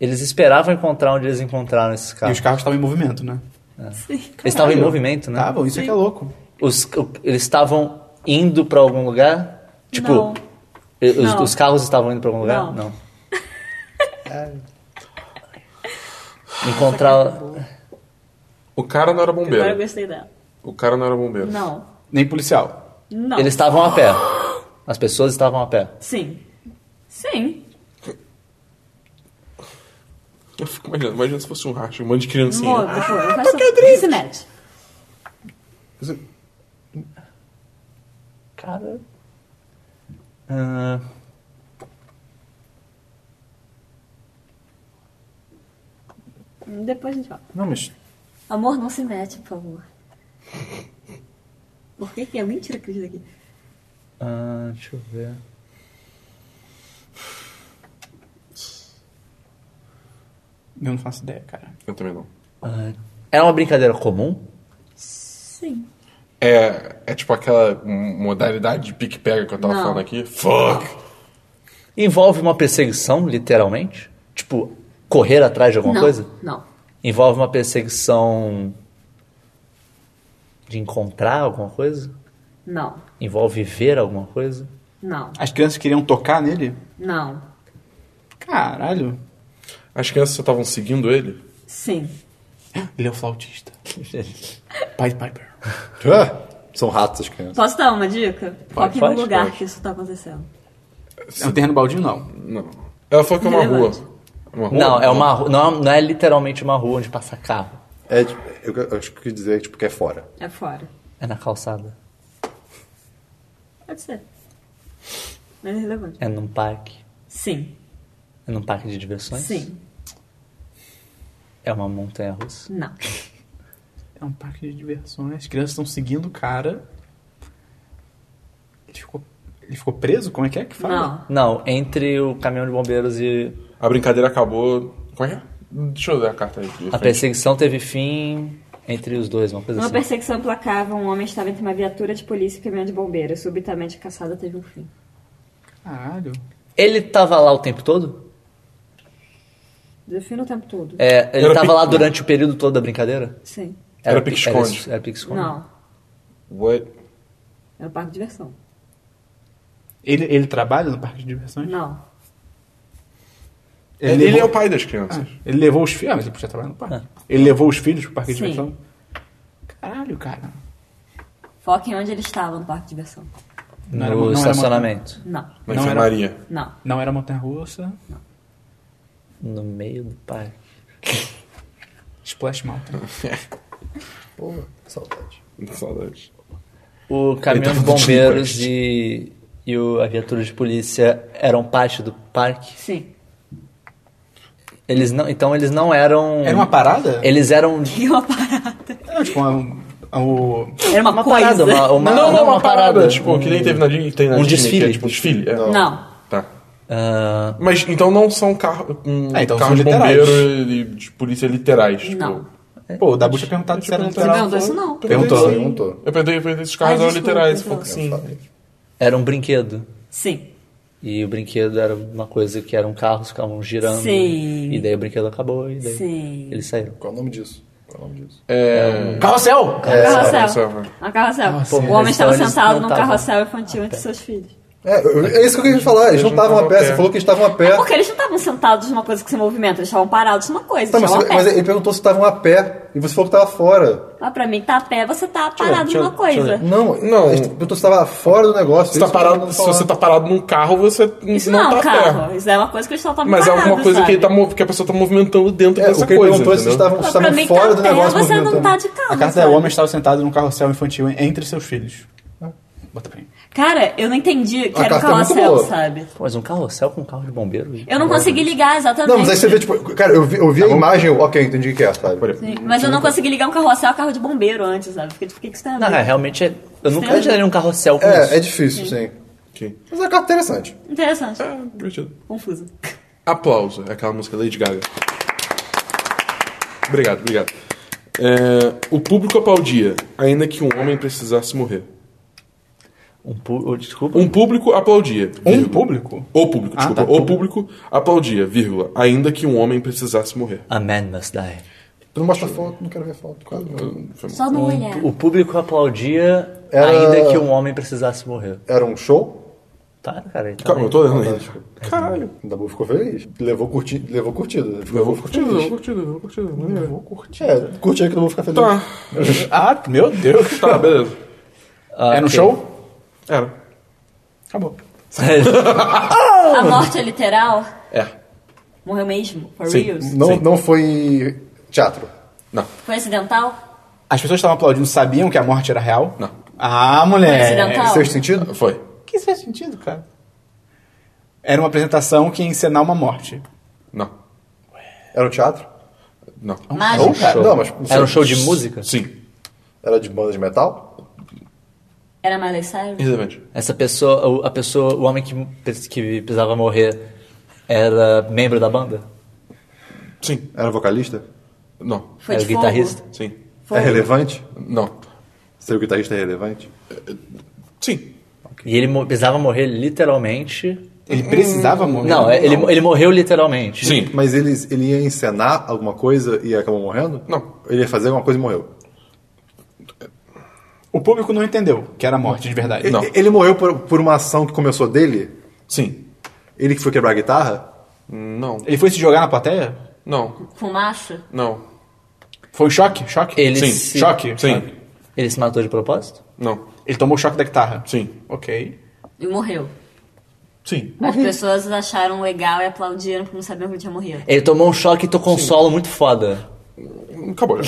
A: Eles esperavam encontrar onde eles encontraram esses
B: e
A: carros.
B: os carros estavam em movimento, né?
D: Sim.
A: Eles estavam em movimento, né?
B: Estavam, isso é que é louco.
A: Os- o- eles estavam indo pra algum lugar? Tipo,
D: Não.
A: e- os,
D: Não.
A: os carros estavam indo pra algum lugar?
D: Não.
A: É.
D: é
A: Encontrar.
E: O cara não era
D: Agora eu
E: bombeiro.
D: gostei dela.
E: O cara não era bombeiro.
D: Não.
B: Nem policial.
D: Não.
A: Eles estavam a pé. As pessoas estavam a pé.
D: Sim. Sim.
E: Eu fico imaginando, imagina se fosse um racha, um monte de criancinha.
D: Moda, pô. Eu
B: Ah,
D: faço um... Se mete.
A: Cara. Ah,
D: Depois a gente fala.
B: Não, mas.
D: Amor, não se mete, por favor. Por que que é mentira que eu daqui?
A: ah, deixa eu ver.
B: Eu não faço ideia, cara.
E: Eu também não.
A: Ah, era uma brincadeira comum?
D: Sim.
E: É, é tipo aquela modalidade de pique-pega que eu tava
D: Não.
E: falando aqui. Fuck!
A: Envolve uma perseguição, literalmente? Tipo, correr atrás de alguma
D: não.
A: coisa?
D: Não.
A: Envolve uma perseguição de encontrar alguma coisa?
D: Não.
A: Envolve ver alguma coisa?
D: Não.
B: As crianças queriam tocar nele?
D: Não.
B: Caralho.
E: As crianças só estavam seguindo ele?
D: Sim.
B: Ele é o flautista. Pied Piper.
C: Ah, são ratos as crianças.
D: Posso dar uma dica? Foque
A: pode,
D: no lugar
A: pode.
D: que isso tá acontecendo.
B: É um terreno baldio, não.
E: Não. Ela falou que é uma rua.
D: Relevante.
E: Uma rua?
A: Não, é uma ru- não, é- não é literalmente uma rua onde passa carro.
C: É, tipo, eu, eu acho que eu quis dizer tipo, que é fora.
D: É fora.
A: É na calçada.
D: Pode ser. Mas é relevante.
A: É num parque.
D: Sim.
A: É num parque de diversões?
D: Sim.
A: É uma montanha russa?
D: Não.
B: É um parque de diversões. As crianças estão seguindo o cara. Ele ficou, ele ficou preso? Como é que é que fala?
D: Não.
A: Não, entre o caminhão de bombeiros e.
E: A brincadeira acabou. Qual é? Deixa eu ver a carta aí.
A: A perseguição teve fim entre os dois, uma coisa
D: Numa
A: assim.
D: perseguição implacável, um homem estava entre uma viatura de polícia e um caminhão de bombeiros. Subitamente a caçada teve um fim.
B: Caralho.
A: Ele tava lá o tempo todo?
D: Defina o tempo todo.
A: É, ele
E: Era
A: tava lá
E: pique-
A: durante o período todo da brincadeira?
D: Sim.
E: Era
A: pi-
E: pique-esconde.
A: isso, Era pique-esconde?
D: Não.
E: What?
D: É o parque de diversão.
B: Ele, ele trabalha no parque de diversões?
D: Não.
E: Ele,
B: levou-
E: é o pai das crianças.
B: Ah, ele levou os filhos. Ah, mas ele podia trabalhar no parque. Ele levou os filhos pro parque de
D: Sim.
B: diversão? Caralho, cara.
D: Foque em onde ele estava no parque de diversão.
A: No
B: Não era- não era
A: estacionamento.
D: Não.
E: Na
B: Não era-
E: enfermaria.
D: Não.
B: Não era montanha russa.
A: No meio do parque.
B: Splash Mountain.
C: Pô, saudade.
E: Saudade.
A: O caminhão
E: Ele
A: de
E: tava no Team
A: bombeiros
E: Quest.
A: e, e o, a viatura de polícia eram parte do parque?
D: Sim.
A: Eles não, então eles não eram.
F: Era uma parada?
A: Eles eram
D: E uma parada.
B: É, tipo, um, um,
D: Era uma,
A: uma
D: coisa.
A: parada, uma, uma-
E: não, não,
A: não,
E: uma parada. Tipo,
A: um-
E: que nem teve na, Di- tem na
A: um
E: Disney,
A: desfile.
E: que é tipo um desfile. é.
D: Não.
E: Tá.
A: ah,
E: Mas então não são carro, um,
B: É, então são
E: carros de
B: literais.
E: bombeiro e de polícia literais. Tipo.
D: Não.
B: Pô, o Dabu tinha perguntado se era um
E: perguntou.
B: literal.
D: Não, isso não.
B: Perguntou.
C: Eu não tô.
E: Eu perguntei, eu perguntei se os carros
D: Ai,
E: eram
D: desculpa,
E: literais.
D: então.
E: Falou que sim.
A: era um brinquedo.
D: Sim.
A: E o brinquedo era uma coisa que eram carros que ficavam girando.
D: Sim.
A: E daí o brinquedo acabou e daí
D: Sim.
A: eles saíram.
C: Qual é o nome disso? Qual é o nome disso?
E: É...
F: Carrossel!
D: Um carrossel.
E: carrossel, vai.
D: Um carrossel.
A: sim.
D: o homem
A: Mas então
D: estava
A: eles
D: sentado
A: não
D: num
A: estavam
D: carrossel infantil entre seus filhos.
C: É, eu- é isso que eu queria falar. Eles não estavam a pé. Você falou que eles estavam a pé.
D: É Porque eles não estavam sentados numa coisa que se movimenta, eles estavam parados numa coisa.
C: Tá,
D: eles
C: mas,
D: estavam a pé.
C: mas ele perguntou se estavam a pé. E você falou que estava fora.
D: Mas pra mim, tá a pé, você tá parado
E: deixa eu-
D: numa coisa.
C: Não,
E: Não.
C: Ele perguntou se estava fora do negócio.
E: Você tá
C: Isso que eu
E: parado,
C: tô
E: se
C: falando.
E: você tá parado num carro, você
D: Isso
E: não,
D: não, é um
E: tá a pé.
D: carro. Isso é uma coisa que eles estavam
E: Mas é
D: parados,
E: alguma coisa que,
D: sabe?
E: ele tá, mov- que a pessoa tá movimentando dentro
C: É,
E: dessa
C: o que ele
E: coisa.
C: perguntou é se eles
E: entendeu?
C: estavam, se
D: Mas
C: estavam
D: pra mim,
C: fora
D: tá
C: do
D: a pé,
C: negócio.
D: você não tá
C: movimentando.
D: de carro.
B: A carta é
D: sabe?
B: o homem estava sentado num carrossel infantil entre seus filhos. Bota pra mim.
D: Cara, eu não entendi que
C: A
D: era um
C: carta é muito
D: carrossel,
C: boa.
D: sabe?
A: Pô, mas um carrossel com um carro de bombeiro?
D: Eu não consegui ligar, exatamente.
C: Não, mas aí você vê, tipo, cara, eu vi, eu vi a imagem, eu- ok, entendi o que é, sabe?
D: Sim, Mas eu não consegui ligar um carrossel a carro de bombeiro antes, sabe? Fiquei tipo, o que que isso tem a
A: Não, é,
D: ver?
A: realmente é- eu nunca
D: Sim.
A: imaginaria um carrossel com isso.
C: É, é difícil, sim.
E: Ok.
C: Mas é uma carta interessante.
D: Interessante.
E: É, divertido.
D: Confuso.
E: Aplauso. É aquela música Lady Gaga. Obrigado, obrigado. É, o público aplaudia, ainda que um homem precisasse morrer.
A: Um pu- oh, Desculpa.
E: Um público aplaudia. vírgula.
B: público?
E: O público,
B: Ah,
E: desculpa.
B: tá,
E: o público aplaudia, vírgula, ainda que um homem precisasse morrer.
A: A man must die.
C: Tu não mostra foto, não quero ver foto. Quase não.
E: Foi mal.
D: Só no olhar.
A: O público aplaudia
C: Era-
A: ainda que um homem precisasse morrer.
C: Era um show?
A: Tá, cara. Então,
E: Calma, eu tô lendo ainda.
C: Fantástico. Caralho. O Dabu ficou feliz. Levou, curti... levou curtido. né? Ficou-
E: Levou curtido, levou curtido, levou curtido. Levou curtido.
C: né? É, curti aí que o Dabu fica feliz.
E: Tá,
B: Ah, meu Deus.
E: tá, beleza.
A: Ah,
B: É no
A: ok.
B: show?
E: Era.
B: Acabou.
D: A morte é literal?
E: É.
D: Morreu mesmo? For
E: Sim.
D: reals?
C: Não,
E: Sim.
C: não foi teatro.
E: Não.
D: Foi acidental?
B: As pessoas que estavam aplaudindo sabiam que a morte era real?
E: Não.
B: Ah,
D: Foi
B: mulher.
D: acidental?
C: Sexto sentido?
E: Foi.
B: que isso faz sentido, cara? Era uma apresentação que ia encenar uma morte.
E: Não.
C: Era um teatro?
E: Não.
D: Mágico?
C: Show. um- Não, mas não sei.
A: Era um show de música?
E: Sim.
C: Era de banda de metal?
D: Era Miley Cyrus?
E: Exatamente.
A: Essa pessoa, o- a pessoa, o homem que, que precisava morrer era membro da banda?
E: Sim.
C: Era vocalista?
E: Não.
D: Foi
A: era
D: de fogo?
A: É, guitarrista?
E: Sim.
C: É relevante?
E: Não.
C: Ser o guitarrista é relevante?
E: Sim.
A: E ele mo- precisava morrer literalmente.
B: Ele precisava morrer.
A: Não, é- Ele, ele morreu literalmente.
E: Sim.
C: Mas ele, ele ia encenar alguma coisa e acabou morrendo?
E: Não.
C: Ele ia fazer alguma coisa e morreu?
B: O público não entendeu que era a morte de
A: É.
B: verdade.
E: Não.
C: E- Ele morreu por, por uma ação que começou dele?
E: Sim.
C: Ele que foi quebrar a guitarra?
E: Não.
B: Ele foi se jogar na plateia?
A: é
E: Não.
D: Fumaça?
E: Não.
B: Foi um choque? Choque?
A: Ele
E: Sim.
A: se...
B: Choque? Choque.
E: Sim.
A: Ele se matou de propósito?
E: Não.
B: Ele tomou o choque da guitarra?
E: Sim.
B: Ok.
D: E morreu.
E: Sim.
D: As pessoas acharam legal e aplaudiram porque não sabiam que ele tinha morrido.
A: Ele tomou um choque e tocou um solo muito foda.
E: Acabou.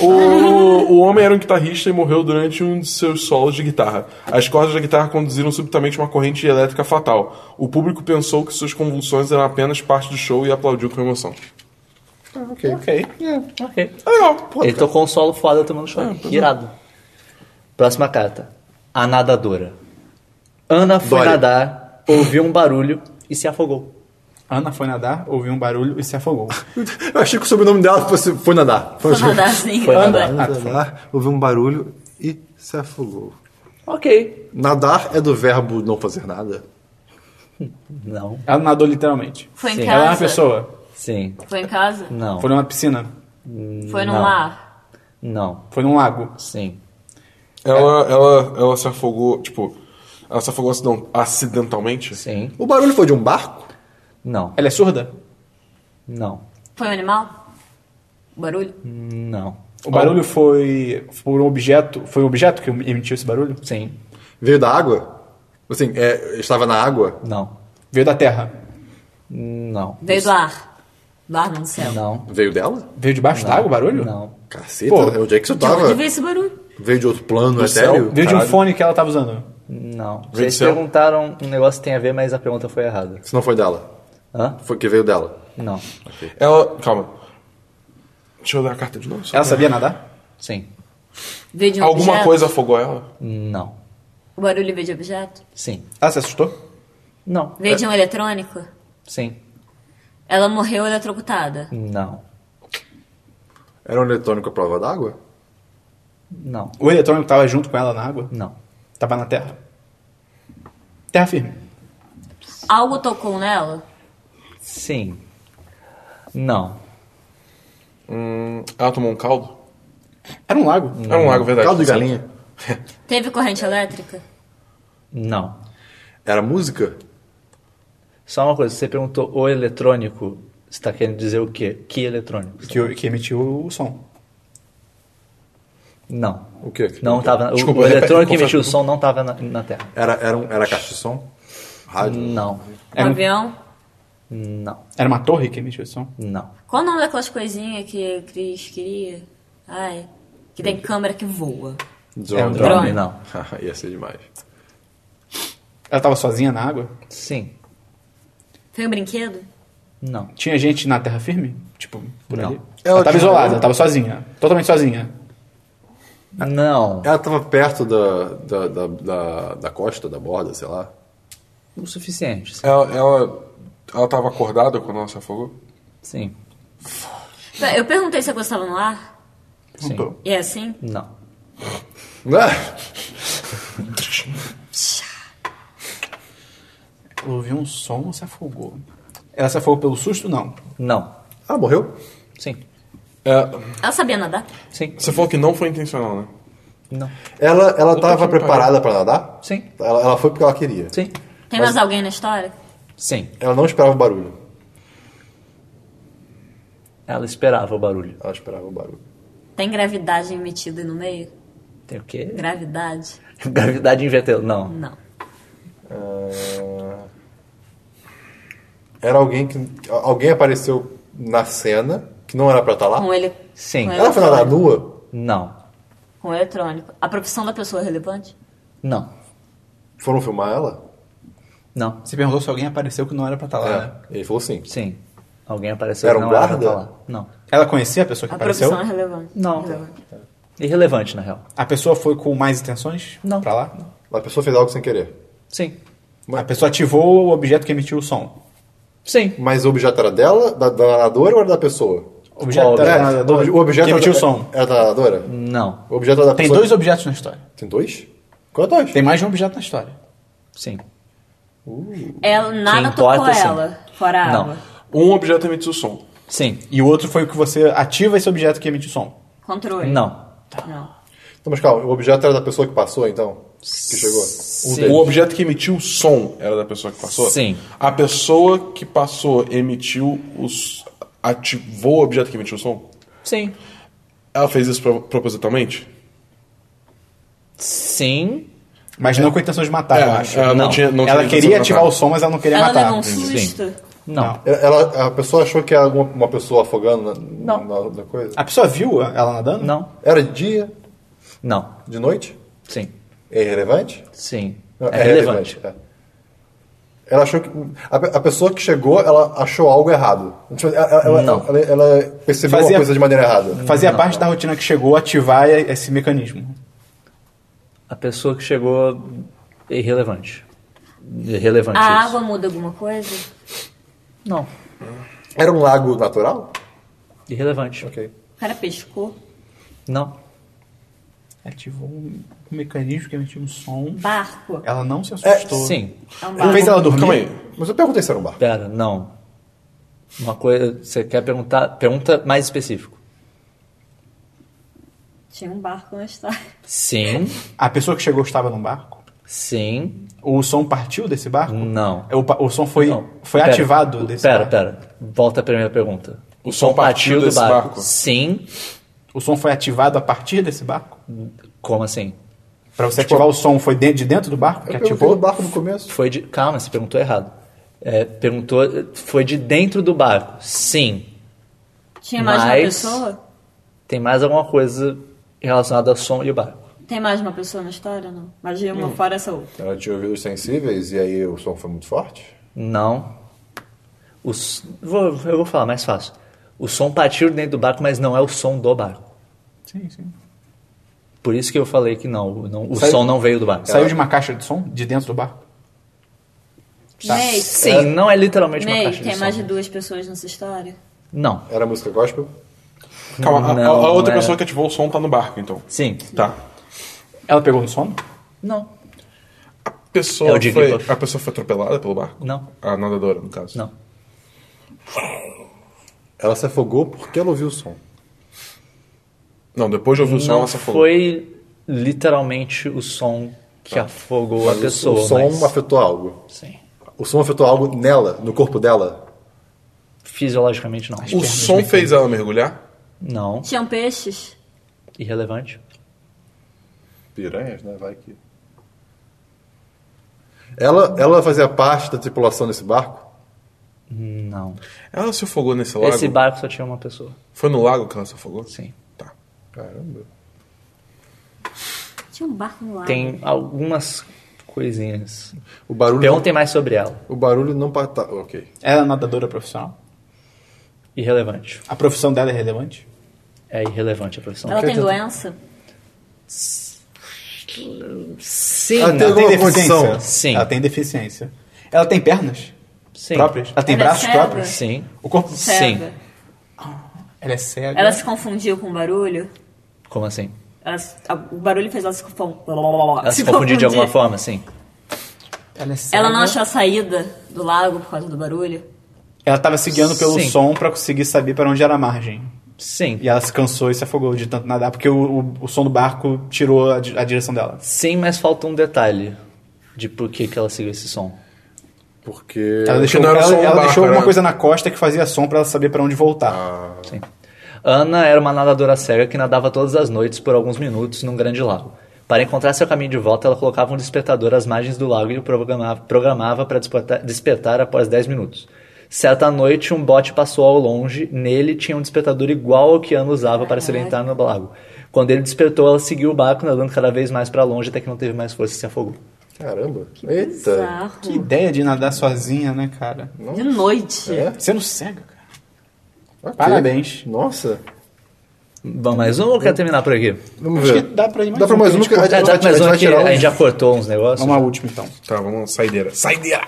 E: O, o homem era um guitarrista e morreu durante um de seus solos de guitarra. As cordas da guitarra conduziram subitamente uma corrente elétrica fatal. O público pensou que suas convulsões eram apenas parte do show e aplaudiu com emoção.
B: Ok.
A: Ok.
E: Legal. Pô, É,
A: Ele tocou um solo foda tomando choque. Irado. Próxima carta. A nadadora. Ana foi
C: Dória.
A: nadar, ouviu um barulho e se afogou.
B: Ana foi nadar, ouviu um barulho e se afogou.
C: Eu achei que o sobrenome dela fosse, foi nadar.
D: Foi nadar assim.
A: Foi
D: andar.
A: nadar.
C: nadar, ouviu um barulho e se afogou.
A: Ok.
C: Nadar é do verbo não fazer nada?
A: Não.
B: Ela nadou literalmente.
D: Foi em
A: Sim.
D: casa?
B: Ela é uma pessoa.
A: Sim.
D: Foi em casa?
A: Não.
B: Foi numa piscina.
D: Foi num
A: Não.
D: lar?
A: Não.
B: Foi num lago.
A: Sim.
E: Ela, ela, ela se afogou, tipo, ela se afogou acident- acidentalmente?
A: Sim.
C: O barulho foi de um barco?
A: Não.
B: Ela é surda?
A: Não.
D: Foi um animal? Barulho?
A: Não.
B: O barulho foi por um objeto. Foi um objeto que emitiu esse barulho?
A: Sim.
C: Veio da água? Assim, é, estava na água?
A: Não.
B: Veio da terra.
A: Não.
D: Veio do ar? Do ar não do céu.
A: Não.
C: Veio dela?
B: Veio debaixo d'água Tá, o barulho?
A: Não.
C: Caceta,
B: Pô,
C: onde é que isso
D: De onde
C: tava?
D: veio esse barulho?
C: Veio de outro plano, é
E: céu?
C: sério?
B: Veio de um
E: Caralho.
B: fone que ela tava usando.
A: Não.
E: Vem do
A: Vocês
E: céu?
A: perguntaram um negócio que tem a ver, mas a pergunta foi errada.
C: Se não foi dela.
A: Hã?
C: Foi que veio dela.
A: Não.
E: Ela. Calma. Deixa eu dar a carta de novo. só
B: Ela
E: pra-
B: sabia nadar?
A: Sim.
D: Veio de um
E: Alguma
D: objeto?
E: coisa afogou ela?
A: Não.
D: O barulho veio de objeto?
A: Sim.
B: Ela se Ah, assustou?
A: Não.
D: Veio de um eletrônico?
A: Sim.
D: Ela morreu eletrocutada?
A: Não.
C: Era um eletrônico à prova d'água?
A: Não.
B: O eletrônico tava junto com ela na água?
A: Não.
B: Tava na terra? Terra firme.
D: Algo tocou nela?
A: Sim. Não.
E: Hum, ela tomou um caldo?
B: Era um lago.
E: Era um lago, verdade.
C: Caldo de
E: Certo.
C: galinha.
D: Teve corrente elétrica?
A: Não.
C: Era música?
A: Só uma coisa, você perguntou o eletrônico, você tá querendo dizer o quê? Que eletrônico?
B: Que, que emitiu o som.
A: Não.
C: O quê?
A: Não tava. o-
E: Desculpa,
A: o
E: repete,
A: eletrônico que
E: confere-
A: emitiu o som não tava na, na Terra.
C: Era, era, um, era caixa de som? Rádio?
A: Não.
D: Um avião?
A: Não.
B: Era uma torre que emitiu o som?
A: Não.
D: Qual o nome daquelas coisinhas que a Cris queria? Ai, que tem câmera que voa.
A: É um
C: Drone.
A: drone?
D: Drone.
A: Não.
C: Ia ser demais.
B: Ela tava sozinha na água?
A: Sim.
D: Foi um brinquedo?
A: Não.
B: Tinha gente na terra firme? Tipo, por
A: Não.
B: ali?
C: Ela
B: Ela, tava
C: tinha-
B: isolada, ela tava sozinha. Totalmente sozinha.
A: Não.
C: Ela tava perto da, da, da, da, da costa, da borda, sei lá.
A: O suficiente.
E: Ela, ela, ela tava acordada quando ela se afogou?
A: Sim.
D: Pera, Eu perguntei se a coisa estava no ar.
A: Sim.
B: Perguntou.
D: E é assim?
A: Não.
B: Ela ouviu um som e se afogou. Ela se afogou pelo susto? Não.
A: Não.
C: Ah, morreu?
A: Sim.
E: É,
D: Ela sabia nadar?
A: Sim.
E: você falou que não foi intencional, né?
A: Não.
C: Ela, ela tava
E: que me
C: preparada pra nadar?
A: Sim.
C: Ela, ela foi porque ela queria.
A: Sim.
D: Tem mais alguém na história?
A: Sim.
C: Ela não esperava o barulho.
A: Ela esperava o barulho.
C: Ela esperava o barulho.
D: Tem gravidade emitida no meio?
A: Tem o quê?
D: Gravidade?
A: Gravidade inverteu. Não.
D: Não.
C: É, Ah, Era alguém que. Alguém apareceu na cena que não era pra estar lá?
D: Com ele.
A: Sim.
D: Com
C: Ela foi nadar nua?
A: Não.
D: Com o eletrônico. A profissão da pessoa é relevante?
A: Não.
C: Foram filmar ela? É.
A: Não.
B: Você perguntou se alguém apareceu que não era pra
C: Ah,
B: estar lá, né?
C: Ele falou sim.
A: Sim. Alguém apareceu
C: Era
A: que
C: um
A: não pra
C: guarda?
A: tá lá. Não.
B: Ela conhecia a pessoa que
D: A
B: apareceu?
D: profissão é relevante.
A: Não.
D: Relevante.
A: Irrelevante, na real.
B: A pessoa foi com mais intenções?
A: Não.
B: Pra lá?
C: A pessoa fez algo sem querer.
A: Sim.
B: A pessoa ativou o objeto que emitiu o som.
A: Sim.
C: Mas o objeto era dela, da, da nadadora ou era da pessoa?
B: é O objeto
A: Qual
B: era
A: objeto?
B: da-
C: O Ah, é obje- o objeto
B: que
C: era,
B: emitiu o som.
C: Era da nadadora?
A: Não.
C: O objeto era da
B: Tem
C: pessoa.
B: dois objetos na história.
C: Tem dois? Qual é dois?
B: Tem mais de um objeto na história.
A: Sim.
D: Ela, É, nada
A: Que importa,
D: tocou
A: sim.
D: ela, fora a
A: Não.
D: água.
E: Um objeto emitiu som.
A: Sim.
B: E o outro foi o que você ativa esse objeto que emite o som.
D: Controle.
A: Não.
D: Não.
C: Então, mas calma, o objeto era da pessoa que passou, então? Que chegou? Um
E: O
C: deles.
E: objeto que emitiu o som era da pessoa que passou?
A: Sim.
E: A pessoa que passou emitiu os. ativou o objeto que emitiu o som?
A: Sim.
E: Ela fez isso pro- propositalmente?
A: Sim.
B: Mas não com a intenção de matar, eu acho.
E: É, ela não,
A: Não.
E: tinha. Não
B: ela
E: tinha
B: queria
E: intenção de
B: ativar
E: matar.
B: o som, mas ela não queria
D: Ela
B: matar.
D: levou um susto.
A: Não.
C: É, Ela, a pessoa achou que era alguma, uma pessoa afogando na,
A: Não.
C: na- na coisa?
B: A pessoa viu ela nadando?
A: Não.
C: Era de dia?
A: Não.
C: De noite?
A: Sim.
C: É irrelevante?
A: Sim.
C: Não,
A: É relevante.
C: é. Ela achou que. A, pe- a pessoa que chegou, ela achou algo errado. Tipo, Ela, ela-
A: Não.
C: ela- ela percebeu
B: Fazia-
C: uma coisa de maneira errada.
B: Fazia parte da rotina que chegou a ativar e- esse mecanismo.
A: A pessoa que chegou é irrelevante. Irrelevante
D: A
A: isso.
D: água muda alguma coisa?
A: Não.
C: Era um lago natural?
A: Irrelevante.
C: Ok.
D: O cara pescou.
A: Não.
B: Ativou um mecanismo que emitiu um som.
D: Barco.
B: Ela não se assustou.
A: Sim.
D: É um
B: Fez
D: barco.
B: ela dormir?
E: Calma aí.
C: Mas eu perguntei se era um barco.
A: Pera, não. Uma coisa. Você quer perguntar? Pergunta mais específico.
D: Tinha um barco na história.
A: Sim.
B: A pessoa que chegou estava num barco?
A: Sim.
B: O som partiu desse barco?
A: Não.
B: O, pa- o som foi,
A: Não.
B: foi
A: Pera,
B: ativado desse
A: Pera,
B: barco?
A: pera. Volta à primeira pergunta.
E: O som partiu desse barco?
A: Sim.
B: O som foi ativado a partir desse barco?
A: Como assim?
B: Pra você
E: Tipo,
B: ativar o som, foi de, de dentro do barco que
C: Eu perguntei do
B: ativou?
C: barco no começo.
A: Foi de. Calma, você perguntou errado. É, perguntou. Foi de dentro do barco. Sim.
D: Tinha mais de uma
A: Mas-
D: pessoa?
A: Tem mais alguma coisa relacionada ao som e o barco.
D: Tem mais uma pessoa na história, não? Magia uma
B: Hum.
D: fora essa outra.
C: Ela tinha ouvidos sensíveis e aí o som foi muito forte?
A: Não. Os, vou- eu vou falar mais fácil. O som partiu dentro do barco, mas não é o som do barco.
B: Sim, sim.
A: Por isso que eu falei que não, o- não- o
B: Saiu-
A: som não veio do barco.
B: Saiu de uma caixa de som de dentro do barco? Tá.
D: Ney,
A: Sim, não é literalmente uma
D: Ney,
A: caixa de
D: tem
A: som.
D: mais de duas pessoas nessa história?
A: Não.
C: Era música gospel?
E: Calma, a- a,
A: Não,
E: a outra
A: não é.
E: pessoa que ativou o som tá no barco, então.
A: Sim.
E: Tá.
B: Ela pegou no sono?
A: Não.
E: Pessoa
A: É o Jigglypuff.
E: foi- a pessoa foi atropelada pelo barco?
A: Não.
E: A nadadora, no caso.
A: Não.
C: Ela se afogou porque ela ouviu o som.
E: Não, depois de ouvir o som,
A: não
E: ela se afogou.
A: foi literalmente o som que afogou a
C: Tá. Mas o-
A: pessoa.
C: o som
A: mas-
C: afetou algo.
A: Sim.
C: O som afetou algo nela, no corpo dela.
A: Fisiologicamente não.
E: O som fez ela mergulhar?
A: Não.
D: Tinham peixes?
A: Irrelevante.
C: Piranhas, né? Vai que. Ela, ela fazia parte da tripulação desse barco?
A: Não.
E: Ela se afogou nesse lago?
A: Esse barco só tinha uma pessoa.
E: Foi no lago que ela se afogou?
A: Sim.
E: Tá.
C: Caramba.
D: Tinha um barco no lago.
A: Tem algumas coisinhas.
C: O barulho.
A: Perguntem mais sobre ela.
C: O barulho não. pa- Tá, ok.
B: Ela é nadadora profissional?
A: Irrelevante.
B: A profissão dela é relevante?
A: É irrelevante a profissão.
D: Ela tem
C: Acredito.
D: doença?
A: Sim.
C: Ela
B: Ela
C: tem
B: tem
C: alguma
B: deficiência?
C: condição?
A: Sim.
B: Ela tem deficiência. Ela tem pernas
A: Sim. Ah,
B: próprias? Ela tem
D: Ela é
B: braços
D: cega?
B: próprios?
A: Sim.
B: O corpo...
D: Cega?
B: Ela é cega.
D: Ela se confundiu com o barulho?
A: Como assim?
D: Ela se- a- o barulho fez ela se, confun...
A: Ela se confundiu de alguma forma, sim.
B: Ela é cega.
D: Ela não achou a saída do lago por causa do barulho?
B: Ela tava se guiando pelo
A: Sim.
B: som pra conseguir saber pra onde era a margem.
A: Sim.
B: E ela se cansou e se afogou de tanto nadar, porque o, o, o som do barco tirou a, di- a direção dela.
A: Sim, mas falta um detalhe de por que, que ela seguiu esse som.
C: Porque.
B: Ela deixou,
E: não era
B: ela-
E: só um
B: ela
E: barco, Ah.
B: deixou
E: era-
B: alguma coisa na costa que fazia som pra ela saber pra onde voltar.
A: Sim. Ana era uma nadadora cega que nadava todas as noites por alguns minutos num grande lago. Para encontrar seu caminho de volta, ela colocava um despertador às margens do lago e o programa- programava para despertar, despertar após 10 minutos. Certa noite, um bote passou ao longe. Nele tinha um despertador igual ao que Ana usava para se orientar no lago. Quando ele despertou, ela seguiu o barco, nadando cada vez mais para longe, até que não teve mais força e se afogou.
C: Caramba. Eita.
D: Bizarro.
B: Tá. Que ideia de nadar sozinha, né, cara?
D: De noite.
C: É?
B: Sendo cega, cara.
C: Ok.
B: Parabéns.
C: Nossa.
A: Bom, mais um ou quer terminar por aqui?
C: Vamos
B: Acho
C: ver.
B: que dá pra ir mais
C: Dá pra
B: um,
C: mais
B: que a
C: um
B: gente
C: que a gente
A: É,
C: vai
A: dá mais um
C: vai
A: aqui,
C: tirar
A: a gente
C: um.
A: já cortou uns negócios.
B: Vamos à última, então.
E: Tá, vamos lá. Saideira. Saideira!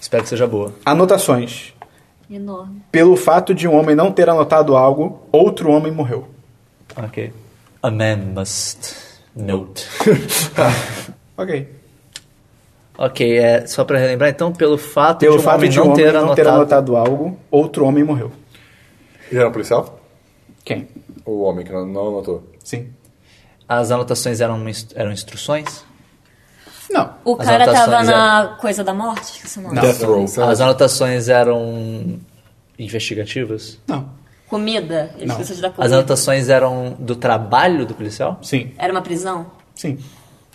A: Espero que seja boa.
B: Anotações.
D: Enorme.
B: Pelo fato de um homem não ter anotado algo, outro homem morreu.
A: Ok. A man must note.
B: Ok.
A: ok, é só pra relembrar, então, pelo fato
B: Pelo
A: de um
B: fato
A: homem
B: de um
A: não
B: homem
A: ter
B: não
A: anotado.
B: ter anotado algo, outro homem morreu.
C: Ele era um policial?
B: Quem?
C: O homem que não, não anotou.
B: Sim.
A: As anotações eram, uma instru- eram instruções?
B: Não.
D: O
A: As
D: cara tava
A: anotações
D: na coisa da morte? Esqueci o nome.
C: Death row.
A: As anotações eram investigativas?
B: Não.
D: Comida? Ele
B: Não.
D: esqueceu de dar
A: As
D: comida.
A: anotações eram do trabalho do policial?
B: Sim.
D: Era uma prisão?
B: Sim.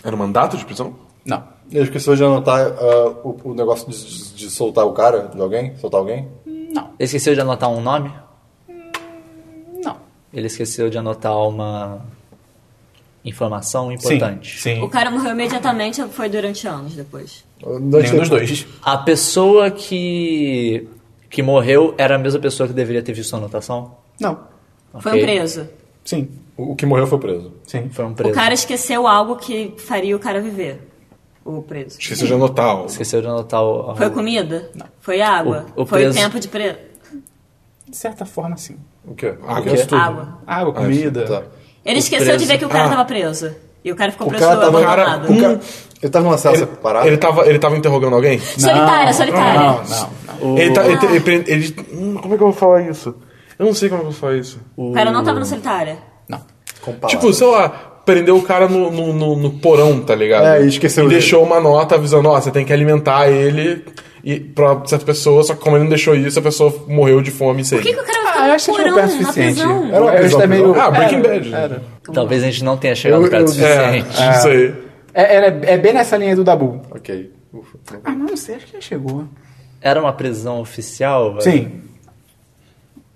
E: Era um mandato de prisão?
B: Não.
C: Ele esqueceu de anotar ah, o, o negócio de, de- de soltar o cara de alguém? Soltar alguém?
A: Ele esqueceu de anotar um nome?
B: Não.
A: Ele esqueceu de anotar uma informação importante?
B: Sim.
D: O cara morreu imediatamente ou foi durante anos depois?
C: Nenhum
B: dos dois.
A: A pessoa que, que morreu era a mesma pessoa que deveria ter visto a anotação?
B: Não.
D: Foi
A: Ok.
D: um preso.
B: Sim.
C: O, o que morreu foi preso.
B: Sim.
A: Foi um preso.
D: O cara esqueceu algo que faria o cara viver. O preso.
E: Esqueceu de anotar algo.
A: Esqueceu de anotar o. o-
D: Foi comida? Foi água?
A: O- o
D: Foi
A: preso-
D: tempo de preso?
B: De certa forma, sim.
C: O quê?
E: Ah,
C: o quê?
E: isso tudo.
D: Água.
B: Água, comida.
C: Tá.
D: Ele esqueceu
A: preso-
D: de ver que o cara
E: Ah.
D: tava preso. E o cara ficou
C: O
D: preso
C: cara tava.
D: abandonado.
C: o cara- ele tava numa sala
E: Ele,
C: separada.
E: ele, tava, ele tava interrogando alguém?
D: Solitária, solitária.
B: Não, não, não.
E: Ele, tá, ele, te- ele, prende- ele- hum, Como é que eu vou falar isso? Eu não sei como é que eu vou falar isso.
D: O cara não tava no solitária.
B: Não.
C: com palavras.
E: Tipo, sei lá, prendeu o cara no, no, no- no porão, tá ligado?
C: É, e esqueceu
E: E
C: dele.
E: deixou uma nota avisando, ó, você tem que alimentar ele e, pra certa pessoa, só que como ele não deixou isso, a pessoa morreu de fome e
D: Por que, que
E: sede.
D: o cara
B: Ah, eu
D: vai
B: acho que
D: ficar
B: a gente
D: no
B: foi perto o
D: porão, na
B: suficiente.
D: prisão?
C: Era um uma
B: Eu acho
C: prisão,
B: que tá meio-
E: Ah, Breaking
B: Era,
E: Bad.
B: era.
A: Talvez a gente não tenha chegado
C: Eu-
A: perto
C: eu-
A: o suficiente.
E: É, isso aí.
B: É, era- é bem nessa linha do Dabu.
C: Ok. Ufa.
B: Ah, não sei, acho que já chegou.
A: Era uma prisão oficial? velho?
B: é. Sim,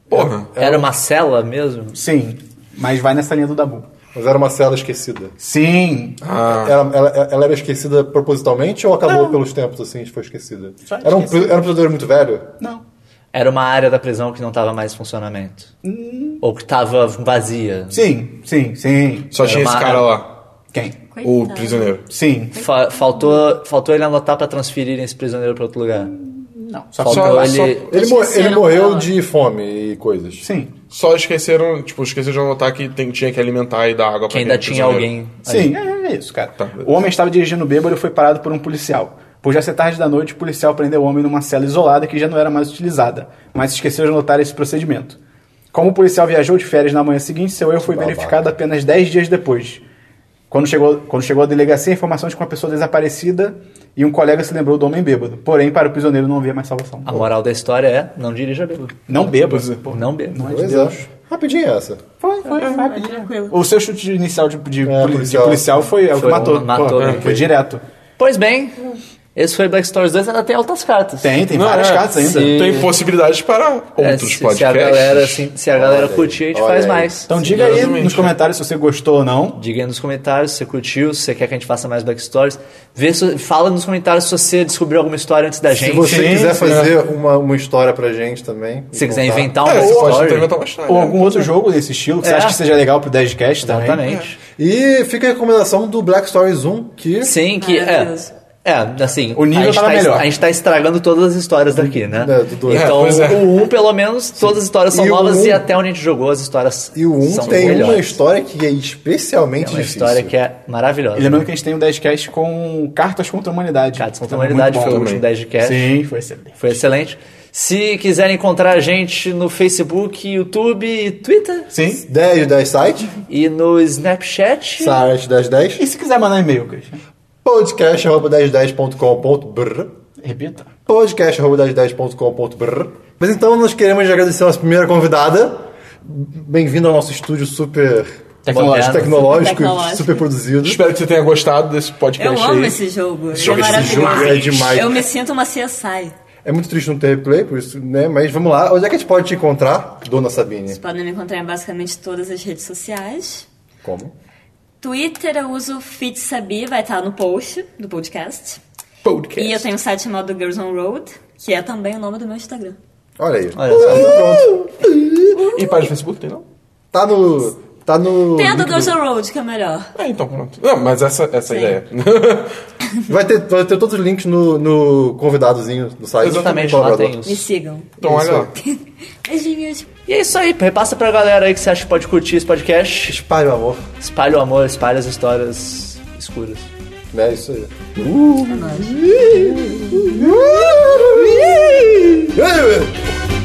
E: Porra.
A: Era uma cela mesmo?
B: sim. Mas vai nessa linha do Dabu.
C: Mas era uma cela esquecida.
B: Sim.
E: Ah,
C: Ela, ela, ela era esquecida propositalmente ou acabou pelos tempos assim, foi esquecida?
B: Só
C: Era um, pri-
B: esquecida.
C: era um prisioneiro muito velho?
B: Não.
A: Era uma área da prisão que não estava mais em funcionamento.
B: Hum.
A: Ou que estava vazia.
B: Sim, sim, sim.
E: Só tinha
A: Era
E: esse
A: uma-
E: cara lá,
B: Quem?
E: o
D: Coitado.
E: prisioneiro.
B: Sim.
A: Fa- faltou, faltou ele anotar pra transferir esse prisioneiro pra outro lugar.
B: Não. Só
A: Faltou
E: só-
A: ele.
E: só-
C: Ele, mo-
D: Esqueceram
C: ele morreu
D: dela.
C: de fome e coisas.
B: Sim.
E: Só esqueceram, tipo, esqueceram de anotar que tem- tinha que alimentar e dar água
A: Que
E: pra
A: ainda
E: aquele
A: tinha
E: prisioneiro.
A: alguém. ali.
B: Sim, é, é isso, cara. o homem estava dirigindo bêbado e foi parado por um policial. Por já ser tarde da noite, o policial prendeu o homem numa cela isolada que já não era mais utilizada, mas esqueceu de anotar esse procedimento. Como o policial viajou de férias na manhã seguinte, seu erro foi
C: Babaca.
B: verificado apenas 10 dias depois. Quando chegou, quando chegou à delegacia, informações de que uma pessoa desaparecida e um colega se lembrou do homem bêbado. Porém, para o prisioneiro não havia mais salvação.
A: A moral da história é: não dirija bêbado.
B: Não bêbado. pô.
A: Não bêbado.
B: Não Ah, é de
C: Pois
B: Deus.
C: é. Rapidinho essa.
B: Foi, foi, rápido.
D: tranquilo.
B: O seu chute inicial de, de
C: É,
B: poli- de policial.
C: policial.
B: foi é o que
A: Foi um-
B: matou.
A: matou,
B: Pô,
A: né?
B: Foi direto.
A: Pois bem, esse foi Black Stories 2, ainda tem altas cartas.
B: Tem, tem
E: Não,
B: várias
E: é,
B: cartas ainda.
A: se-
E: Tem possibilidades para
A: É,
E: outros
A: se,
E: podcasts.
A: se a galera, assim, se, se a galera
C: aí,
A: curtir, a gente
C: olha
A: faz
C: aí.
A: mais.
B: Então diga aí
E: exatamente.
B: nos comentários se você gostou ou não.
A: Diga aí nos comentários se você curtiu, se você quer que a gente faça mais Black Stories. Vê se- fala nos comentários se você descobriu alguma história antes da
C: Se
A: gente.
C: você
B: sim,
C: quiser
B: sim. é.
C: fazer uma, uma história pra gente também.
A: Se você quiser
C: contar.
A: inventar uma
E: É, você pode até
A: história.
E: inventar uma história.
B: Ou algum outro jogo desse estilo que você
A: É.
B: acha que seja legal pro 10cast
C: né?
B: também.
A: Exatamente.
C: E fica a recomendação do Black Stories 1, que.
A: Sim, que é.
D: Maravilhoso.
A: É, assim,
B: O nível
A: a, gente
B: tava
A: tá, es-
B: melhor.
A: a gente tá estragando todas as histórias daqui, né?
C: É, do dois.
E: É,
A: Então,
E: pois é.
A: o 1, um, pelo menos, todas as histórias são
C: E o
A: novas
C: um-
A: e até onde a gente jogou, as histórias
C: E o 1
A: são
C: tem uma
A: melhores.
C: história que é especialmente
A: É uma
C: difícil.
A: história que é
B: E
A: maravilhosa.
B: lembrando que a gente tem um 10cast com cartas contra a humanidade.
A: Cartas contra a
B: Então,
A: Humanidade
B: muito
A: foi o
B: bom.
A: último 10 de cast.
B: Sim, foi excelente.
A: Foi excelente. Se quiserem encontrar a gente no Facebook, YouTube e Twitter.
B: Sim.
C: 10 10 site,
A: E no Snapchat.
C: site 1010,
B: E se quiser mandar e-mail, Christian?
C: podcast.1010.com.br,
B: Repita.
C: podcast.1010.com.br. Mas então nós queremos agradecer a nossa primeira convidada. Bem-vindo ao nosso estúdio super
A: Tecnológico.
C: tecnológico,
D: Tecnológico.
C: super produzido.
E: Espero que você tenha gostado desse podcast
D: Eu
E: aí.
D: amo esse jogo. Ele é
E: jogo- esse
D: maravilhoso.
E: jogo
C: é demais.
D: Eu me sinto uma CSI.
C: É muito triste não ter replay, por isso, né? Mas vamos lá. Onde é que a gente pode te encontrar, Dona Sabine?
D: Vocês podem me encontrar em basicamente todas as redes sociais.
C: Como?
D: Twitter eu uso FitSabi, vai estar no post do podcast.
E: podcast.
D: E eu tenho um site chamado Girls on Road, que é também o nome do meu Instagram.
C: Olha aí.
A: Olha só.
C: Pronto.
E: E página do Facebook tem, não?
C: Tá no. Tá no.
D: Tem a do
C: link do-
D: Girls on Road, que é melhor.
E: É, então pronto. Não, mas essa, essa ideia.
C: Vai ter, vai ter todos os links no, no convidadozinho do site.
A: Exatamente, lá
C: Colaborador.
A: tem os.
D: Me sigam.
E: Então olha lá.
D: Beijinhos.
A: E é isso aí, repassa pra galera aí que você acha que pode curtir esse podcast.
C: Espalhe o amor.
A: Espalha o amor, espalha as histórias escuras.
C: É isso aí.
D: É nóis.
C: Ei, ei.